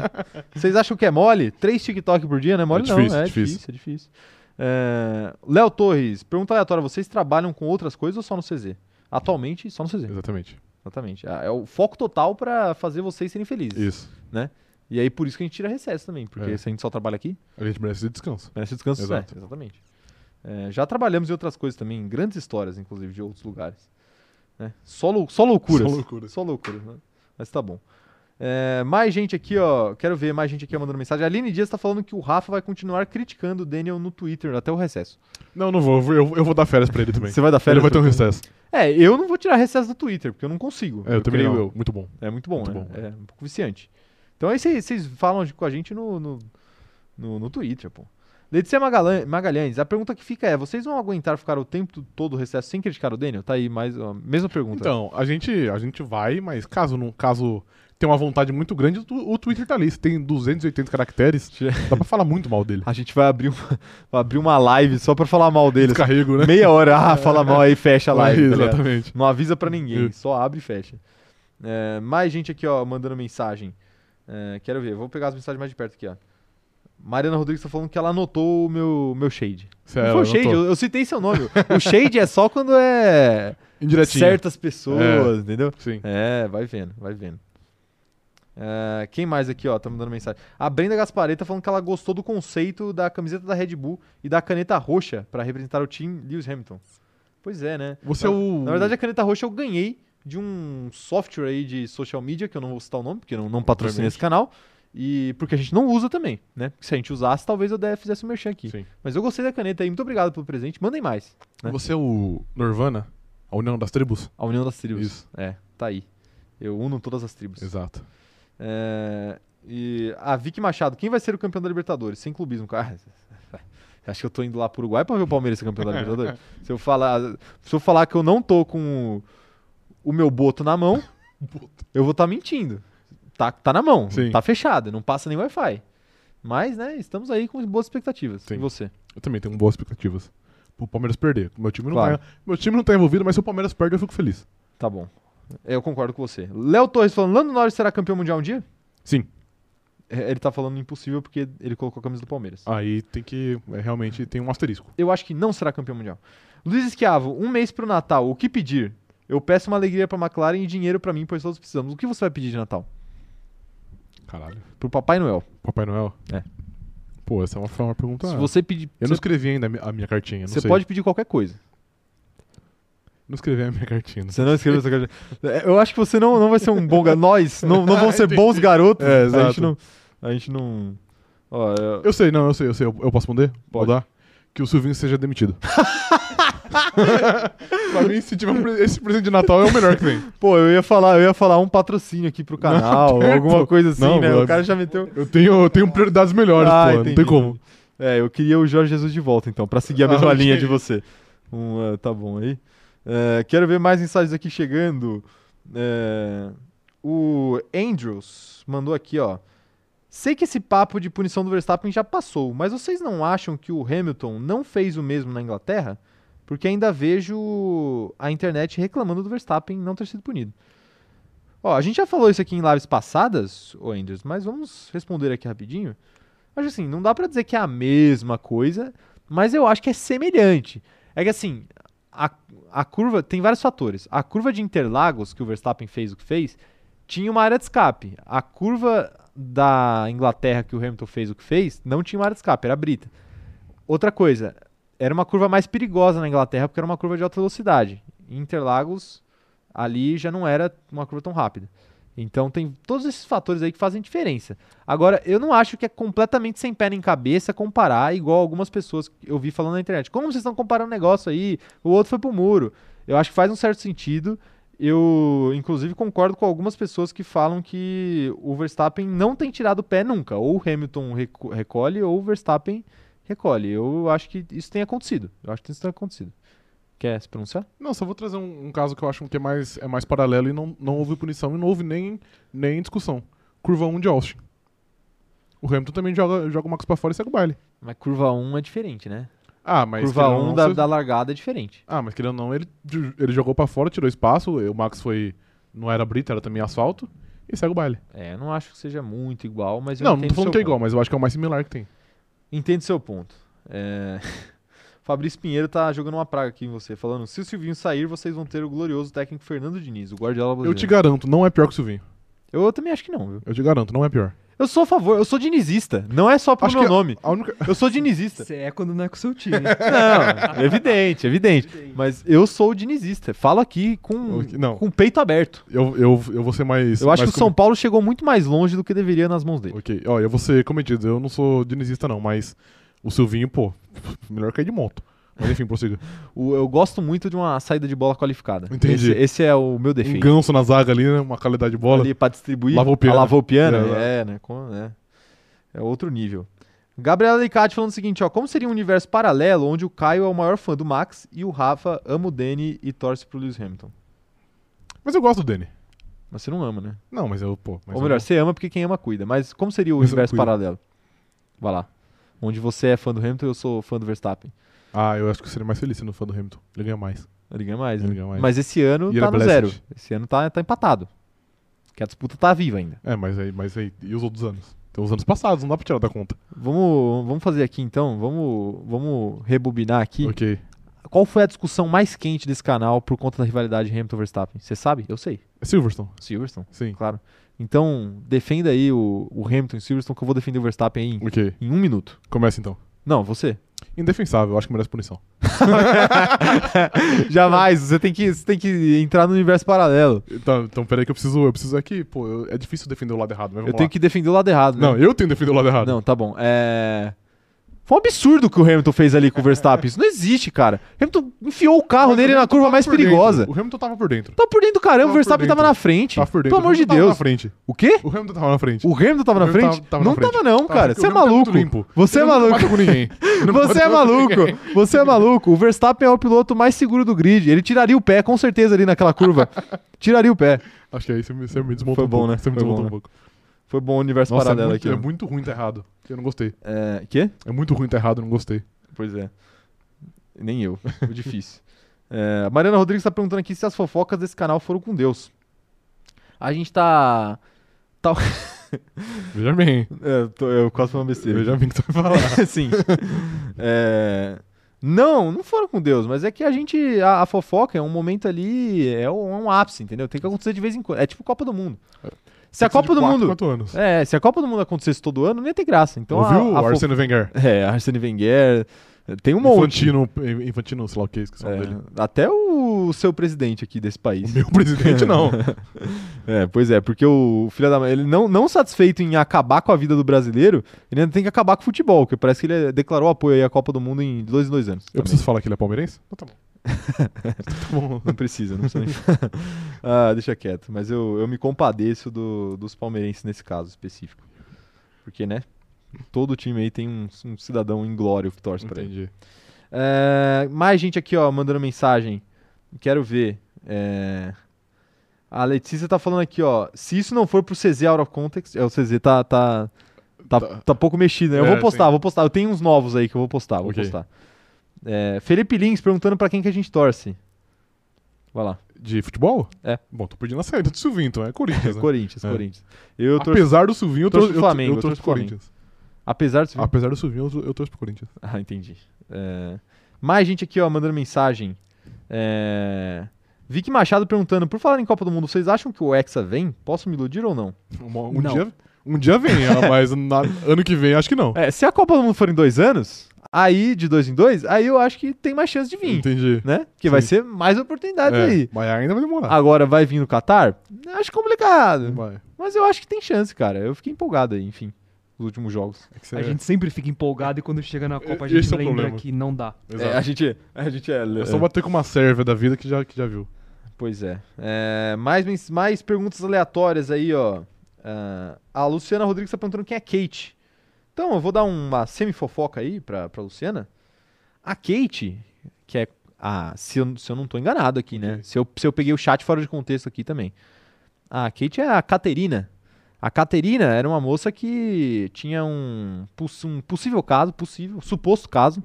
[SPEAKER 1] Vocês acham que é mole? Três TikTok por dia, não é mole,
[SPEAKER 2] É difícil,
[SPEAKER 1] não. É
[SPEAKER 2] difícil.
[SPEAKER 1] difícil, é difícil. É, Léo Torres, pergunta aleatória: vocês trabalham com outras coisas ou só no CZ? Atualmente, só no CZ.
[SPEAKER 2] Exatamente.
[SPEAKER 1] Exatamente. Ah, É o foco total pra fazer vocês serem felizes.
[SPEAKER 2] Isso.
[SPEAKER 1] E aí por isso que a gente tira recesso também, porque
[SPEAKER 2] É.
[SPEAKER 1] se a gente só trabalha aqui,
[SPEAKER 2] A gente merece esse
[SPEAKER 1] (laughs)
[SPEAKER 2] descanso.
[SPEAKER 1] merece descanso.
[SPEAKER 2] Exato.
[SPEAKER 1] É, exatamente. É, já trabalhamos em outras coisas também, em grandes histórias, inclusive, de outros lugares. né? Só, lou- só loucuras.
[SPEAKER 2] Só loucuras.
[SPEAKER 1] Só loucuras, né? Mas tá bom. É, mais gente aqui, ó. Quero ver mais gente aqui mandando mensagem. A Aline Dias tá falando que o Rafa vai continuar criticando o Daniel no Twitter até o recesso.
[SPEAKER 2] Não, não vou. Eu, vou- eu- eu vou dar férias pra ele também.
[SPEAKER 1] Você vai dar
[SPEAKER 2] ele
[SPEAKER 1] férias?
[SPEAKER 2] vai ter um
[SPEAKER 1] pra-
[SPEAKER 2] recesso.
[SPEAKER 1] É, eu não vou tirar recesso do Twitter, porque eu não consigo.
[SPEAKER 2] É, eu, também
[SPEAKER 1] creio
[SPEAKER 2] não. Muito bom.
[SPEAKER 1] É muito bom,
[SPEAKER 2] Muito
[SPEAKER 1] né?
[SPEAKER 2] bom,
[SPEAKER 1] é. um pouco viciante. Então aí vocês falam de- com a gente no, no, no, no Twitter, pô. Letícia Magalan- Magalhães, a pergunta que fica é: vocês vão aguentar ficar o tempo todo o recesso sem criticar o Daniel? Tá aí, mais a mesma pergunta.
[SPEAKER 2] Então, a gente, a gente vai, mas caso não, caso tenha uma vontade muito grande, o, tu- o Twitter tá ali. Se tem 280 caracteres, dá pra falar muito mal dele.
[SPEAKER 1] A gente vai abrir uma, (laughs) vai abrir uma live só pra falar mal dele.
[SPEAKER 2] Descarrego, né?
[SPEAKER 1] Meia hora, (laughs) ah, fala mal aí, fecha a live. tá ligado?
[SPEAKER 2] Exatamente.
[SPEAKER 1] Não avisa pra ninguém, só abre e fecha. É, mais gente aqui, ó, mandando mensagem. É, quero ver, vou pegar as mensagens mais de perto aqui, ó. Mariana Rodrigues tá falando que ela anotou o meu, meu shade. Não
[SPEAKER 2] Sério,
[SPEAKER 1] foi o Shade, eu, eu citei seu nome. O Shade é só quando (laughs) é
[SPEAKER 2] Indiretinho.
[SPEAKER 1] certas pessoas, entendeu?
[SPEAKER 2] Sim.
[SPEAKER 1] É, vai vendo, vai vendo. É, quem mais aqui, ó, tá mandando mensagem? A Brenda Gaspareta falando que ela gostou do conceito da camiseta da Red Bull e da caneta roxa pra representar o time Lewis Hamilton. Pois é, né?
[SPEAKER 2] Você é
[SPEAKER 1] na,
[SPEAKER 2] o.
[SPEAKER 1] na verdade, a caneta roxa eu ganhei de um software aí de social media, que eu não vou citar o nome, porque não, não patrocina
[SPEAKER 2] Obviamente.
[SPEAKER 1] esse canal. E porque a gente não usa também, né? Porque se a gente usasse, talvez eu desse- fizesse um merchan aqui.
[SPEAKER 2] Sim.
[SPEAKER 1] Mas eu gostei da caneta aí. Muito obrigado pelo presente. Mandem mais. né?
[SPEAKER 2] Você é o Norvana? A união das tribos?
[SPEAKER 1] A União das Tribos.
[SPEAKER 2] Isso.
[SPEAKER 1] É, tá aí. Eu uno todas as tribos.
[SPEAKER 2] Exato.
[SPEAKER 1] É, e a Vicky Machado, quem vai ser o campeão da Libertadores? Sem clubismo, cara. (laughs) Acho que eu tô indo lá pro Uruguai pra ver o Palmeiras ser campeão da
[SPEAKER 2] (laughs)
[SPEAKER 1] Libertadores. se, eu falar, se eu falar que eu não tô com o, o meu boto na
[SPEAKER 2] (laughs)
[SPEAKER 1] mão, eu vou estar mentindo. Tá, tá na mão,
[SPEAKER 2] Sim.
[SPEAKER 1] tá fechado, não passa nem Wi-Fi. Mas, né, estamos aí com boas expectativas.
[SPEAKER 2] Sim.
[SPEAKER 1] E você?
[SPEAKER 2] Eu também tenho boas expectativas. Pro Palmeiras perder. Meu time, não
[SPEAKER 1] Claro.
[SPEAKER 2] tá, meu time não tá envolvido, mas se o Palmeiras perde, eu fico feliz.
[SPEAKER 1] Tá bom. Eu concordo com você. Léo Torres falando, Lando Norris será campeão mundial um dia?
[SPEAKER 2] Sim.
[SPEAKER 1] É, Ele tá falando impossível porque ele colocou a camisa do Palmeiras.
[SPEAKER 2] Aí tem que. é, realmente tem um asterisco.
[SPEAKER 1] Eu acho que não será campeão mundial. Luiz Esquiavo, um mês pro Natal, o que pedir? Eu peço uma alegria pra McLaren e dinheiro pra mim, pois todos precisamos. O que você vai pedir de Natal?
[SPEAKER 2] Caralho.
[SPEAKER 1] Pro Papai Noel.
[SPEAKER 2] Papai Noel?
[SPEAKER 1] É.
[SPEAKER 2] Pô, essa é uma, foi uma pergunta.
[SPEAKER 1] Se você pedir.
[SPEAKER 2] Eu não
[SPEAKER 1] você-
[SPEAKER 2] escrevi ainda a mi- a minha cartinha. Não
[SPEAKER 1] Você
[SPEAKER 2] sei.
[SPEAKER 1] pode pedir qualquer coisa.
[SPEAKER 2] Não escrevi a minha cartinha.
[SPEAKER 1] Você não escreveu essa carta. É, Eu acho que você não, não vai ser um bom garoto. Nós não, não vamos ser
[SPEAKER 2] (laughs)
[SPEAKER 1] bons garotos.
[SPEAKER 2] É,
[SPEAKER 1] a gente
[SPEAKER 2] exato.
[SPEAKER 1] não. A gente não. Ó, eu-
[SPEAKER 2] Eu sei, não, eu sei, eu sei. Eu, eu posso responder?
[SPEAKER 1] Pode.
[SPEAKER 2] Vou dar? Que o Silvinho seja
[SPEAKER 1] (laughs)
[SPEAKER 2] demitido. pra mim, se tiver um pre- esse presente de Natal, é o melhor que tem.
[SPEAKER 1] Pô, eu ia falar, eu ia falar um patrocínio aqui pro canal,
[SPEAKER 2] (laughs) Não,
[SPEAKER 1] alguma
[SPEAKER 2] pô.
[SPEAKER 1] coisa assim,
[SPEAKER 2] Não, é
[SPEAKER 1] né?
[SPEAKER 2] eu-
[SPEAKER 1] O cara já meteu.
[SPEAKER 2] Eu tenho, eu tenho prioridades melhores,
[SPEAKER 1] Ah,
[SPEAKER 2] pô.
[SPEAKER 1] entendi,
[SPEAKER 2] Não tem como.
[SPEAKER 1] É, eu queria o Jorge Jesus de volta, então, pra seguir a
[SPEAKER 2] Ah,
[SPEAKER 1] mesma
[SPEAKER 2] (laughs) ok.
[SPEAKER 1] linha de você. Um, ah, tá bom aí. É, quero ver mais mensagens aqui chegando. É, o Andrews mandou aqui, ó. Sei que esse papo de punição do Verstappen já passou, mas vocês não acham que o Hamilton não fez o mesmo na Inglaterra? Porque ainda vejo a internet reclamando do Verstappen não ter sido punido. Ó, a gente já falou isso aqui em lives passadas, ô Andrews, mas vamos responder aqui rapidinho. Acho assim, não dá pra dizer que é a mesma coisa, mas eu acho que é semelhante. É que assim, a, a curva tem vários fatores. A curva de Interlagos, que o Verstappen fez o que fez, tinha uma área de escape. A curva da Inglaterra, que o Hamilton fez o que fez, não tinha uma área de escape, era brita. Outra coisa, era uma curva mais perigosa na Inglaterra, porque era uma curva de alta velocidade. Em Interlagos, ali já não era uma curva tão rápida. Então tem todos esses fatores aí que fazem diferença. Agora, eu não acho que é completamente sem pé nem cabeça comparar igual algumas pessoas que eu vi falando na internet. Como vocês estão comparando um negócio aí? O outro foi pro muro. Eu acho que faz um certo sentido. Eu, inclusive, concordo com algumas pessoas que falam que o Verstappen não tem tirado o pé nunca. Ou o Hamilton reco- recolhe ou o Verstappen recolhe. Eu acho que isso tem acontecido. Eu acho que isso tem acontecido. Quer se pronunciar?
[SPEAKER 2] Não, só vou trazer um, um caso que eu acho que é mais, é mais paralelo e não, não houve punição e não houve nem, nem discussão. Curva 1 de Austin. O Hamilton também joga, joga o Max pra fora e segue o baile.
[SPEAKER 1] Mas curva 1 é diferente, né?
[SPEAKER 2] Ah, mas.
[SPEAKER 1] curva
[SPEAKER 2] querendo ou
[SPEAKER 1] 1
[SPEAKER 2] não,
[SPEAKER 1] da,
[SPEAKER 2] você-
[SPEAKER 1] da largada é diferente.
[SPEAKER 2] Ah, mas querendo ou não, ele, ju- ele jogou pra fora, tirou espaço, o Max foi. Não era brita, era também asfalto, e segue o baile.
[SPEAKER 1] É, eu não acho que seja muito igual, mas eu
[SPEAKER 2] não, não
[SPEAKER 1] entendo
[SPEAKER 2] tô falando
[SPEAKER 1] seu
[SPEAKER 2] que é
[SPEAKER 1] ponto.
[SPEAKER 2] igual, mas eu acho que é o mais similar que tem.
[SPEAKER 1] Entendo seu ponto. É... (laughs) Fabrício Pinheiro tá jogando uma praga aqui em você, falando: se o Silvinho sair, vocês vão ter o glorioso técnico Fernando Diniz, o Guardiola
[SPEAKER 2] Eu te
[SPEAKER 1] brasileiro.
[SPEAKER 2] garanto, não é pior que o Silvinho.
[SPEAKER 1] Eu, também acho que não, viu?
[SPEAKER 2] Eu te garanto, não é pior.
[SPEAKER 1] Eu sou a favor, eu sou dinizista. Não é só pro
[SPEAKER 2] Acho
[SPEAKER 1] meu
[SPEAKER 2] que-
[SPEAKER 1] nome.
[SPEAKER 2] A única.
[SPEAKER 1] Eu sou
[SPEAKER 2] (laughs)
[SPEAKER 1] dinizista.
[SPEAKER 3] Você é quando não é com o seu time.
[SPEAKER 1] não, evidente, evidente. Mas eu sou dinizista. Falo aqui com,
[SPEAKER 2] Ok, não.
[SPEAKER 1] com o peito aberto.
[SPEAKER 2] Eu, eu, eu vou ser mais.
[SPEAKER 1] Hum. Eu acho que
[SPEAKER 2] mais
[SPEAKER 1] o São Paulo chegou muito mais longe do que deveria nas mãos dele.
[SPEAKER 2] Ok, ó, eu vou ser cometido, eu não sou dinizista não, mas o Silvinho, pô, (laughs) melhor cair de moto. Mas
[SPEAKER 1] (laughs)
[SPEAKER 2] enfim, prossiga.
[SPEAKER 1] O- eu gosto muito de uma saída de bola qualificada. Esse,
[SPEAKER 2] Entendi.
[SPEAKER 1] esse é o meu defeito.
[SPEAKER 2] Um ganso na zaga ali, né, uma qualidade de bola.
[SPEAKER 1] ali pra distribuir.
[SPEAKER 2] Lavou o piano.
[SPEAKER 1] A lavou o piano,
[SPEAKER 2] É,
[SPEAKER 1] é, né? Como, é. É outro nível. Gabriela Alicate falando o seguinte, ó. Como seria um universo paralelo onde o Caio é o maior fã do Max e o Rafa ama o Danny e torce pro Lewis Hamilton?
[SPEAKER 2] Mas eu gosto do Dani.
[SPEAKER 1] Mas você não ama, né?
[SPEAKER 2] Não, mas eu, pô... Mas
[SPEAKER 1] Ou
[SPEAKER 2] eu
[SPEAKER 1] melhor,
[SPEAKER 2] não-
[SPEAKER 1] você ama porque quem ama cuida. Mas como seria o
[SPEAKER 2] Mas eu não
[SPEAKER 1] universo
[SPEAKER 2] cuido.
[SPEAKER 1] paralelo? Vai lá. Onde você é fã do Hamilton e eu sou fã do Verstappen.
[SPEAKER 2] Ah, eu acho que eu seria mais feliz sendo fã do Hamilton. Ele ganha mais.
[SPEAKER 1] Ele ganha mais,
[SPEAKER 2] Ele
[SPEAKER 1] né?
[SPEAKER 2] ganha mais.
[SPEAKER 1] Mas esse ano
[SPEAKER 2] E ele
[SPEAKER 1] tá
[SPEAKER 2] é
[SPEAKER 1] no
[SPEAKER 2] blessed.
[SPEAKER 1] zero. Esse ano tá, tá empatado. Que a disputa tá viva ainda.
[SPEAKER 2] É, mas aí, mas aí, e os outros anos? Tem os anos passados, não dá pra tirar da conta.
[SPEAKER 1] Vamos, vamos fazer aqui então, vamos, vamos rebobinar aqui.
[SPEAKER 2] Ok.
[SPEAKER 1] Qual foi a discussão mais quente desse canal por conta da rivalidade Hamilton-Verstappen? Você sabe? Eu sei.
[SPEAKER 2] É Silverstone,
[SPEAKER 1] Silverstone,
[SPEAKER 2] sim.
[SPEAKER 1] claro. Então, defenda aí o, o Hamilton e Silverstone que eu vou defender o Verstappen aí em,
[SPEAKER 2] Ok,
[SPEAKER 1] em um minuto.
[SPEAKER 2] começa então.
[SPEAKER 1] Não, você. (laughs)
[SPEAKER 2] Indefensável, eu acho que merece punição.
[SPEAKER 1] Jamais, você tem que, você tem que entrar no universo paralelo.
[SPEAKER 2] Então, então peraí que eu preciso, eu preciso aqui, pô, eu- é difícil defender o lado errado, mas
[SPEAKER 1] eu
[SPEAKER 2] vamos
[SPEAKER 1] tenho
[SPEAKER 2] lá.
[SPEAKER 1] que defender o lado errado, né?
[SPEAKER 2] Não, eu tenho que defender o lado errado.
[SPEAKER 1] Não, tá bom. É... Foi um absurdo o que o Hamilton fez ali com o Verstappen. Isso não existe, cara. Hamilton enfiou o carro
[SPEAKER 2] Mas o
[SPEAKER 1] nele na
[SPEAKER 2] Hamilton
[SPEAKER 1] curva
[SPEAKER 2] tava
[SPEAKER 1] é mais
[SPEAKER 2] por dentro.
[SPEAKER 1] perigosa.
[SPEAKER 2] O Hamilton tava por dentro.
[SPEAKER 1] Tá por dentro do caramba,
[SPEAKER 2] Tava
[SPEAKER 1] o Verstappen
[SPEAKER 2] por
[SPEAKER 1] tava
[SPEAKER 2] dentro.
[SPEAKER 1] na frente.
[SPEAKER 2] Tava por dentro.
[SPEAKER 1] Pelo
[SPEAKER 2] O
[SPEAKER 1] amor de
[SPEAKER 2] Hamilton tava
[SPEAKER 1] Deus.
[SPEAKER 2] na frente.
[SPEAKER 1] O quê?
[SPEAKER 2] O Hamilton tava na frente.
[SPEAKER 1] O Hamilton tava
[SPEAKER 2] O
[SPEAKER 1] na
[SPEAKER 2] Hamilton
[SPEAKER 1] frente?
[SPEAKER 2] tava- tava na
[SPEAKER 1] não
[SPEAKER 2] frente.
[SPEAKER 1] tava não,
[SPEAKER 2] Tava,
[SPEAKER 1] cara.
[SPEAKER 2] porque
[SPEAKER 1] Você é
[SPEAKER 2] o Hamilton é
[SPEAKER 1] maluco.
[SPEAKER 2] muito limpo.
[SPEAKER 1] Você é
[SPEAKER 2] Ele não
[SPEAKER 1] maluco.
[SPEAKER 2] bate com (laughs) ninguém. Ele não
[SPEAKER 1] Você
[SPEAKER 2] bate
[SPEAKER 1] é
[SPEAKER 2] com
[SPEAKER 1] maluco.
[SPEAKER 2] ninguém.
[SPEAKER 1] Você é maluco. O Verstappen é o piloto mais seguro do grid. Ele tiraria o pé, com certeza, ali naquela
[SPEAKER 2] (laughs)
[SPEAKER 1] curva. tiraria o pé.
[SPEAKER 2] Acho que aí você me, você me desmontou
[SPEAKER 1] Foi
[SPEAKER 2] um
[SPEAKER 1] bom,
[SPEAKER 2] pouco.
[SPEAKER 1] né?
[SPEAKER 2] Você me
[SPEAKER 1] Foi
[SPEAKER 2] desmontou
[SPEAKER 1] bom,
[SPEAKER 2] um pouco.
[SPEAKER 1] Foi bom o universo
[SPEAKER 2] Nossa, é
[SPEAKER 1] paralelo
[SPEAKER 2] muito,
[SPEAKER 1] aqui.
[SPEAKER 2] é
[SPEAKER 1] né?
[SPEAKER 2] muito ruim tá errado. Eu não gostei.
[SPEAKER 1] É, quê?
[SPEAKER 2] É muito ruim tá errado, eu não gostei.
[SPEAKER 1] Pois é. Nem eu. (laughs) Foi difícil. É, a Mariana Rodrigues tá perguntando aqui se as fofocas desse canal foram com Deus. A gente tá.
[SPEAKER 2] Veja bem.
[SPEAKER 1] É, eu tô- eu quase falei uma besteira.
[SPEAKER 2] Veja bem o que você vai falar.
[SPEAKER 1] (laughs) Sim. É, Não, não foram com Deus, mas é que a gente. A, a fofoca é um momento ali. É um, é um ápice, entendeu? Tem que acontecer de vez em quando. É tipo Copa do Mundo. Se a
[SPEAKER 2] Você é de
[SPEAKER 1] Copa do
[SPEAKER 2] quatro,
[SPEAKER 1] Mundo.
[SPEAKER 2] Quatro anos.
[SPEAKER 1] É, se a Copa do Mundo acontecesse todo ano, não ia ter graça. Então a-
[SPEAKER 2] Ouviu?
[SPEAKER 1] a,
[SPEAKER 2] o
[SPEAKER 1] fo-
[SPEAKER 2] Arsene
[SPEAKER 1] (laughs)
[SPEAKER 2] Wenger.
[SPEAKER 1] É, Arsene Wenger. Tem um monte.
[SPEAKER 2] Infantino, Infantino, sei lá o que, esqueci o
[SPEAKER 1] É,
[SPEAKER 2] nome dele.
[SPEAKER 1] até o seu presidente aqui desse
[SPEAKER 2] O
[SPEAKER 1] país.
[SPEAKER 2] meu presidente, (laughs) não.
[SPEAKER 1] É, pois é, porque o filho da mãe, ele não, não satisfeito em acabar com a vida do brasileiro, ele ainda tem que acabar com o futebol, que parece que ele eh, declarou apoio aí à Copa do Mundo em dois em dois anos.
[SPEAKER 2] Eu
[SPEAKER 1] também.
[SPEAKER 2] preciso falar que ele é palmeirense? Então tá bom. (laughs) tá bom.
[SPEAKER 1] Não precisa, não precisa nem (laughs) Ah, deixa quieto. Mas eu, eu me compadeço do- dos palmeirenses nesse caso específico. Porque, né? Todo time aí tem um, um cidadão inglório que torce pra ele.
[SPEAKER 2] Entendi.
[SPEAKER 1] É, mais gente aqui, ó, mandando mensagem. Quero ver. É, A Letícia tá falando aqui, ó. Se isso não for pro CZ Out of Context, é, o CZ tá, tá, tá,
[SPEAKER 2] Tá.
[SPEAKER 1] tá pouco mexido, né? Eu
[SPEAKER 2] É,
[SPEAKER 1] vou postar,
[SPEAKER 2] sim.
[SPEAKER 1] vou postar. Eu tenho uns novos aí que eu vou postar, vou
[SPEAKER 2] Ok.
[SPEAKER 1] postar. É, Felipe Lins perguntando pra quem que a gente torce. Vai lá.
[SPEAKER 2] De futebol?
[SPEAKER 1] É.
[SPEAKER 2] Bom, tô perdendo a saída do Silvinho, então é Corinthians, (laughs) né?
[SPEAKER 1] Corinthians,
[SPEAKER 2] É.
[SPEAKER 1] Corinthians. Eu torço-
[SPEAKER 2] Apesar do Silvinho, eu
[SPEAKER 1] torço
[SPEAKER 2] torço
[SPEAKER 1] pro Flamengo,
[SPEAKER 2] Eu
[SPEAKER 1] eu
[SPEAKER 2] torço
[SPEAKER 1] torço
[SPEAKER 2] pro
[SPEAKER 1] pro Flamengo.
[SPEAKER 2] Corinthians.
[SPEAKER 1] Apesar de...
[SPEAKER 2] Apesar do Silvinho, eu- eu torço pro Corinthians.
[SPEAKER 1] Ah, entendi. É, Mais gente aqui, ó, mandando mensagem. É... Vicky Machado perguntando, por falar em Copa do Mundo, vocês acham que o Hexa vem? Posso me iludir ou não?
[SPEAKER 2] Um, um
[SPEAKER 3] Não.
[SPEAKER 2] dia, um dia vem, ela, mas na- ano que vem acho que não.
[SPEAKER 1] É, se a Copa do Mundo for em dois anos, aí de dois em dois, aí eu acho que tem mais chance de vir,
[SPEAKER 2] Entendi.
[SPEAKER 1] né? Porque vai
[SPEAKER 2] Sim.
[SPEAKER 1] ser mais oportunidade
[SPEAKER 2] É,
[SPEAKER 1] aí. Ah,
[SPEAKER 2] mas ainda vai demorar.
[SPEAKER 1] Agora vai vir no Catar? Acho complicado.
[SPEAKER 2] Vai.
[SPEAKER 1] Mas eu acho que tem chance, cara. Eu fiquei empolgado aí, enfim, nos últimos jogos.
[SPEAKER 2] É que você-
[SPEAKER 3] A gente sempre fica empolgado e quando chega na Copa a
[SPEAKER 2] Esse
[SPEAKER 3] gente
[SPEAKER 2] é o
[SPEAKER 3] lembra
[SPEAKER 2] problema.
[SPEAKER 3] que não dá.
[SPEAKER 2] Exato.
[SPEAKER 1] É, a gente, a gente é,
[SPEAKER 2] É só bater com uma sérvia da vida que já, que já viu.
[SPEAKER 1] Pois é. É, mais, mens- mais perguntas aleatórias aí, ó. Ah, a Luciana Rodrigues tá perguntando quem é Kate. Então, eu vou dar uma semi-fofoca aí pra, pra Luciana. A Kate, que é. a se, eu, se eu não tô enganado aqui, né?
[SPEAKER 2] Ok.
[SPEAKER 1] Se, eu, se eu peguei o chat fora de contexto aqui também. A Kate é a Caterina. A Caterina era uma moça que tinha um, poss- um possível caso, possível, suposto caso,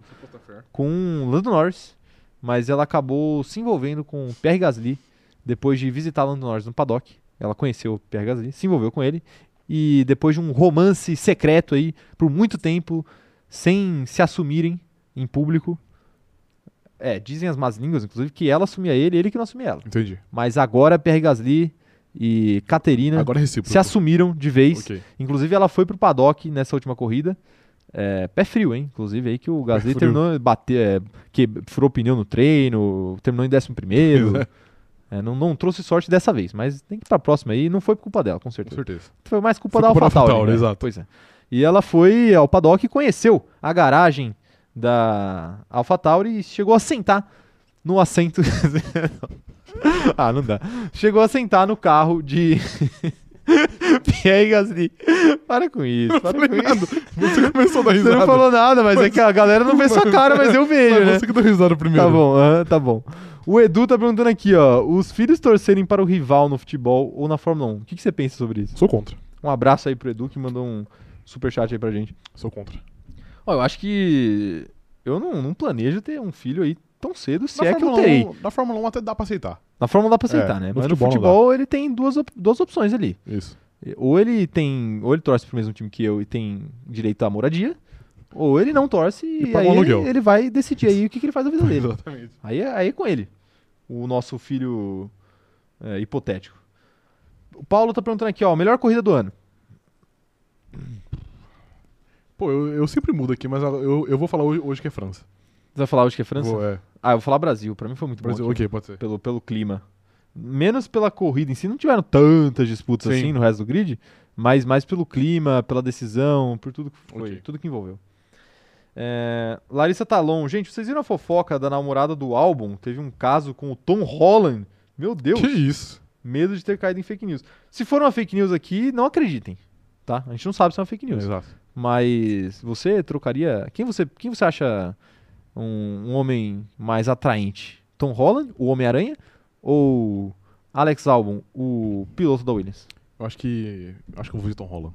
[SPEAKER 1] com o Lando Norris mas ela acabou se envolvendo com o Pierre Gasly depois de visitar Lando Norris no paddock. Ela conheceu o Pierre Gasly, se envolveu com ele e depois de um romance secreto aí por muito tempo sem se assumirem em público. É, dizem as más línguas, inclusive, que ela assumia ele, ele que não assumia ela.
[SPEAKER 2] Entendi.
[SPEAKER 1] Mas agora Pierre Gasly e Caterina
[SPEAKER 2] Agora é recíproco.
[SPEAKER 1] se é assumiram de vez.
[SPEAKER 2] Ok.
[SPEAKER 1] Inclusive, ela foi pro paddock nessa última corrida. É, pé frio, hein? Inclusive, aí que o Gasly
[SPEAKER 2] frio.
[SPEAKER 1] terminou bateu, é, que furou pneu no treino, terminou em 11 primeiro. É, não, não trouxe sorte dessa vez, mas tem que ir pra próxima aí. Não foi por culpa dela, com
[SPEAKER 2] (laughs) Com
[SPEAKER 1] certeza. (laughs)
[SPEAKER 2] certeza.
[SPEAKER 1] Foi mais culpa
[SPEAKER 2] Foi
[SPEAKER 1] da
[SPEAKER 2] culpa da
[SPEAKER 1] AlphaTauri.
[SPEAKER 2] AlphaTauri,
[SPEAKER 1] né?
[SPEAKER 2] exato.
[SPEAKER 1] Pois é. E ela foi ao paddock e conheceu a garagem da AlphaTauri e chegou a sentar no assento. (laughs) ah, não dá. Chegou a sentar no carro de (laughs) Pierre Gasly. Para com isso, para com isso.
[SPEAKER 2] Fernando, você começou a dar
[SPEAKER 1] Você
[SPEAKER 2] risada.
[SPEAKER 1] não falou nada, mas é que a galera não vê sua cara, mas eu vejo, né?
[SPEAKER 2] Mas você que deu risada (laughs) primeiro.
[SPEAKER 1] Tá bom, aham, tá bom. O Edu tá perguntando aqui, ó. Os filhos torcerem para o rival no futebol ou na Fórmula 1. O que, que você pensa sobre isso?
[SPEAKER 2] Sou contra.
[SPEAKER 1] Um abraço aí pro Edu que mandou um superchat aí pra gente.
[SPEAKER 2] Sou contra.
[SPEAKER 1] Ó, eu acho que eu não, não planejo ter um filho aí tão cedo, se
[SPEAKER 2] na,
[SPEAKER 1] é que eu
[SPEAKER 2] Fórmula
[SPEAKER 1] terei.
[SPEAKER 2] 1, na Fórmula 1 até dá pra aceitar.
[SPEAKER 1] Na Fórmula dá pra aceitar,
[SPEAKER 2] É,
[SPEAKER 1] né?
[SPEAKER 2] no
[SPEAKER 1] Mas
[SPEAKER 2] futebol
[SPEAKER 1] no
[SPEAKER 2] não
[SPEAKER 1] futebol ele tem duas, op- duas opções ali.
[SPEAKER 2] Isso.
[SPEAKER 1] Ou ele tem. Ou ele torce pro mesmo time que eu e tem direito à moradia, ou ele não torce e,
[SPEAKER 2] E paga
[SPEAKER 1] aí
[SPEAKER 2] um
[SPEAKER 1] ele,
[SPEAKER 2] aluguel. um
[SPEAKER 1] ele vai decidir aí o que, que ele faz da vida dele.
[SPEAKER 2] Exatamente.
[SPEAKER 1] Aí, é- aí é com ele. O nosso filho é, hipotético. O Paulo tá perguntando aqui, ó, melhor corrida do ano.
[SPEAKER 2] Pô, eu, eu sempre mudo aqui, mas eu, eu vou falar hoje, hoje que é França.
[SPEAKER 1] Você vai falar hoje que é França?
[SPEAKER 2] Vou, é.
[SPEAKER 1] Ah, eu vou falar Brasil. Pra mim foi muito
[SPEAKER 2] Brasil,
[SPEAKER 1] bom. aqui,
[SPEAKER 2] ok, pode ser.
[SPEAKER 1] Pelo, pelo clima. Menos pela corrida em si. Não tiveram tantas disputas
[SPEAKER 2] Sim.
[SPEAKER 1] assim no resto do grid. Mas mais pelo clima, pela decisão, por tudo que foi.
[SPEAKER 2] Ok.
[SPEAKER 1] Tudo que envolveu. É, Larissa Talon. Gente, vocês viram a fofoca da namorada do álbum? Teve um caso com o Tom Holland. Meu Deus.
[SPEAKER 2] Que isso?
[SPEAKER 1] Medo de ter caído em fake news. Se for uma fake news aqui, não acreditem. Tá? A gente não sabe se é uma fake news.
[SPEAKER 2] Exato.
[SPEAKER 1] Mas você trocaria. Quem você, quem você acha um, um homem mais atraente? Tom Holland, o Homem-Aranha? Ou Alex Albon, o piloto da Williams?
[SPEAKER 2] Eu acho que. Acho que eu vou de Tom Holland.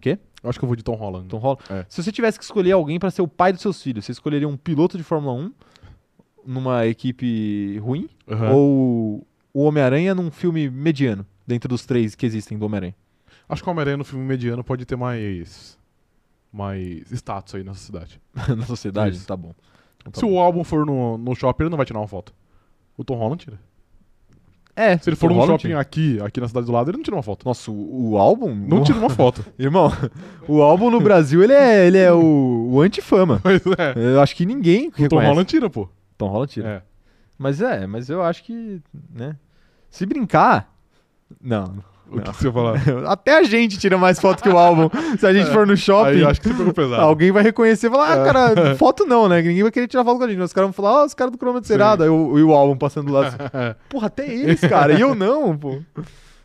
[SPEAKER 1] Quê?
[SPEAKER 2] Eu acho que eu vou de Tom Holland.
[SPEAKER 1] Tom Holland.
[SPEAKER 2] É.
[SPEAKER 1] Se você tivesse que escolher alguém para ser o pai dos seus filhos, você escolheria um piloto de Fórmula 1 numa equipe ruim?
[SPEAKER 2] Aham.
[SPEAKER 1] Ou o Homem-Aranha num filme mediano, dentro dos três que existem do Homem-Aranha?
[SPEAKER 2] Acho que o Homem-Aranha no filme mediano pode ter mais. mais status aí na sociedade.
[SPEAKER 1] (laughs) Na sociedade?
[SPEAKER 2] Isso.
[SPEAKER 1] Tá bom. Então tá
[SPEAKER 2] Se
[SPEAKER 1] bom.
[SPEAKER 2] o álbum for no, no shopping, ele não vai tirar uma foto. O Tom Holland tira.
[SPEAKER 1] É,
[SPEAKER 2] Se ele for
[SPEAKER 1] o
[SPEAKER 2] num
[SPEAKER 1] Holland-
[SPEAKER 2] shopping aqui, aqui na cidade do lado, ele não tira uma foto.
[SPEAKER 1] Nossa, o, o álbum?
[SPEAKER 2] Não tira uma foto.
[SPEAKER 1] Irmão, (laughs) o álbum no Brasil, ele é, ele é o, o antifama.
[SPEAKER 2] (laughs) Pois é.
[SPEAKER 1] Eu acho que ninguém reconhece.
[SPEAKER 2] Tom Holland tira, pô.
[SPEAKER 1] Tom Holland tira.
[SPEAKER 2] É.
[SPEAKER 1] Mas é, mas eu acho que, né? Se brincar... Não. (laughs)
[SPEAKER 2] O que você ia (laughs) falar?
[SPEAKER 1] Até a gente tira mais foto que o álbum. Se a gente for no
[SPEAKER 2] É. Aí
[SPEAKER 1] shopping,
[SPEAKER 2] eu acho que você pegou pesado.
[SPEAKER 1] alguém vai reconhecer e falar, ah, cara, foto não, né? Ninguém vai querer tirar foto com a gente. Mas os caras vão falar, ó, os caras do cronômetro zerado. Aí o- E o álbum passando lá assim. Porra, até eles, cara. e eu não, pô.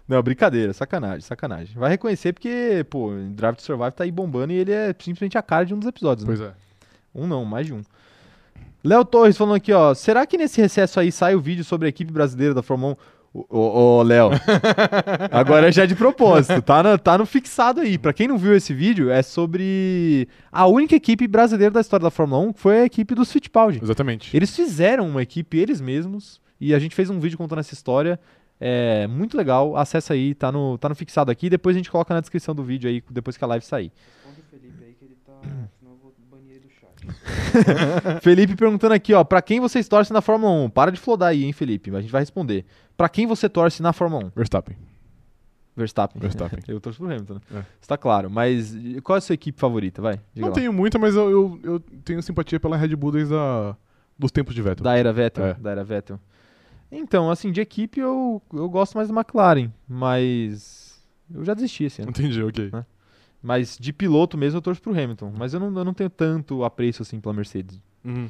[SPEAKER 1] Não, brincadeira, sacanagem, sacanagem. Vai reconhecer porque, pô, Drive to Survive tá aí bombando e ele é simplesmente a cara de um dos episódios, né?
[SPEAKER 2] Pois é.
[SPEAKER 1] Um não, mais de um. Léo Torres falando aqui, ó. Será que nesse recesso aí sai o vídeo sobre a equipe brasileira da Fórmula 1? Ô, ô, ô, Léo. Agora já de propósito. Tá no, tá no fixado aí. Pra quem não viu esse vídeo, é sobre a única equipe brasileira da história da Fórmula 1, que foi a equipe dos Fittipaldi.
[SPEAKER 2] Exatamente.
[SPEAKER 1] Eles fizeram uma equipe eles mesmos e a gente fez um vídeo contando essa história. É muito legal. Acessa aí, tá no, tá no fixado aqui. Depois a gente coloca na descrição do vídeo aí, depois que a live sair.
[SPEAKER 4] Responde o Felipe aí que ele tá. Senão eu vou banir ele do chat.
[SPEAKER 1] Felipe perguntando aqui, ó, pra quem vocês torcem na Fórmula 1? Para de flodar aí, hein, Felipe? A gente vai responder. Pra quem você torce na Fórmula 1?
[SPEAKER 2] Verstappen.
[SPEAKER 1] Verstappen.
[SPEAKER 2] Verstappen.
[SPEAKER 1] (laughs) Eu torço pro Hamilton, né?
[SPEAKER 2] É.
[SPEAKER 1] Está claro, mas e, qual é a sua equipe favorita? Vai. diga
[SPEAKER 2] Não
[SPEAKER 1] lá.
[SPEAKER 2] tenho muita, mas eu, eu, eu tenho simpatia pela Red Bull desde a, dos tempos de Vettel.
[SPEAKER 1] Da era Vettel,
[SPEAKER 2] É.
[SPEAKER 1] da era Vettel. Então, assim, de equipe eu, eu gosto mais da McLaren, mas eu já desisti esse (laughs) ano.
[SPEAKER 2] Entendi, ok.
[SPEAKER 1] Mas de piloto mesmo eu torço pro Hamilton, mas eu não, eu não tenho tanto apreço assim pela Mercedes.
[SPEAKER 2] Uhum.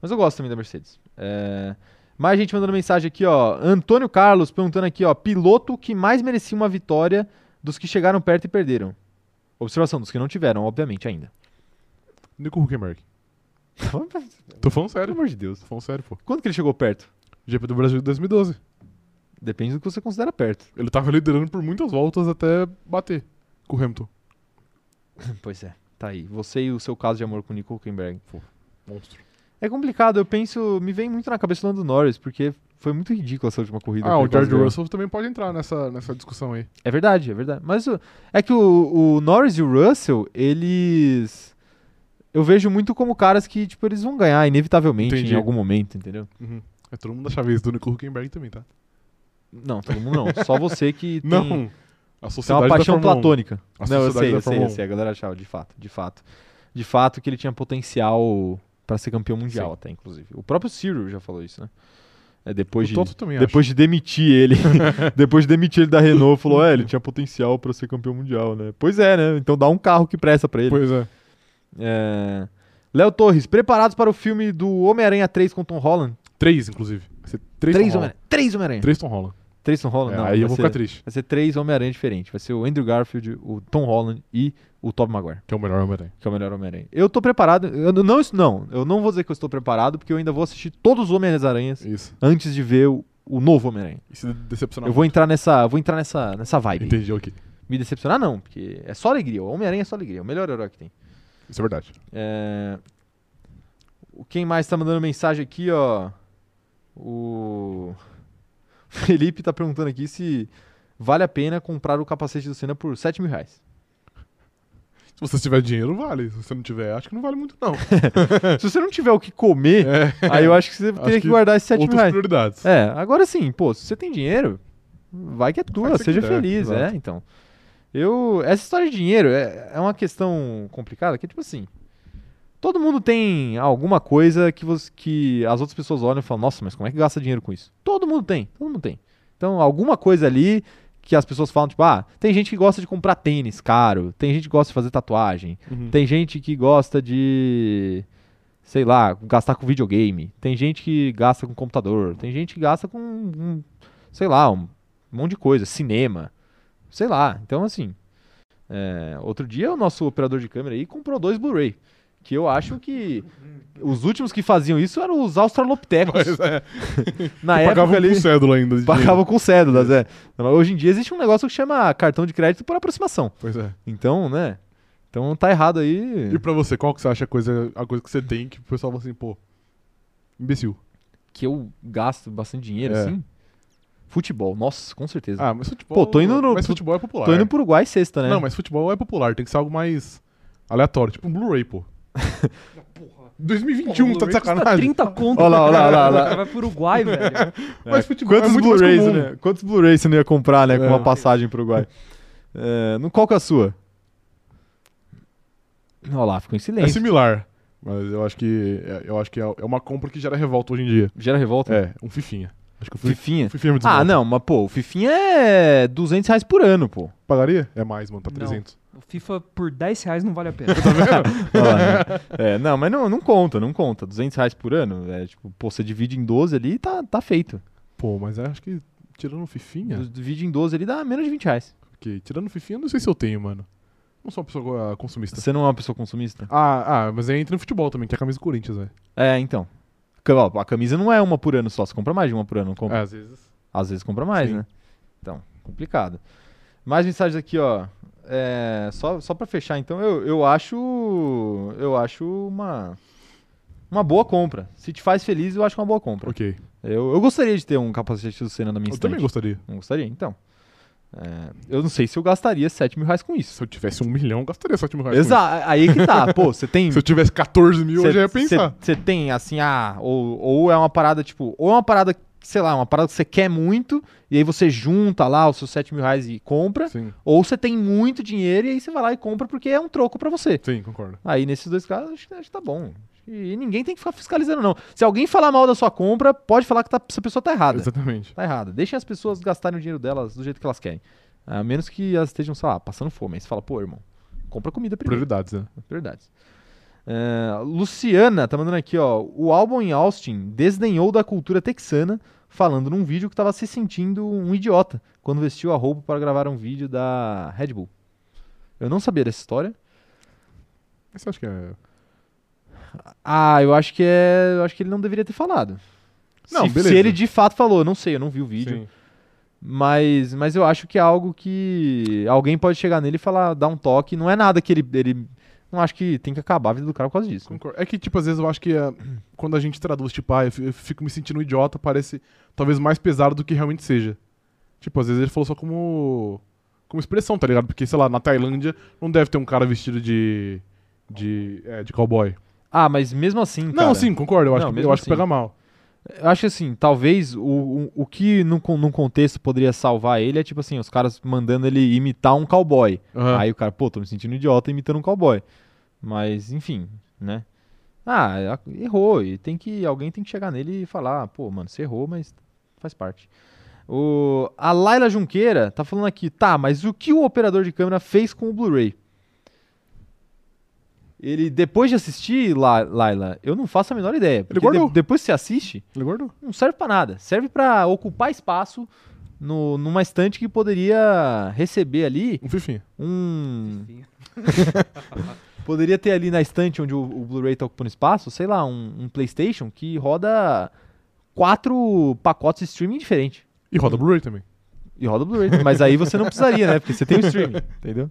[SPEAKER 1] Mas eu gosto também da Mercedes. É... Mais gente mandando mensagem aqui, ó. Antônio Carlos perguntando aqui, ó. Piloto que mais merecia uma vitória dos que chegaram perto e perderam. Observação, dos que não tiveram, obviamente, ainda. (laughs)
[SPEAKER 2] Nico Huckenberg. Tô falando sério. Pelo amor de Deus. Tô falando sério, pô.
[SPEAKER 1] Quando que ele chegou perto?
[SPEAKER 2] GP do Brasil de 2012.
[SPEAKER 1] Depende do que você considera perto.
[SPEAKER 2] Ele tava liderando por muitas voltas até bater com o Hamilton.
[SPEAKER 1] (laughs) Pois é, tá aí. Você e o seu caso de amor com o Nico Huckenberg.
[SPEAKER 2] Monstro.
[SPEAKER 1] É complicado, eu penso, me vem muito na cabeça o Lando Norris, porque foi muito ridículo essa última corrida.
[SPEAKER 2] Ah,
[SPEAKER 1] que
[SPEAKER 2] o
[SPEAKER 1] ele quase
[SPEAKER 2] George
[SPEAKER 1] ganhou.
[SPEAKER 2] Russell também pode entrar nessa, nessa discussão aí.
[SPEAKER 1] É verdade, é verdade. Mas o- é que o, o Norris e o Russell, eles. Eu vejo muito como caras que, tipo, eles vão ganhar, inevitavelmente,
[SPEAKER 2] Entendi.
[SPEAKER 1] em algum momento, entendeu?
[SPEAKER 2] Uhum. É todo mundo achava isso do Nico Huckenberg também, tá?
[SPEAKER 1] Não, todo mundo não. Só você que (laughs) tem, tem
[SPEAKER 2] Não. A sociedade
[SPEAKER 1] uma paixão
[SPEAKER 2] da Fórmula 1.
[SPEAKER 1] platônica.
[SPEAKER 2] A
[SPEAKER 1] um. não, eu
[SPEAKER 2] sociedade
[SPEAKER 1] sei,
[SPEAKER 2] da
[SPEAKER 1] eu sei, eu
[SPEAKER 2] Fórmula 1.
[SPEAKER 1] sei. A galera achava, de fato, de fato. De fato que ele tinha potencial pra ser campeão mundial,
[SPEAKER 2] Sim.
[SPEAKER 1] até, inclusive. O próprio Cyril já falou isso, né? É, depois
[SPEAKER 2] O
[SPEAKER 1] de.
[SPEAKER 2] Toto também
[SPEAKER 1] Depois de demitir ele, (laughs) depois de demitir ele da Renault, falou: é, ele tinha potencial pra ser campeão mundial, né? Pois é, né? Então dá um carro que presta pra ele.
[SPEAKER 2] acha. Pois é.
[SPEAKER 1] É... Léo Torres, preparados para o filme do Homem-Aranha 3 com Tom Holland?
[SPEAKER 2] Três, inclusive. Vai ser três, Tom Holland.
[SPEAKER 1] Homem-Aranha. Três Homem-Aranha.
[SPEAKER 2] Três Tom Holland.
[SPEAKER 1] Três Tom Holland?
[SPEAKER 2] É,
[SPEAKER 1] não,
[SPEAKER 2] aí
[SPEAKER 1] vai
[SPEAKER 2] eu vou
[SPEAKER 1] ser,
[SPEAKER 2] ficar triste,
[SPEAKER 1] Vai ser três Homem-Aranha diferentes. Vai ser o Andrew Garfield, o Tom Holland e o Tobey Maguire,
[SPEAKER 2] que é o melhor Homem-Aranha.
[SPEAKER 1] que é o melhor Homem-Aranha. Eu tô preparado. Eu não, não, isso não, eu não vou dizer que eu estou preparado, porque eu ainda vou assistir todos os Homem-Aranhas
[SPEAKER 2] Isso.
[SPEAKER 1] antes de ver o, o novo Homem-Aranha.
[SPEAKER 2] E se decepcionar.
[SPEAKER 1] Eu vou entrar nessa, vou entrar nessa, nessa vibe.
[SPEAKER 2] Entendi, ok.
[SPEAKER 1] Me decepcionar não, porque é só alegria. O Homem-Aranha é só alegria, é o melhor herói que tem.
[SPEAKER 2] Isso é verdade.
[SPEAKER 1] É... o- Quem mais tá mandando mensagem aqui, ó? O (laughs) Felipe tá perguntando aqui se vale a pena comprar o capacete do Senna por 7 mil reais.
[SPEAKER 2] Se você tiver dinheiro, vale. Se você não tiver, acho que não vale muito,
[SPEAKER 1] (laughs)
[SPEAKER 2] não.
[SPEAKER 1] se você não tiver o que comer,
[SPEAKER 2] É.
[SPEAKER 1] aí eu acho que
[SPEAKER 2] (laughs)
[SPEAKER 1] você
[SPEAKER 2] Acho
[SPEAKER 1] teria que
[SPEAKER 2] que
[SPEAKER 1] guardar esses 7 mil
[SPEAKER 2] Outras
[SPEAKER 1] reais.
[SPEAKER 2] prioridades.
[SPEAKER 1] É, agora sim, pô, se você tem dinheiro, vai que é tua,
[SPEAKER 2] Vai que você
[SPEAKER 1] seja
[SPEAKER 2] quiser,
[SPEAKER 1] feliz,
[SPEAKER 2] exato.
[SPEAKER 1] é, então. Eu, essa história de dinheiro é, é uma questão complicada, que é tipo assim, todo mundo tem alguma coisa que, você, que as outras pessoas olham e falam, nossa, mas como é que gasta dinheiro com isso? Todo mundo tem, todo mundo tem. Então, alguma coisa ali que as pessoas falam, tipo, ah, tem gente que gosta de comprar tênis caro, tem gente que gosta de fazer tatuagem,
[SPEAKER 2] Uhum.
[SPEAKER 1] tem gente que gosta de, sei lá, gastar com videogame. Tem gente que gasta com computador. Tem gente que gasta com, um, sei lá, um monte de coisa. Cinema. Sei lá. Então, assim. é, outro dia, o nosso operador de câmera aí comprou dois Blu-ray. Que eu acho que os últimos que faziam isso eram os australopitecos.
[SPEAKER 2] (laughs) Mas é.
[SPEAKER 1] Na
[SPEAKER 2] eu pagava
[SPEAKER 1] época ali,
[SPEAKER 2] um cédula ainda. de
[SPEAKER 1] pagavam com cédulas, é. Hoje em dia existe um negócio que chama cartão de crédito por aproximação.
[SPEAKER 2] dinheiro. Pois é.
[SPEAKER 1] Então, né? Então tá errado aí.
[SPEAKER 2] E pra você, qual que você acha a coisa, a coisa que você tem que o pessoal fala assim, pô, imbecil.
[SPEAKER 1] que eu gasto bastante dinheiro,
[SPEAKER 2] É.
[SPEAKER 1] assim. Futebol, nossa, com certeza.
[SPEAKER 2] Ah, mas futebol.
[SPEAKER 1] Pô, tô indo no-
[SPEAKER 2] Mas futebol é popular.
[SPEAKER 1] Tô indo pro Uruguai sexta, né?
[SPEAKER 2] Não, mas futebol é popular, tem que ser algo mais aleatório, tipo um
[SPEAKER 1] (laughs)
[SPEAKER 2] Blu-ray, pô.
[SPEAKER 4] Da porra.
[SPEAKER 2] 2021, tá de sacanagem.
[SPEAKER 3] 30 conto.
[SPEAKER 1] Olha lá, olha lá, olha lá,
[SPEAKER 3] O
[SPEAKER 1] olha lá.
[SPEAKER 3] cara vai pro Uruguai, velho.
[SPEAKER 2] Mas
[SPEAKER 1] É,
[SPEAKER 2] futebol é
[SPEAKER 1] quantos
[SPEAKER 2] muito mais
[SPEAKER 1] Blu-rays,
[SPEAKER 2] comum.
[SPEAKER 1] né? Quantos Blu-rays você não ia comprar, né, com
[SPEAKER 2] É.
[SPEAKER 1] uma passagem pro
[SPEAKER 2] (laughs)
[SPEAKER 1] Uruguai? É, não, qual que é a sua? Olha lá, ficou em
[SPEAKER 2] É
[SPEAKER 1] silêncio.
[SPEAKER 2] similar. Mas eu acho que. é- Eu acho que é é uma compra que gera revolta hoje em dia.
[SPEAKER 1] Gera revolta?
[SPEAKER 2] É, um Fifinha. Acho que o Fifinha.
[SPEAKER 1] Fifinha.
[SPEAKER 2] Fifinha é me
[SPEAKER 1] Ah,
[SPEAKER 2] desmonta.
[SPEAKER 1] não, mas pô, o Fifinha é 200 reais por ano, pô.
[SPEAKER 2] Pagaria? É mais, mano, tá
[SPEAKER 3] Não.
[SPEAKER 2] 300.
[SPEAKER 3] O FIFA por 10 reais não vale a pena.
[SPEAKER 1] Olha lá, né? (laughs) É, não, mas não, não conta, não conta. 200 reais por ano, é tipo, pô, você divide em 12 ali e tá, tá feito.
[SPEAKER 2] Pô, mas eu acho que tirando o Fifinha.
[SPEAKER 1] Divide em 12 ali dá menos de 20 reais.
[SPEAKER 2] Ok, tirando o Fifinha, eu não sei se eu tenho, mano. Não sou uma pessoa ah, consumista.
[SPEAKER 1] Você não é uma pessoa consumista?
[SPEAKER 2] Ah, ah, mas aí entra no futebol também, que é a camisa do Corinthians, velho.
[SPEAKER 1] É, então. Porque, ó, A camisa não é uma por ano só, você compra mais de uma por ano, não compra?
[SPEAKER 2] É, às vezes.
[SPEAKER 1] Às vezes compra mais,
[SPEAKER 2] Sim.
[SPEAKER 1] né? Então, complicado. Mais mensagens aqui, ó. É, só, só pra fechar, então, eu, eu acho. Eu acho uma. Uma boa compra. Se te faz feliz, eu acho uma boa compra.
[SPEAKER 2] Ok.
[SPEAKER 1] Eu, eu gostaria de ter um capacete do Senna na minha
[SPEAKER 2] Eu também
[SPEAKER 1] estante.
[SPEAKER 2] gostaria.
[SPEAKER 1] Não gostaria, então. É, eu não sei se eu gastaria 7 mil reais com isso.
[SPEAKER 2] Se eu tivesse um milhão, eu gastaria 7 mil reais. com
[SPEAKER 1] Exato, aí que tá. Pô, você tem.
[SPEAKER 2] (laughs) isso. Se eu tivesse 14 mil, eu já ia pensar.
[SPEAKER 1] Você tem, assim, ah, ou, ou é uma parada, tipo, ou é uma parada, sei lá, uma parada que você quer muito, e aí você junta lá os seus 7 mil reais e compra,
[SPEAKER 2] Sim,
[SPEAKER 1] ou você tem muito dinheiro e aí você vai lá e compra porque é um troco pra você.
[SPEAKER 2] sim, concordo.
[SPEAKER 1] Aí, nesses dois casos, acho que, acho que tá bom. Acho que- E ninguém tem que ficar fiscalizando, não. Se alguém falar mal da sua compra, pode falar que tá- essa pessoa tá errada.
[SPEAKER 2] Exatamente.
[SPEAKER 1] Tá errado. Deixem as pessoas gastarem o dinheiro delas do jeito que elas querem. A menos que elas estejam, sei lá, passando fome. Aí você fala, pô, irmão, compra comida primeiro.
[SPEAKER 2] Prioridades, né?
[SPEAKER 1] Prioridades. É, Luciana tá mandando aqui, ó. O álbum em Austin desdenhou da cultura texana, falando num vídeo que tava se sentindo um idiota quando vestiu a roupa para gravar um vídeo da Red Bull. Eu não sabia dessa história.
[SPEAKER 2] Mas Você acha que é.
[SPEAKER 1] Ah, eu acho que é. Eu acho que ele não deveria ter falado.
[SPEAKER 2] Não,
[SPEAKER 1] se, se
[SPEAKER 2] beleza.
[SPEAKER 1] ele de fato falou, não sei, eu não vi o vídeo.
[SPEAKER 2] Sim.
[SPEAKER 1] Mas, mas eu acho que é algo que alguém pode chegar nele e falar, dar um toque. Não é nada que ele. ele não acho que tem que acabar a vida do cara por causa disso. né?
[SPEAKER 2] Concordo. É que, tipo, às vezes eu acho que é, (clears throat) quando a gente traduz, tipo, ah, eu fi- eu fico me sentindo um idiota, parece talvez mais pesado do que realmente seja. Tipo, às vezes ele falou só como. como expressão, tá ligado? Porque, sei lá, na Tailândia não deve ter um cara vestido de. de. é, de cowboy.
[SPEAKER 1] Ah, mas mesmo assim.
[SPEAKER 2] Não,
[SPEAKER 1] cara,
[SPEAKER 2] sim, concordo. Eu acho,
[SPEAKER 1] Não,
[SPEAKER 2] que,
[SPEAKER 1] mesmo
[SPEAKER 2] eu acho que
[SPEAKER 1] assim.
[SPEAKER 2] pega mal.
[SPEAKER 1] Eu acho que assim, talvez o, o, o que num, con- num contexto poderia salvar ele é tipo assim, os caras mandando ele imitar um cowboy.
[SPEAKER 2] Aham.
[SPEAKER 1] Aí o cara, pô, tô me sentindo idiota imitando um cowboy. Mas, enfim, né? Ah, a- errou. E tem que. Alguém tem que chegar nele e falar, pô, mano, você errou, mas faz parte. O, a Laila Junqueira tá falando aqui, tá, mas o que o operador de câmera fez com o Blu-ray? Ele, depois de assistir, La- Laila, eu não faço a menor ideia. Porque de-
[SPEAKER 2] guardou.
[SPEAKER 1] depois que você assiste,
[SPEAKER 2] Ele guardou.
[SPEAKER 1] não serve pra nada. Serve pra ocupar espaço no, numa estante que poderia receber ali
[SPEAKER 2] Um fifinha.
[SPEAKER 1] um.
[SPEAKER 4] Enfim.
[SPEAKER 1] (laughs) Poderia ter ali na estante onde o, o Blu-ray tá ocupando espaço, sei lá, um, um PlayStation que roda quatro pacotes de streaming diferentes.
[SPEAKER 2] E roda Blu-ray também.
[SPEAKER 1] E roda Blu-ray. Mas aí você não precisaria, né? Porque você tem o streaming, entendeu?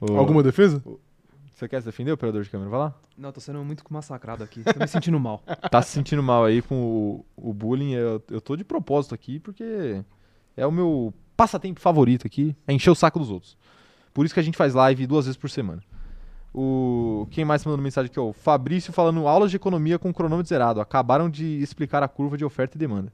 [SPEAKER 1] Ô,
[SPEAKER 2] Alguma defesa?
[SPEAKER 1] Você quer se defender, operador de câmera? Vai lá.
[SPEAKER 3] Não, tô sendo muito massacrado aqui. Tô me sentindo mal.
[SPEAKER 1] Tá se sentindo mal aí com o, o bullying. Eu, eu tô de propósito aqui porque é o meu passatempo favorito aqui. É encher o saco dos outros. Por isso que a gente faz live duas vezes por semana. O Quem mais mandou mensagem aqui? ó, O Fabrício falando aulas de economia com cronômetro zerado. Acabaram de explicar a curva de oferta e demanda.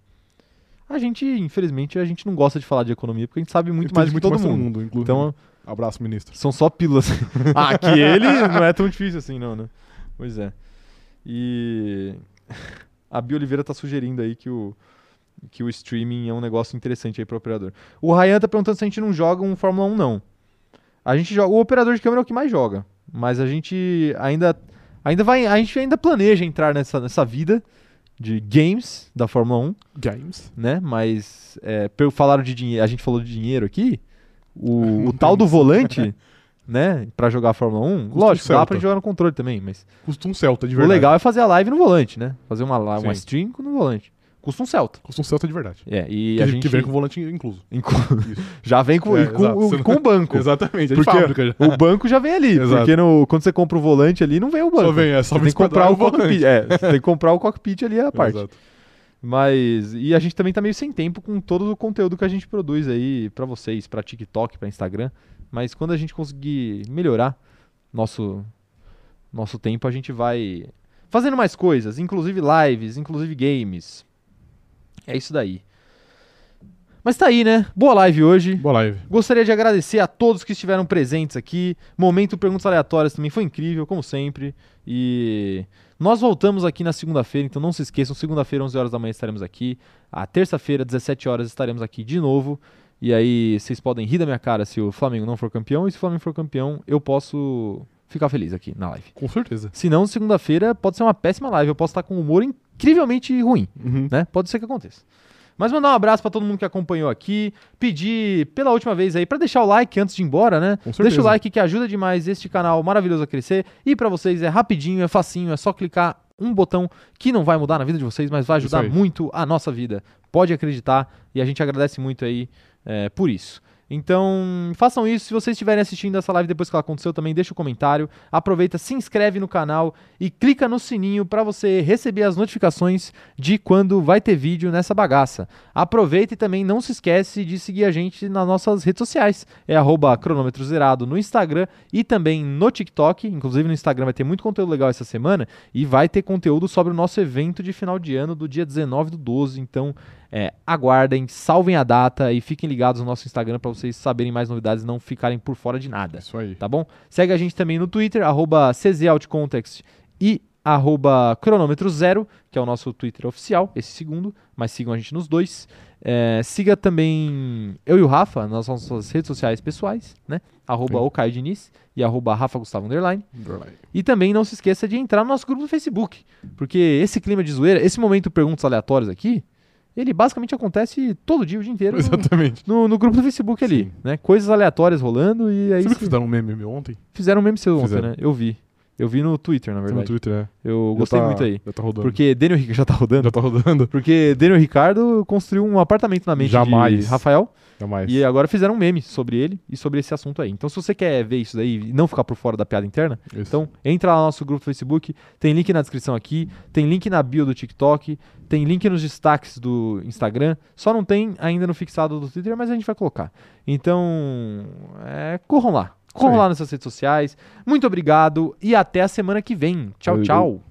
[SPEAKER 1] A gente, infelizmente, a gente não gosta de falar de economia porque a gente sabe muito
[SPEAKER 2] Entende
[SPEAKER 1] mais do que todo
[SPEAKER 2] que
[SPEAKER 1] mundo.
[SPEAKER 2] inclusive.
[SPEAKER 1] Então,
[SPEAKER 2] Abraço, ministro.
[SPEAKER 1] são só pílulas. (laughs) ah, aquele não é tão difícil assim, não, né? Pois é. E (laughs) a Bia Oliveira tá sugerindo aí que o, que o streaming é um negócio interessante aí pro operador. O Ryan tá perguntando se a gente não joga um Fórmula 1, não. A gente joga. O operador de câmera é o que mais joga. Mas a gente ainda. Ainda vai. A gente ainda planeja entrar nessa, nessa vida de games da Fórmula 1
[SPEAKER 2] Games.
[SPEAKER 1] né? Mas é, pelo- falaram de dinheiro, a gente falou de dinheiro aqui. O,
[SPEAKER 2] (laughs) Não
[SPEAKER 1] o tal do
[SPEAKER 2] tem (laughs)
[SPEAKER 1] volante, né? Pra jogar a Fórmula 1,
[SPEAKER 2] Custa um
[SPEAKER 1] lógico, dá pra
[SPEAKER 2] Celta.
[SPEAKER 1] jogar no controle também, mas
[SPEAKER 2] Custa um Celta de
[SPEAKER 1] o
[SPEAKER 2] verdade.
[SPEAKER 1] legal é fazer a live no volante, né? Fazer uma, la- uma
[SPEAKER 2] Sim.
[SPEAKER 1] stream no volante. Custa um Celta.
[SPEAKER 2] Custa um Celta de verdade.
[SPEAKER 1] É, e
[SPEAKER 2] Que,
[SPEAKER 1] a
[SPEAKER 2] que
[SPEAKER 1] gente (laughs)
[SPEAKER 2] vem com o volante incluso.
[SPEAKER 1] Inclu-
[SPEAKER 2] Isso.
[SPEAKER 1] já vem com,
[SPEAKER 2] É,
[SPEAKER 1] e com-
[SPEAKER 2] (laughs) exato, você
[SPEAKER 1] e
[SPEAKER 2] não-
[SPEAKER 1] com o banco.
[SPEAKER 2] Exatamente, é de
[SPEAKER 1] Porque
[SPEAKER 2] fábrica já.
[SPEAKER 1] O banco já vem ali,
[SPEAKER 2] Exato.
[SPEAKER 1] porque no- quando você compra o volante ali, não vem o banco.
[SPEAKER 2] Só vem, é,
[SPEAKER 1] você
[SPEAKER 2] só vem
[SPEAKER 1] tem que comprar o
[SPEAKER 2] esquadrar volante.
[SPEAKER 1] cockpit. É, você tem que comprar o cockpit ali
[SPEAKER 2] (laughs)
[SPEAKER 1] a parte.
[SPEAKER 2] Exato.
[SPEAKER 1] Mas e a gente também tá meio sem tempo com todo o conteúdo que a gente produz aí pra vocês, pra TikTok, pra Instagram, mas quando a gente conseguir melhorar nosso nosso tempo, a gente vai fazendo mais coisas, inclusive lives, inclusive games. É isso daí. Mas tá aí, né? Boa live hoje.
[SPEAKER 2] Boa live.
[SPEAKER 1] Gostaria de agradecer a todos que estiveram presentes aqui. Momento Perguntas Aleatórias também foi incrível, como sempre. E nós voltamos aqui na segunda-feira, então não se esqueçam, segunda-feira, 11 horas da manhã estaremos aqui. A terça-feira, 17 horas, estaremos aqui de novo. E aí vocês podem rir da minha cara se o Flamengo não for campeão. E se o Flamengo for campeão, eu posso ficar feliz aqui na live.
[SPEAKER 2] Com certeza.
[SPEAKER 1] Se não, Uhum.
[SPEAKER 2] Uhum.
[SPEAKER 1] segunda-feira pode ser uma péssima live. Eu posso estar com um humor incrivelmente ruim, né? Pode ser que aconteça. Mas mandar um abraço pra todo mundo que acompanhou aqui. Pedir pela última vez aí pra deixar o like antes de ir embora, né?
[SPEAKER 2] Com certeza.
[SPEAKER 1] Deixa o like que ajuda demais este canal maravilhoso a crescer. E pra vocês é rapidinho, é facinho, é só clicar um botão que não vai mudar na vida de vocês, mas vai
[SPEAKER 2] Isso
[SPEAKER 1] ajudar
[SPEAKER 2] aí.
[SPEAKER 1] muito a nossa vida. Pode acreditar e a gente agradece muito aí é, por isso. Então, façam isso. Se vocês estiverem assistindo essa live depois que ela aconteceu, também deixa o comentário. Aproveita, se inscreve no canal e clica no sininho pra você receber as notificações de quando vai ter vídeo nessa bagaça. Aproveita e também não se esquece de seguir a gente nas nossas redes sociais. É arroba cronômetro zerado no Instagram e também no TikTok. Inclusive no Instagram vai ter muito conteúdo legal essa semana e vai ter conteúdo sobre o nosso evento de final de ano do dia 19 do 12. Então é, aguardem, salvem a data e fiquem ligados no nosso Instagram pra vocês saberem mais novidades e não ficarem por fora de nada
[SPEAKER 2] É Isso aí.
[SPEAKER 1] tá bom? Segue a gente também no Twitter, arroba CZOutContext e arroba cronômetro zero, que é o nosso Twitter oficial, esse segundo, mas sigam a gente nos dois. É, siga também eu e o Rafa nas nossas redes sociais pessoais, né? Arroba
[SPEAKER 2] Sim.
[SPEAKER 1] o Caio Diniz e arroba Rafa Gustavo Underline.
[SPEAKER 2] Underline.
[SPEAKER 1] E também não se esqueça de entrar no nosso grupo do Facebook, porque esse clima de zoeira, esse momento perguntas aleatórias aqui, ele basicamente acontece todo dia, o dia inteiro, no-
[SPEAKER 2] Exatamente.
[SPEAKER 1] no, no grupo do Facebook ali,
[SPEAKER 2] Sim.
[SPEAKER 1] né? Coisas aleatórias rolando e é aí
[SPEAKER 2] Você viu que
[SPEAKER 1] se-
[SPEAKER 2] fizeram um meme meu ontem?
[SPEAKER 1] Fizeram o mesmo seu ontem,
[SPEAKER 2] Fizeram.
[SPEAKER 1] né? Eu vi. Eu vi no Twitter, na
[SPEAKER 2] No
[SPEAKER 1] verdade.
[SPEAKER 2] Twitter, né?
[SPEAKER 1] Eu
[SPEAKER 2] Já
[SPEAKER 1] gostei
[SPEAKER 2] tá-
[SPEAKER 1] muito aí.
[SPEAKER 2] Já tá rodando.
[SPEAKER 1] Porque Daniel Ricardo já tá rodando.
[SPEAKER 2] Já tá rodando.
[SPEAKER 1] Porque Daniel Ricardo construiu um apartamento na mente
[SPEAKER 2] Jamais. É
[SPEAKER 1] de Rafael.
[SPEAKER 2] Jamais.
[SPEAKER 1] E agora fizeram um meme sobre ele e sobre esse assunto aí. Então, se você quer ver isso daí e não ficar por fora da piada interna,
[SPEAKER 2] Isso.
[SPEAKER 1] então entra lá no nosso grupo do Facebook. Tem link na descrição aqui, tem link na bio do TikTok, tem link nos destaques do Instagram. Só não tem ainda no fixado do Twitter, mas a gente vai colocar. Então, é, corram lá. Corram
[SPEAKER 2] aí.
[SPEAKER 1] lá nessas redes sociais. Muito obrigado e até a semana que vem. Tchau,
[SPEAKER 2] Valeu.
[SPEAKER 1] tchau.